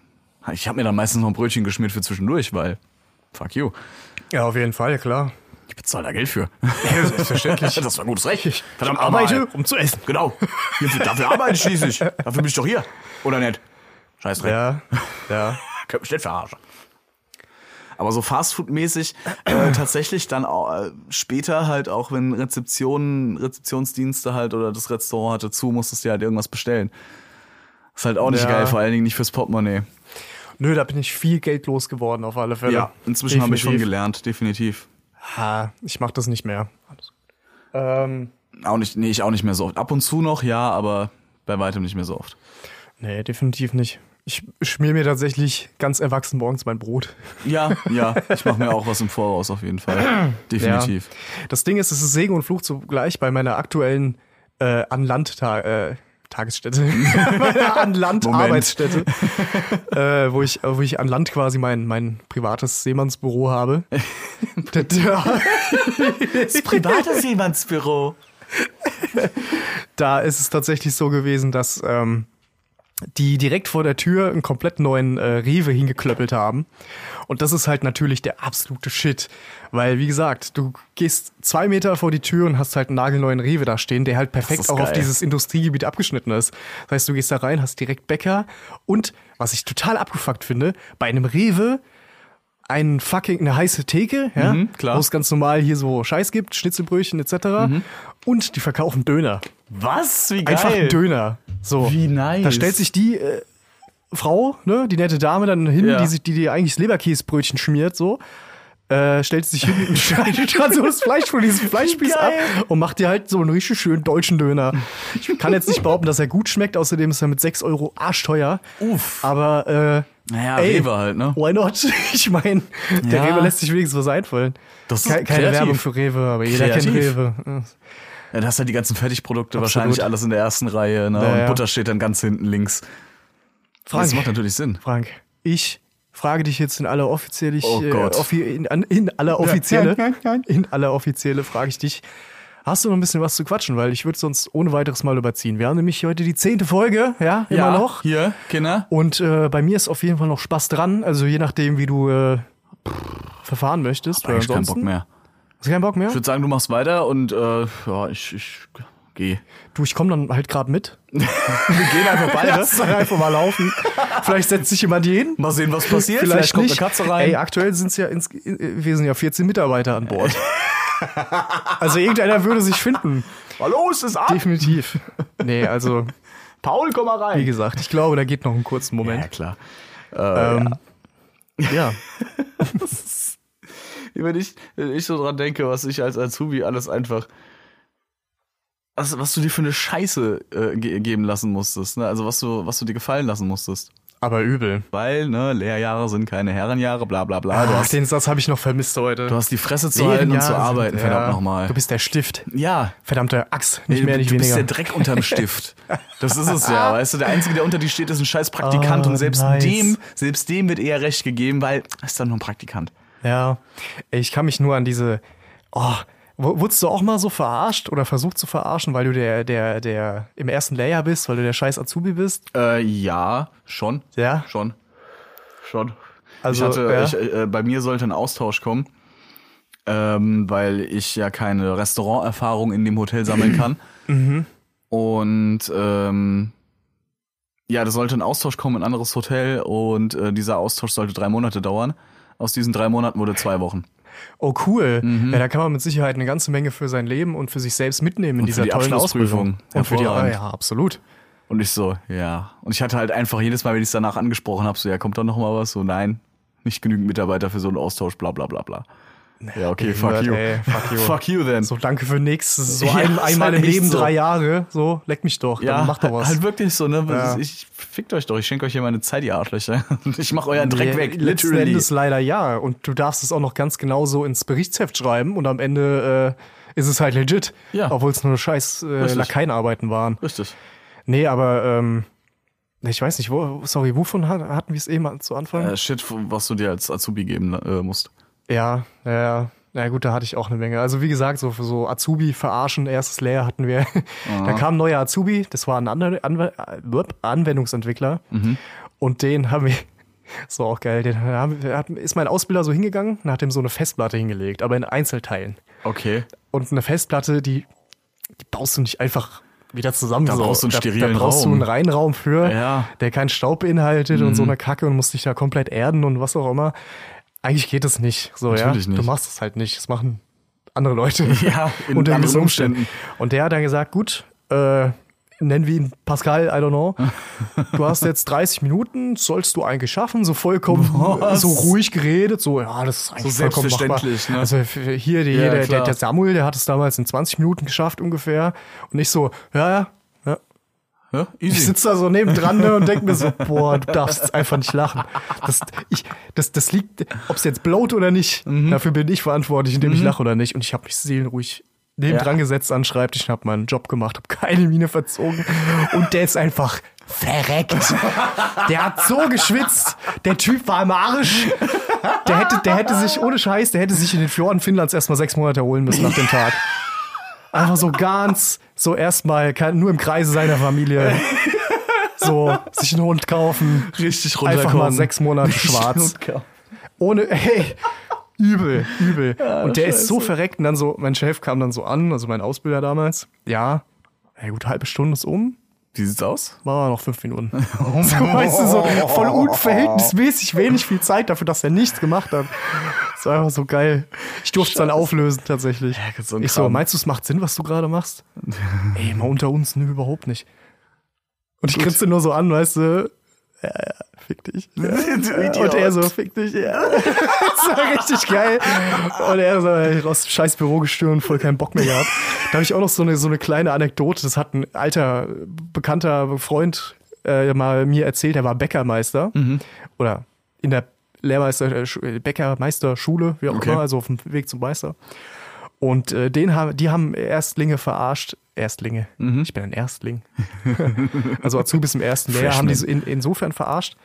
D: ich habe mir dann meistens noch ein Brötchen geschmiert für zwischendurch, weil fuck you.
E: ja, auf jeden Fall, klar.
D: Ich bezahle da Geld für.
E: Selbstverständlich.
D: das war gutes Recht. Verdammt,
E: Arbeite,
D: nochmal.
E: um zu essen.
D: Genau. Hierfür- Dafür arbeite ich schließlich. Dafür bin ich doch hier. Oder nicht? Scheiß Dreck.
E: Ja, ja.
D: Könnt mich nicht verarschen. Aber so Fastfood-mäßig äh, tatsächlich dann auch, äh, später halt auch, wenn Rezeptionen, Rezeptionsdienste halt oder das Restaurant hatte zu, musstest du dir halt irgendwas bestellen. Ist halt auch nicht
E: Ja.
D: geil, vor allen Dingen nicht fürs Portemonnaie.
E: Nö, da bin ich viel Geld losgeworden, auf alle Fälle.
D: Ja, inzwischen habe ich schon
E: Definitiv.
D: gelernt, definitiv.
E: Ha, ich mach das nicht mehr. Ähm,
D: Auch nicht, nee, ich auch nicht mehr so oft. Ab und zu noch, ja, aber bei weitem nicht mehr so oft.
E: nee, definitiv nicht. Ich schmier mir tatsächlich ganz erwachsen morgens mein Brot.
D: Ja, ja, ich mache mir auch was im Voraus auf jeden Fall. Definitiv.
E: Das Ding ist, es ist Segen und Fluch zugleich bei meiner aktuellen äh, an Land -Ta äh, Tagesstätte, meiner an Land
D: Moment.
E: Arbeitsstätte, äh, wo ich wo ich an Land quasi mein mein privates Seemannsbüro habe. da, da,
D: Das private Seemannsbüro.
E: da ist es tatsächlich so gewesen, dass ähm, die direkt vor der Tür einen komplett neuen äh, Rewe hingeklöppelt haben. Und das ist halt natürlich der absolute Shit. Weil, wie gesagt, du gehst zwei Meter vor die Tür und hast halt einen nagelneuen Rewe da stehen, der halt perfekt
D: ist
E: auch auf
D: geil.
E: dieses Industriegebiet abgeschnitten ist. Das heißt, du gehst da rein, hast direkt Bäcker und, was ich total abgefuckt finde, bei einem Rewe einen fucking, eine heiße Theke, ja,
D: Mhm, klar. Mhm.
E: wo es ganz normal hier so Scheiß gibt, Schnitzelbrötchen etc. Und die verkaufen Döner.
D: Was? Wie
E: Einfach ein Döner. So.
D: Wie nice.
E: Da stellt sich die äh, Frau, ne, die nette Dame dann hin,
D: Ja.
E: die, sich, die dir eigentlich das Leberkäsebrötchen schmiert, so. Äh, stellt sich hin und schneidet dann so das Fleisch von diesem Fleischspieß ab
D: Geil.
E: und macht dir halt so einen richtig schönen deutschen Döner. Ich kann jetzt nicht behaupten, dass er gut schmeckt, außerdem ist er mit 6 Euro arschteuer.
D: Uff.
E: Aber, äh,
D: Naja,
E: ey,
D: Rewe halt, ne?
E: Why not? Ich meine,
D: Ja.
E: der Rewe lässt sich wenigstens was einfallen.
D: Das ist
E: Ke- Keine
D: kreativ.
E: Werbung für Rewe, aber jeder kennt
D: Kreativ.
E: Rewe.
D: Ja, da hast halt die ganzen Fertigprodukte wahrscheinlich alles in der ersten Reihe, ne?
E: Ja,
D: Und
E: ja.
D: Butter steht dann ganz hinten links. Das macht natürlich Sinn.
E: Frank, ich frage dich jetzt in aller offizielle,
D: Oh
E: äh,
D: Gott.
E: offi in, an- in aller offizielle,
D: nein, nein,
E: in aller offizielle frage ich dich, hast du noch ein bisschen was zu quatschen, weil ich würde sonst ohne weiteres mal überziehen. Wir haben nämlich heute die zehnte Folge, ja, immer
D: ja,
E: noch.
D: Hier, Kinder.
E: Und äh, bei mir ist auf jeden Fall noch Spaß dran, also je nachdem, wie du äh, verfahren möchtest. weil
D: Ich hab keinen
E: ansonsten-
D: Bock mehr.
E: Hast du keinen Bock mehr?
D: Ich würde sagen, du machst weiter und äh, ja, ich, ich geh.
E: Du, ich komme dann halt gerade mit.
D: Wir gehen einfach
E: Lass dann einfach mal laufen. Vielleicht setzt sich jemand jeden.
D: Mal sehen, was passiert. Vielleicht, kommt eine Katze rein.
E: Ey, aktuell sind's ja ins, äh, wir sind ja 14 Mitarbeiter an Bord. also irgendeiner würde sich finden.
D: Mal los, ist ab.
E: Definitiv. Nee, also,
D: Paul, komm mal
E: wie
D: rein.
E: gesagt, ich glaube, da geht noch einen kurzen
D: Ja,
E: Moment.
D: klar.
E: ja.
D: Wenn ich, wenn ich so dran denke, was ich als Azubi alles einfach. Was, was du dir für eine Scheiße äh, ge geben lassen musstest, ne? Also was du, was du dir gefallen lassen musstest.
E: Aber übel.
D: Weil, ne, Lehrjahre sind keine Herrenjahre, bla bla bla. du,
E: Ach,
D: hast,
E: den Satz habe ich noch vermisst heute.
D: du hast die Fresse zu halten und zu arbeiten, verdammt nochmal.
E: Du bist der Stift.
D: Ja.
E: Verdammte Axt. Nicht
D: Ey,
E: mehr,
D: du-
E: nicht
D: du bist
E: weniger.
D: der Dreck unterm Stift. Das ist es ja, weißt du? Der Einzige, der unter dir steht, ist ein scheiß Praktikant
E: Ah,
D: und selbst
E: nice.
D: dem, selbst dem wird eher recht gegeben, weil er ist dann nur ein Praktikant.
E: Ja, ich kann mich nur an diese. Oh, w- wurdest du auch mal so verarscht oder versucht zu verarschen, weil du der, der, der im ersten Layer bist, weil du der scheiß Azubi bist?
D: Äh, ja, schon.
E: Ja?
D: Schon. Schon.
E: Also,
D: ich hatte,
E: ja.
D: ich, äh, bei mir sollte ein Austausch kommen, ähm, weil ich ja keine Restauranterfahrung in dem Hotel sammeln kann.
E: Mhm.
D: Und ähm, ja, da sollte ein Austausch kommen in ein anderes Hotel und äh, dieser Austausch sollte drei Monate dauern. Aus diesen drei Monaten wurde zwei Wochen.
E: Oh, cool.
D: Mhm.
E: Ja, da kann man mit Sicherheit eine ganze Menge für sein Leben und für sich selbst mitnehmen in
D: Und für
E: dieser
D: die
E: tollen
D: Abschlussprüfung.
E: Ausbildung. Und für die,
D: Hervorragend.
E: ja, absolut.
D: Und ich so, ja. Und ich hatte halt einfach jedes Mal, wenn ich es danach angesprochen habe, so, ja, kommt da noch mal was? So, nein, nicht genügend Mitarbeiter für so einen Austausch, bla bla bla bla. Ja, okay, fuck
E: Gehört,
D: you.
E: ey, fuck you.
D: fuck you then.
E: So, danke für nix. Das ist So
D: Ja,
E: ein,
D: ist
E: einmal
D: halt
E: im
D: echt
E: Leben
D: so.
E: drei Jahre. So, leck mich doch.
D: ja,
E: Dann mach doch was.
D: halt wirklich so, ne?
E: Ja.
D: Ich fickt euch doch, ich schenke euch hier meine Zeit, ihr Arschlöcher. Und ich mach euren Dreck
E: Ja,
D: weg,
E: letzten
D: literally.
E: Endes leider ja. Und du darfst es auch noch ganz genau so ins Berichtsheft schreiben und am Ende äh, ist es halt legit.
D: Ja.
E: Obwohl es nur scheiß äh,
D: Richtig.
E: Lakaienarbeiten waren.
D: Richtig.
E: Nee, aber ähm, ich weiß nicht, wo, sorry, wovon hat- hatten wir es eben an- zu Anfang?
D: Äh, Shit, was du dir als Azubi geben äh, musst.
E: Ja, ja, ja. Na gut, da hatte ich auch eine Menge. Also wie gesagt, so für so Azubi verarschen, erstes Lehr hatten wir. Da kam ein neuer Azubi, das war ein Anwe Anwe Blub, Anwendungsentwickler. Und den haben wir, so auch geil, den haben, wir- hat, ist mein Ausbilder so hingegangen und hat ihm so eine Festplatte hingelegt, aber in Einzelteilen.
D: Okay.
E: Und eine Festplatte, die, die baust du nicht einfach wieder zusammen.
D: Da
E: so.
D: brauchst du einen
E: da,
D: sterilen
E: da brauchst
D: Raum.
E: du einen Reinraum für,
D: Ja. Mhm.
E: der keinen Staub beinhaltet und so eine Kacke und musst dich da komplett erden und was auch immer. Eigentlich geht es nicht. So,
D: Natürlich
E: ja?
D: nicht.
E: Du machst es halt nicht. Das machen andere Leute.
D: Ja, in
E: unter
D: anderen
E: gewissen Umständen.
D: Umständen.
E: Und der hat dann gesagt, gut, äh, nennen wir ihn Pascal, I don't know. Du hast jetzt 30 Minuten, sollst du eigentlich schaffen, so vollkommen
D: Was?
E: so ruhig geredet, so, ja, das ist eigentlich
D: So
E: vollkommen
D: selbstverständlich,
E: machbar.
D: ne?
E: Also f- hier, die,
D: Ja,
E: der, der,
D: klar.
E: der Samuel, der hat es damals in 20 Minuten geschafft ungefähr. Und ich so, ja, ja. ja.
D: Ja,
E: Ich
D: easy.
E: sitze da so nebendran ne, und denke mir so, boah, du darfst jetzt einfach nicht lachen. Das, ich, das, das liegt, ob es jetzt blowt oder nicht,
D: Mhm.
E: dafür bin ich verantwortlich, indem ich lache oder nicht. Und ich habe mich seelenruhig nebendran
D: Ja.
E: gesetzt an den Schreibtisch, habe meinen Job gemacht, habe keine Miene verzogen. Und der ist einfach verreckt. Der hat so geschwitzt. Der Typ war im Arsch. Der hätte, der hätte sich, ohne Scheiß, der hätte sich in den Fjorden Finnlands erstmal sechs Monate erholen müssen nach dem Tag. Einfach so ganz, so erstmal kann- nur im Kreise seiner Familie So, sich einen Hund kaufen.
D: Richtig
E: Einfach
D: runterkommen.
E: mal sechs Monate schwarz. Ohne, ey, übel, übel. und der ist so verreckt. Und dann so, mein Chef kam dann so an, also mein Ausbilder damals. Ja, ja gut, halbe Stunde ist um.
D: Wie sieht's aus?
E: Machen wir noch fünf Minuten.
D: Oh.
E: So, weißt du, so voll unverhältnismäßig wenig viel Zeit dafür, dass er nichts gemacht hat. Das war einfach so geil. Ich durfte es dann auflösen, tatsächlich.
D: so ein
E: ich so,
D: Kram.
E: meinst du, es macht Sinn, was du gerade machst? Ey, mal unter uns, nö, überhaupt nicht. Und ich grinste nur so an, weißt du, ja, ja, fick dich. Und er so, fick dich, ja. das war richtig geil. Und er so, ey, aus dem scheiß Büro gestürmt, voll keinen Bock mehr gehabt. Da habe ich auch noch so eine, so eine kleine Anekdote. Das hat ein alter, bekannter Freund äh, mal mir erzählt. Er war Bäckermeister. Oder in der Lehrmeister, äh, Schu- äh, Bäckermeisterschule, wie auch
D: Okay.
E: immer, also auf dem Weg zum Meister. Und äh, den haben, die haben Erstlinge verarscht. Erstlinge.
D: Mhm.
E: Ich bin ein Erstling. also Azubis im ersten Lehrjahr haben die so in, insofern verarscht,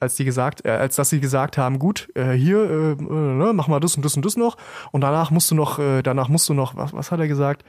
E: als die gesagt, äh, als dass sie gesagt haben, gut, äh, hier äh, äh, ne, mach mal das und das und das noch und danach musst du noch, äh, danach musst du noch, was, was hat er gesagt?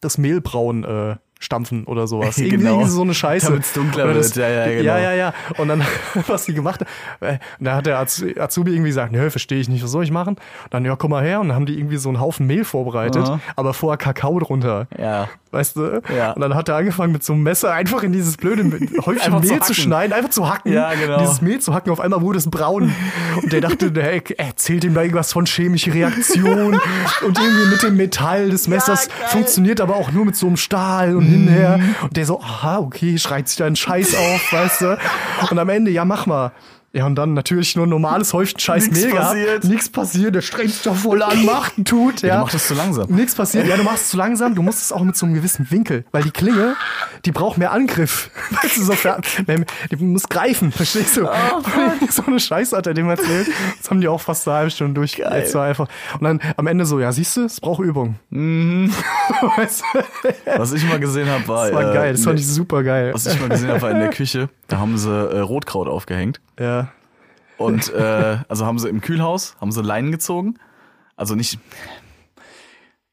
E: Das Mehlbrauen äh, stampfen oder sowas. Irgendwie,
D: Genau.
E: irgendwie so eine Scheiße.
D: Damit's dunkler
E: Oder das-
D: wird. Ja, ja, genau.
E: ja, ja, ja. Und dann, was sie gemacht haben, äh, da hat der Az- Azubi irgendwie gesagt, nö, verstehe ich nicht, was soll ich machen? Und dann, ja, komm mal her. Und dann haben die irgendwie so einen Haufen Mehl vorbereitet,
D: Aha.
E: aber vorher Kakao drunter.
D: Ja.
E: Weißt du?
D: Ja.
E: Und dann hat er angefangen, mit so einem Messer einfach in dieses blöde Häufchen
D: Einfach zu
E: Mehl zu,
D: hacken.
E: schneiden, einfach zu hacken.
D: Ja, genau.
E: Dieses Mehl zu hacken, auf einmal wurde es braun. Und der dachte, der er erzählt ihm da irgendwas von chemische Reaktion und irgendwie mit dem Metall des Messers funktioniert aber auch nur mit so einem Stahl und hinher.
D: Mhm.
E: Und der so, aha, okay, schreit sich da einen Scheiß auf, weißt du? Und am Ende, ja, mach mal. Ja, und dann natürlich nur ein normales Häufchen Scheiß
D: Nix
E: Mehl gehabt.
D: passiert.
E: Nichts passiert, der strengt sich doch voll an, macht und tut. Ja,
D: du machst es zu langsam.
E: Nichts passiert. Ja, du machst es zu langsam, du musst es auch mit so einem gewissen Winkel, weil die Klinge, die braucht mehr Angriff. Weißt du, so ver- die muss greifen, verstehst du? so eine Scheiße hat er dem erzählt. Das haben die auch fast eine halbe Stunde durch. Jetzt war einfach. Und dann am Ende so, ja, siehst du, es braucht Übung. weißt du,
D: Was ich mal gesehen habe, war.
E: das war
D: äh,
E: geil, das fand
D: ne-
E: ich super geil.
D: Was ich mal gesehen habe, war in der Küche. Da haben sie äh, Rotkraut aufgehängt.
E: Ja.
D: Und äh, also haben sie im Kühlhaus, haben sie Leinen gezogen. Also nicht.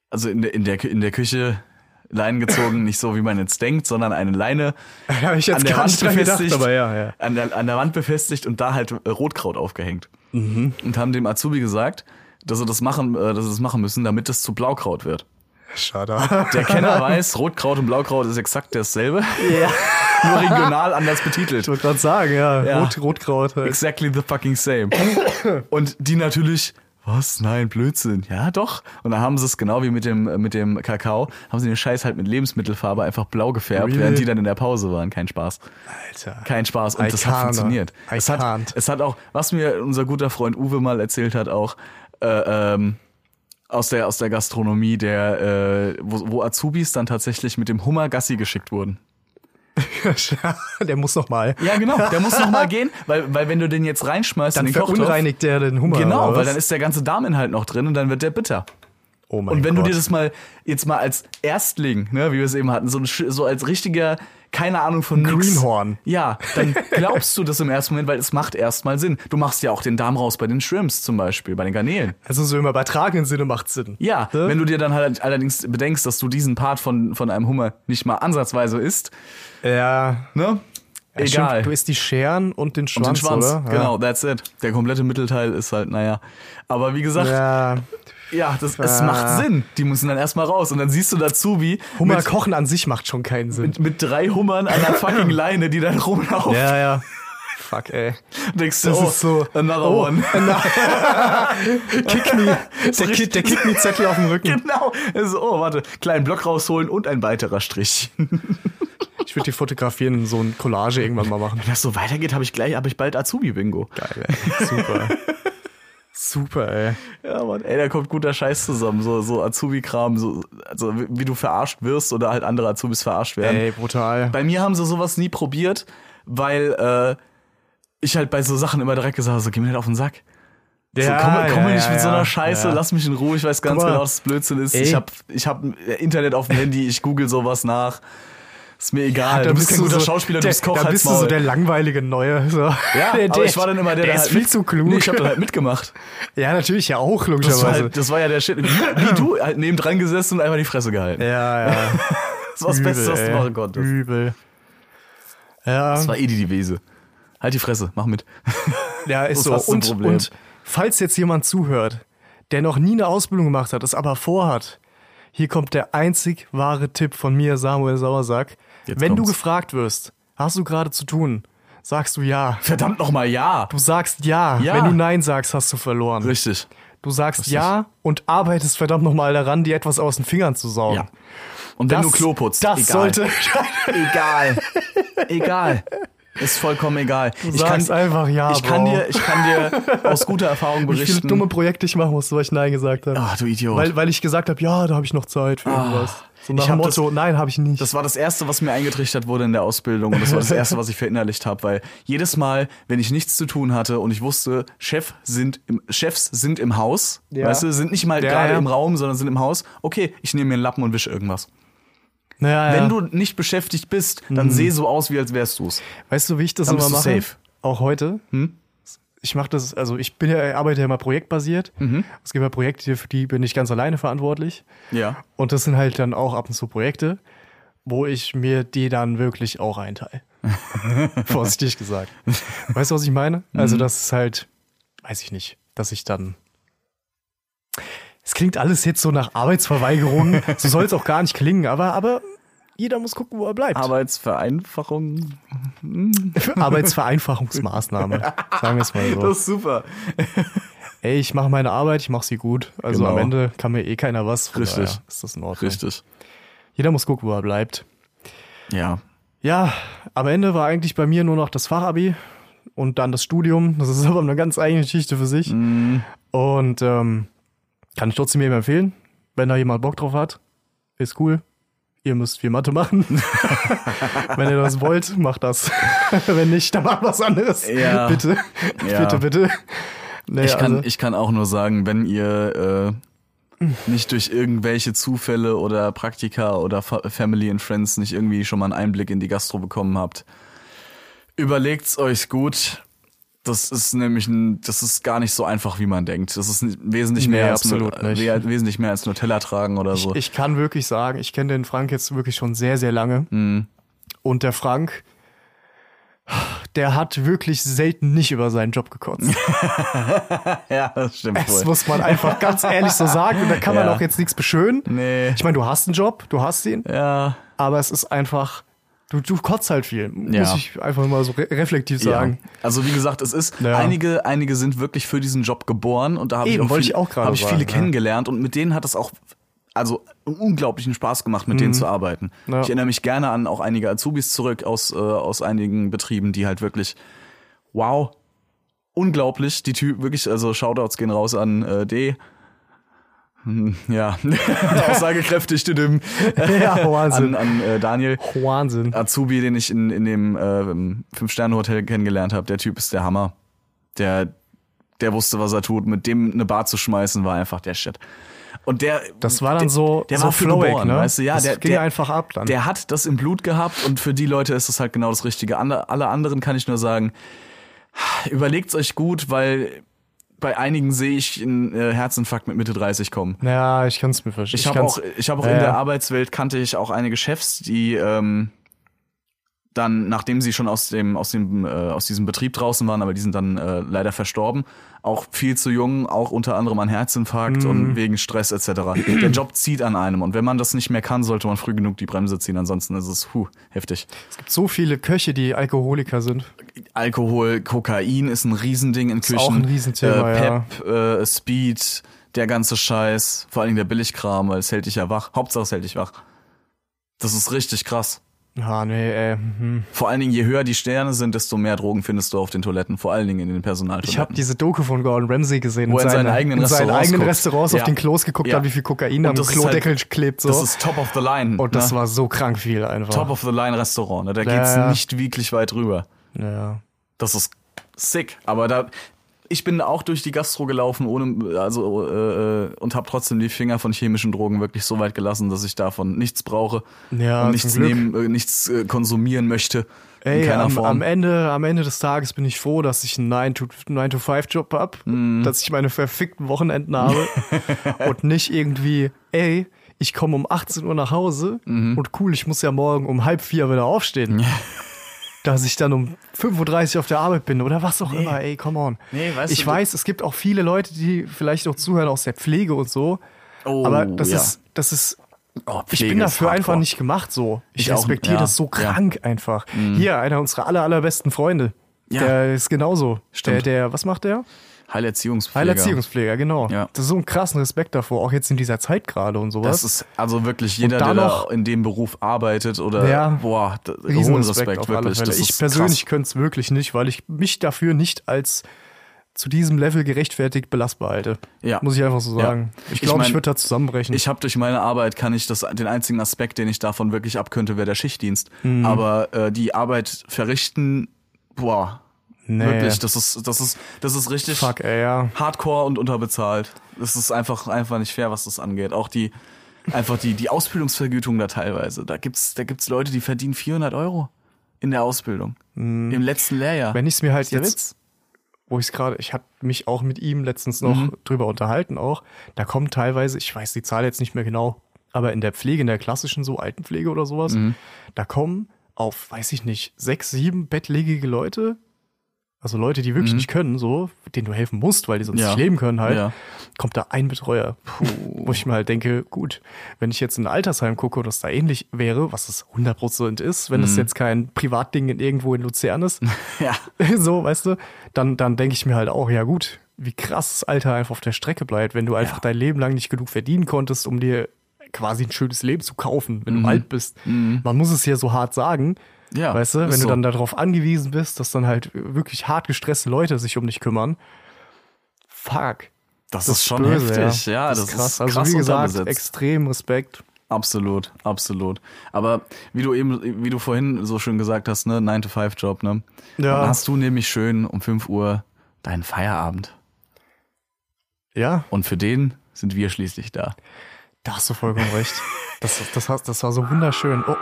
D: Also in der, in der, Kü- in der Küche Leinen gezogen, nicht so wie man jetzt denkt, sondern eine Leine
E: Da habe ich jetzt
D: an der
E: gar
D: Wand
E: nicht dran
D: befestigt.
E: gedacht, aber ja, ja.
D: An, der, an der Wand befestigt und da halt äh, Rotkraut aufgehängt.
E: Mhm.
D: Und haben dem Azubi gesagt, dass sie das machen, äh, dass sie das machen müssen, damit es zu Blaukraut wird.
E: Schade.
D: Der Kenner weiß, Rotkraut und Blaukraut ist exakt dasselbe,
E: Ja.
D: nur regional anders betitelt.
E: Ich wollte gerade sagen, ja,
D: Ja.
E: Rot, Rotkraut. Halt.
D: Exactly the fucking same. Und die natürlich, was? Nein, Blödsinn. Ja, doch. Und dann haben sie es genau wie mit dem, äh, mit dem Kakao, haben sie den Scheiß halt mit Lebensmittelfarbe einfach blau gefärbt,
E: Really?
D: während die dann in der Pause waren. Kein Spaß.
E: Alter.
D: Kein Spaß. Und
E: I
D: das hat
E: can't.
D: funktioniert.
E: I
D: es, hat,
E: can't.
D: es hat auch, was mir unser guter Freund Uwe mal erzählt hat, auch, äh, ähm, aus der, aus der Gastronomie, der, äh, wo, wo Azubis dann tatsächlich mit dem Hummer Gassi geschickt wurden.
E: der muss noch mal.
D: Ja, genau. Der muss nochmal gehen, weil, weil wenn du den jetzt reinschmeißt
E: Dann
D: in den Kochtopf,
E: verunreinigt der den Hummer.
D: Genau,
E: oder
D: weil
E: was?
D: dann ist der ganze Darminhalt noch drin und dann wird der bitter.
E: oh mein
D: Und wenn
E: Gott.
D: du dir das mal jetzt mal als Erstling, ne, wie wir es eben hatten, so, ein, Sch- so als richtiger, keine Ahnung von nix,
E: Greenhorn.
D: Ja, dann glaubst du das im ersten Moment, weil es macht erstmal Sinn. Du machst ja auch den Darm raus bei den Shrimps zum Beispiel, bei den Garnelen.
E: Also so im übertragenen Sinne macht Sinn.
D: Ja,
E: Ne?
D: wenn du dir dann halt allerdings bedenkst, dass du diesen Part von, von einem Hummer nicht mal ansatzweise isst,
E: ja.
D: ne?
E: Ja,
D: Egal.
E: stimmt, Du isst die Scheren und den
D: Und
E: Schwanz,
D: den Schwanz,
E: oder?
D: genau, that's it. Der komplette Mittelteil ist halt, naja. Aber wie gesagt,
E: Ja. ja.
D: Ja, das, es
E: Ah.
D: macht Sinn. Die müssen dann erstmal raus. Und dann siehst du dazu, wie
E: Hummer
D: mit,
E: kochen an sich macht schon keinen Sinn.
D: mit drei Hummern an einer fucking Leine, die dann rumlaufen.
E: Ja, ja. Fuck, ey.
D: Denkst du,
E: Das
D: oh,
E: ist so-
D: another
E: oh.
D: one.
E: Kick me. Der,
D: richtig-
E: Kick, der Kick me Zettel auf dem Rücken.
D: genau. Das Ist, oh, warte. Kleinen Block rausholen und ein weiterer Strich. Wenn
E: Ich würde die fotografieren und so ein Collage irgendwann mal machen.
D: das so weitergeht, habe ich gleich, habe ich bald Azubi-Bingo.
E: Geil, ey. Super. Super, ey.
D: Ja, Mann. Ey, da kommt guter Scheiß zusammen. So, so Azubi-Kram, so, also wie wie du verarscht wirst oder halt andere Azubis verarscht werden.
E: Ey, brutal.
D: Bei mir haben sie sowas nie probiert, weil äh, ich halt bei so Sachen immer direkt gesagt habe, so geh mir nicht auf den Sack. so, komm komm mir nicht mit so einer Scheiße,
E: ja.
D: lass mich in Ruhe, ich weiß ganz
E: Guck mal.
D: genau, dass es Blödsinn ist. Ich
E: Ey.
D: hab, ich hab äh, Internet auf dem Handy, ich google sowas nach. Ist mir egal,
E: Da
D: Äh, du bist kein guter
E: so
D: Schauspieler, du
E: der-
D: bist Koch,
E: Da
D: halt's
E: bist du
D: Maul.
E: so der langweilige Neue. So.
D: ja,
E: der,
D: aber ich war dann immer der,
E: der,
D: der
E: ist
D: halt
E: viel
D: mit-
E: zu klug.
D: Nee, ich hab dann halt mitgemacht.
E: ja, also natürlich, ja auch,
D: Das war,
E: logischerweise.
D: halt, das war ja der Shit. Wie, wie du, halt nebendran gesessen und einfach die Fresse gehalten.
E: ja, ja.
D: Das war das Beste, was du
E: ey.
D: machen konntest.
E: Übel. Ja,
D: Das war eh die Devise. Halt die Fresse, mach mit.
E: ja ist
D: das
E: so.
D: hast du ein
E: Und,
D: Problem.
E: und falls jetzt jemand zuhört, der noch nie eine Ausbildung gemacht hat, es aber vorhat, hier kommt der einzig wahre Tipp von mir, Samuel Sauersack.
D: Jetzt
E: Wenn du
D: kommt's.
E: gefragt wirst, hast du gerade zu tun, sagst du ja.
D: Verdammt nochmal, ja.
E: Du sagst ja.
D: Ja.
E: Wenn du nein sagst, hast du verloren.
D: Richtig.
E: Du sagst ja und arbeitest verdammt nochmal daran, dir etwas aus den Fingern zu saugen.
D: Ja. Und wenn
E: Das,
D: du Klo putzt,
E: das
D: egal.
E: sollte.
D: Egal. Egal. Ist vollkommen egal. ich
E: sagst einfach ja,
D: Ich kann
E: Bro.
D: dir, ich kann dir aus guter Erfahrung
E: Wie viele
D: berichten.
E: dumme Projekte ich machen musste, weil ich Nein gesagt habe.
D: Ach, Ah, du Idiot. Ah.
E: Weil, weil ich gesagt habe, ja, da habe ich noch Zeit für irgendwas. So nach
D: Ich
E: dem
D: hab das-
E: Motto, nein, habe ich nicht.
D: das war das erste, was mir eingetrichtert wurde in der Ausbildung und das war das erste, was ich verinnerlicht habe, weil jedes Mal, wenn ich nichts zu tun hatte und ich wusste, Chef sind im, Chefs sind im Haus,
E: Ja.
D: weißt du, sind nicht mal
E: Ja,
D: gerade
E: ja.
D: im Raum, sondern sind im Haus. Okay, ich nehme mir einen Lappen und wische irgendwas.
E: naja,
D: Wenn
E: ja. Mhm.
D: du nicht beschäftigt bist, dann seh so aus, wie als wärst du's.
E: weißt du, wie ich das
D: Dann
E: immer
D: bist du
E: mache?
D: safe. Hm?
E: Auch heute. Ich mache das, also ich bin ja, arbeite ja immer projektbasiert.
D: Mhm.
E: Es gibt ja Projekte, für die bin ich ganz alleine verantwortlich.
D: Ja.
E: Und das sind halt dann auch ab und zu Projekte, wo ich mir die dann wirklich auch einteile. Vorsichtig gesagt. Weißt du, was ich meine?
D: Mhm.
E: Also, das ist halt, weiß ich nicht, dass ich dann. Es klingt alles jetzt so nach Arbeitsverweigerung. so soll es auch gar nicht klingen, aber, aber jeder muss gucken, wo er bleibt.
D: Arbeitsvereinfachung. Hm.
E: Arbeitsvereinfachungsmaßnahme. Sagen wir es mal so.
D: Das ist super.
E: Ey, ich mache meine Arbeit, ich mache sie gut. Also
D: Genau.
E: am Ende kann mir eh keiner was. Von
D: Richtig.
E: daher Ist das in Ordnung?
D: Richtig.
E: Jeder muss gucken, wo er bleibt.
D: Ja.
E: Ja, am Ende war eigentlich bei mir nur noch das Fachabi und dann das Studium. Das ist aber eine ganz eigene Geschichte für sich.
D: Mhm.
E: Und ähm, kann ich trotzdem jedem empfehlen, wenn da jemand Bock drauf hat, ist cool. Ihr müsst viel Mathe machen. wenn ihr das wollt, macht das. wenn nicht, dann macht was anderes.
D: Ja.
E: Bitte,
D: Ja.
E: bitte, bitte. Nee,
D: Ich kann,
E: also,
D: ich kann auch nur sagen, wenn ihr äh, nicht durch irgendwelche Zufälle oder Praktika oder Fa Family and Friends nicht irgendwie schon mal einen Einblick in die Gastro bekommen habt, überlegt's euch gut. Das ist nämlich ein, das ist gar nicht so einfach, wie man denkt. Das ist n- wesentlich mehr
E: Nee,
D: als nur,
E: absolut nicht.
D: we- wesentlich mehr als nur Teller tragen oder so.
E: ich kann wirklich sagen, ich kenne den Frank jetzt wirklich schon sehr, sehr lange.
D: Mhm.
E: Und der Frank, der hat wirklich selten nicht über seinen Job gekotzt.
D: ja, das stimmt
E: Das muss man einfach ganz ehrlich so sagen. Und da kann man
D: Ja.
E: auch jetzt nichts beschönen.
D: Nee.
E: Ich meine, du hast einen Job, du hast ihn,
D: Ja,
E: aber es ist einfach, du, du kotzt halt viel. Muss
D: Ja.
E: ich einfach mal so re reflektiv sagen.
D: Ja. Also wie gesagt, es ist
E: Ja.
D: einige einige sind wirklich für diesen Job geboren und da habe ich
E: Eben,
D: auch,
E: wollte
D: viele-
E: ich auch gerade
D: habe ich viele
E: sagen, ja.
D: kennengelernt und mit denen hat es auch also unglaublichen Spaß gemacht, mit denen zu arbeiten.
E: Mhm. Ja.
D: Ich erinnere mich gerne an auch einige Azubis zurück aus äh, aus einigen Betrieben, die halt wirklich wow unglaublich die Typ wirklich also Shoutouts gehen raus an äh, D Hm, ja, aussagekräftig, düdüm.
E: Ja,
D: an,
E: Wahnsinn.
D: an Ähm, äh, Daniel.
E: Wahnsinn.
D: Azubi, den ich in, in dem äh, Fünf-Sterne-Hotel kennengelernt habe, der Typ ist der Hammer. Der, der wusste, was er tut. Mit dem eine Bar zu schmeißen, war einfach der Shit. Und der.
E: Das war dann
D: der-
E: so,
D: der
E: so
D: war für
E: flowig,
D: geboren,
E: ne?
D: weißt du? Ja,
E: das
D: der,
E: ging
D: der,
E: einfach ab dann.
D: der hat das im Blut gehabt und für die Leute ist das halt genau das Richtige. Ander, alle anderen kann ich nur sagen, überlegt's euch gut, weil bei einigen sehe ich einen äh, Herzinfarkt mit Mitte 30 kommen.
E: ja, ich kann es mir verstehen.
D: Ich habe
E: kann's-
D: auch, ich hab auch
E: Ja,
D: in
E: ja.
D: der Arbeitswelt kannte ich auch einige Chefs, die ähm, dann, nachdem sie schon aus dem, aus dem, äh, aus diesem Betrieb draußen waren, aber die sind dann äh, leider verstorben, auch viel zu jung, auch unter anderem an Herzinfarkt
E: Mhm.
D: und wegen Stress etc. der Job zieht an einem und wenn man das nicht mehr kann, sollte man früh genug die Bremse ziehen, ansonsten ist es huh, heftig.
E: Es gibt so viele Köche, die Alkoholiker sind.
D: Alkohol, Kokain ist ein Riesending in Küchen.
E: auch ein Riesenthema,
D: äh, Pep, äh, Speed, der ganze Scheiß, vor allen Dingen der Billigkram, weil es hält dich ja wach. Hauptsache es hält dich wach. Das ist richtig krass.
E: Ah, nee, ey. mhm.
D: Vor allen Dingen, je höher die Sterne sind, desto mehr Drogen findest du auf den Toiletten, vor allen Dingen in den Personaltoiletten.
E: Ich habe diese Doku von Gordon Ramsay gesehen.
D: Wo
E: und
D: er in seinen eigenen
E: in seinen
D: Restaurants
E: eigenen
D: guckt.
E: Restaurants auf
D: Ja.
E: den Klos geguckt
D: Ja.
E: hat, wie viel Kokain
D: Und
E: am
D: das ist
E: Klodeckel
D: halt-
E: klebt. So.
D: Das ist top of the line.
E: und das
D: ne?
E: war so krank viel einfach.
D: top of the line Restaurant. ne? Da
E: Ja,
D: geht's
E: ja.
D: nicht wirklich weit rüber.
E: ja.
D: Das ist sick. Aber da, ich bin auch durch die Gastro gelaufen, ohne, also äh, und habe trotzdem die Finger von chemischen Drogen wirklich so weit gelassen, dass ich davon nichts brauche
E: Ja,
D: und
E: zum
D: nichts
E: Glück.
D: nehmen, äh, nichts äh, konsumieren möchte in
E: Ey,
D: keiner
E: am,
D: Form.
E: am, Ende, am Ende des Tages bin ich froh, dass ich einen 9-to-5-Job habe,
D: Mhm.
E: dass ich meine verfickten Wochenenden habe und nicht irgendwie, ey, ich komme
D: Mhm.
E: um 18 Uhr nach Hause und cool, ich muss ja morgen um halb vier wieder aufstehen. dass ich dann um 5.30 Uhr auf der Arbeit bin oder was auch immer, ey, come on.
D: Nee, weißt
E: ich
D: du,
E: weiß, es gibt auch viele Leute, die vielleicht auch zuhören aus der Pflege und so.
D: Oh,
E: aber das
D: ja.
E: ist, das ist,
D: Oh,
E: ich
D: Pflege
E: bin
D: ist
E: dafür
D: hardcore.
E: einfach nicht gemacht so. Ich,
D: Ich auch,
E: respektiere
D: ja,
E: das so
D: ja. Mhm.
E: krank einfach. Hier, einer unserer aller, allerbesten Freunde.
D: Ja.
E: Der ist genauso.
D: Stimmt.
E: Der, der, was macht der?
D: Heilerziehungspfleger.
E: Heilerziehungspfleger, genau.
D: Ja.
E: Das ist so einen krassen Respekt davor, auch jetzt in dieser Zeit gerade und sowas.
D: Das ist also wirklich jeder,
E: Und da
D: der da
E: noch-
D: in dem Beruf arbeitet oder
E: Ja.
D: boah, d- hohen
E: Riesenrespekt
D: Respekt,
E: auf alle
D: wirklich.
E: Fälle.
D: Das
E: Ich
D: ist
E: persönlich
D: krass.
E: könnte es wirklich nicht, weil ich mich dafür nicht als zu diesem Level gerechtfertigt belastbar halte.
D: Ja.
E: Muss ich einfach so
D: Ja.
E: sagen. Ich
D: Ich
E: glaube, ich,
D: mein,
E: würde da zusammenbrechen.
D: Ich habe durch meine Arbeit kann ich das den einzigen Aspekt, den ich davon wirklich abkönnte, wäre der Schichtdienst.
E: Mhm.
D: Aber äh, die Arbeit verrichten, boah,
E: nee.
D: wirklich, das ist das ist das ist richtig
E: Fuck, ey, ja.
D: hardcore und unterbezahlt. Das ist einfach einfach nicht fair, was das angeht. Auch die einfach die die Ausbildungsvergütung da teilweise. Da gibt's da gibt's Leute, die verdienen 400 Euro in der Ausbildung im letzten Lehrjahr.
E: Mhm. Wenn ich es mir halt
D: der
E: jetzt,
D: Witz?
E: wo ich es gerade, ich habe mich auch mit ihm letztens noch
D: Mhm.
E: drüber unterhalten auch, da kommen teilweise, ich weiß die Zahl jetzt nicht mehr genau, aber in der Pflege, in der klassischen so Altenpflege oder sowas,
D: Mhm.
E: da kommen auf, weiß ich nicht, sechs, sieben bettlägige Leute, also Leute, die wirklich nicht können, so, denen du helfen musst, weil die sonst
D: Mhm. Ja.
E: nicht leben können halt,
D: Ja.
E: kommt da ein Betreuer. Wo ich mir halt denke, gut, wenn ich jetzt in ein Altersheim gucke, das da ähnlich wäre, was es 100% ist, wenn es
D: Mhm.
E: jetzt kein Privatding in irgendwo in Luzern ist,
D: ja.
E: so, weißt du, dann, dann denke ich mir halt auch, ja gut, wie krass das Alter einfach auf der Strecke bleibt, wenn du einfach dein Leben lang nicht genug verdienen konntest, um dir quasi ein schönes Leben zu kaufen, wenn du alt bist. Man muss es ja so hart sagen.
D: Mhm. Ja,
E: weißt du,
D: ist
E: wenn du
D: so.
E: dann darauf angewiesen bist, dass dann halt wirklich hart gestresste Leute sich um dich kümmern. Fuck.
D: Das, ist schon
E: böse,
D: heftig, ja. das, ist krass,
E: Also wie gesagt,
D: unterbesetzt.
E: extrem Respekt.
D: Absolut, absolut. Aber wie du eben, wie du vorhin so schön gesagt hast, ne, 9-to-5-Job, ne?
E: Ja.
D: Dann hast du nämlich schön um 5 Uhr deinen Feierabend.
E: Ja,
D: Und für den sind wir schließlich da.
E: da hast du vollkommen recht. Das, das, das, das war so wunderschön. Oh,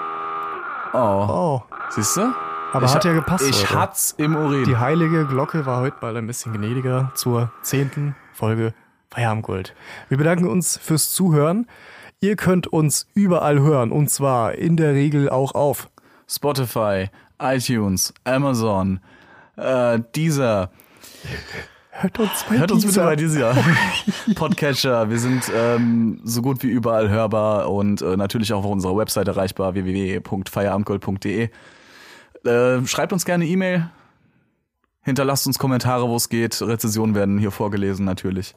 D: Oh,
E: oh.
D: siehst du?
E: Aber hat ja gepasst
D: Ich
E: heute.
D: hat's im Urin.
E: Die heilige Glocke war heute mal ein bisschen gnädiger zur zehnten Folge Feierabendgold. Wir bedanken uns fürs Zuhören. Ihr könnt uns überall hören und zwar in der Regel auch auf.
D: Spotify, iTunes, Amazon, äh, dieser.
E: Hört uns bei
D: Hört uns bitte
E: dieser-
D: bei dieser Podcatcher. Wir sind ähm, so gut wie überall hörbar und äh, natürlich auch auf unserer Website erreichbar www.feierabendgold.de. Äh, schreibt uns gerne E-Mail, hinterlasst uns Kommentare, wo es geht. Rezensionen werden hier vorgelesen natürlich.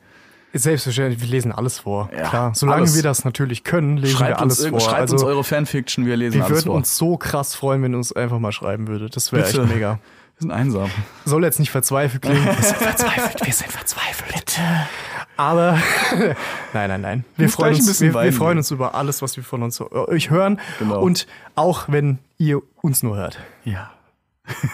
E: Selbstverständlich, wir lesen alles vor.
D: Ja,
E: Klar, solange
D: alles.
E: wir das natürlich können, lesen wir
D: Schreibt,
E: alles
D: uns, irg-
E: vor.
D: schreibt
E: also
D: uns eure Fanfiction, wir lesen
E: wir
D: alles
E: würden
D: vor.
E: uns so krass freuen, wenn ihr uns einfach mal schreiben würdet. Das wäre echt
D: Bitte.
E: mega.
D: wir sind einsam.
E: Soll jetzt nicht verzweifelt klingen. Wir sind verzweifelt, wir sind verzweifelt. Bitte. Aber nein, nein, nein. Wir
D: muss
E: freuen,
D: gleich ein
E: uns,
D: bisschen
E: wir, wir
D: weinen.
E: freuen uns über alles, was wir von uns euch hören.
D: Genau.
E: Und auch wenn ihr uns nur hört.
D: Ja.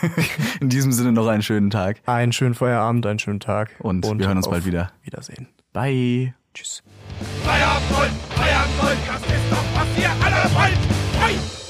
D: In diesem Sinne noch einen schönen Tag
E: Einen schönen Feierabend, einen schönen Tag.
D: und, wir hören uns
E: auf
D: bald wieder.
E: Wiedersehen.
D: Bye.
E: Tschüss.
B: Feierabend, Feierabend, das ist doch, was wir alle wollen. Frei!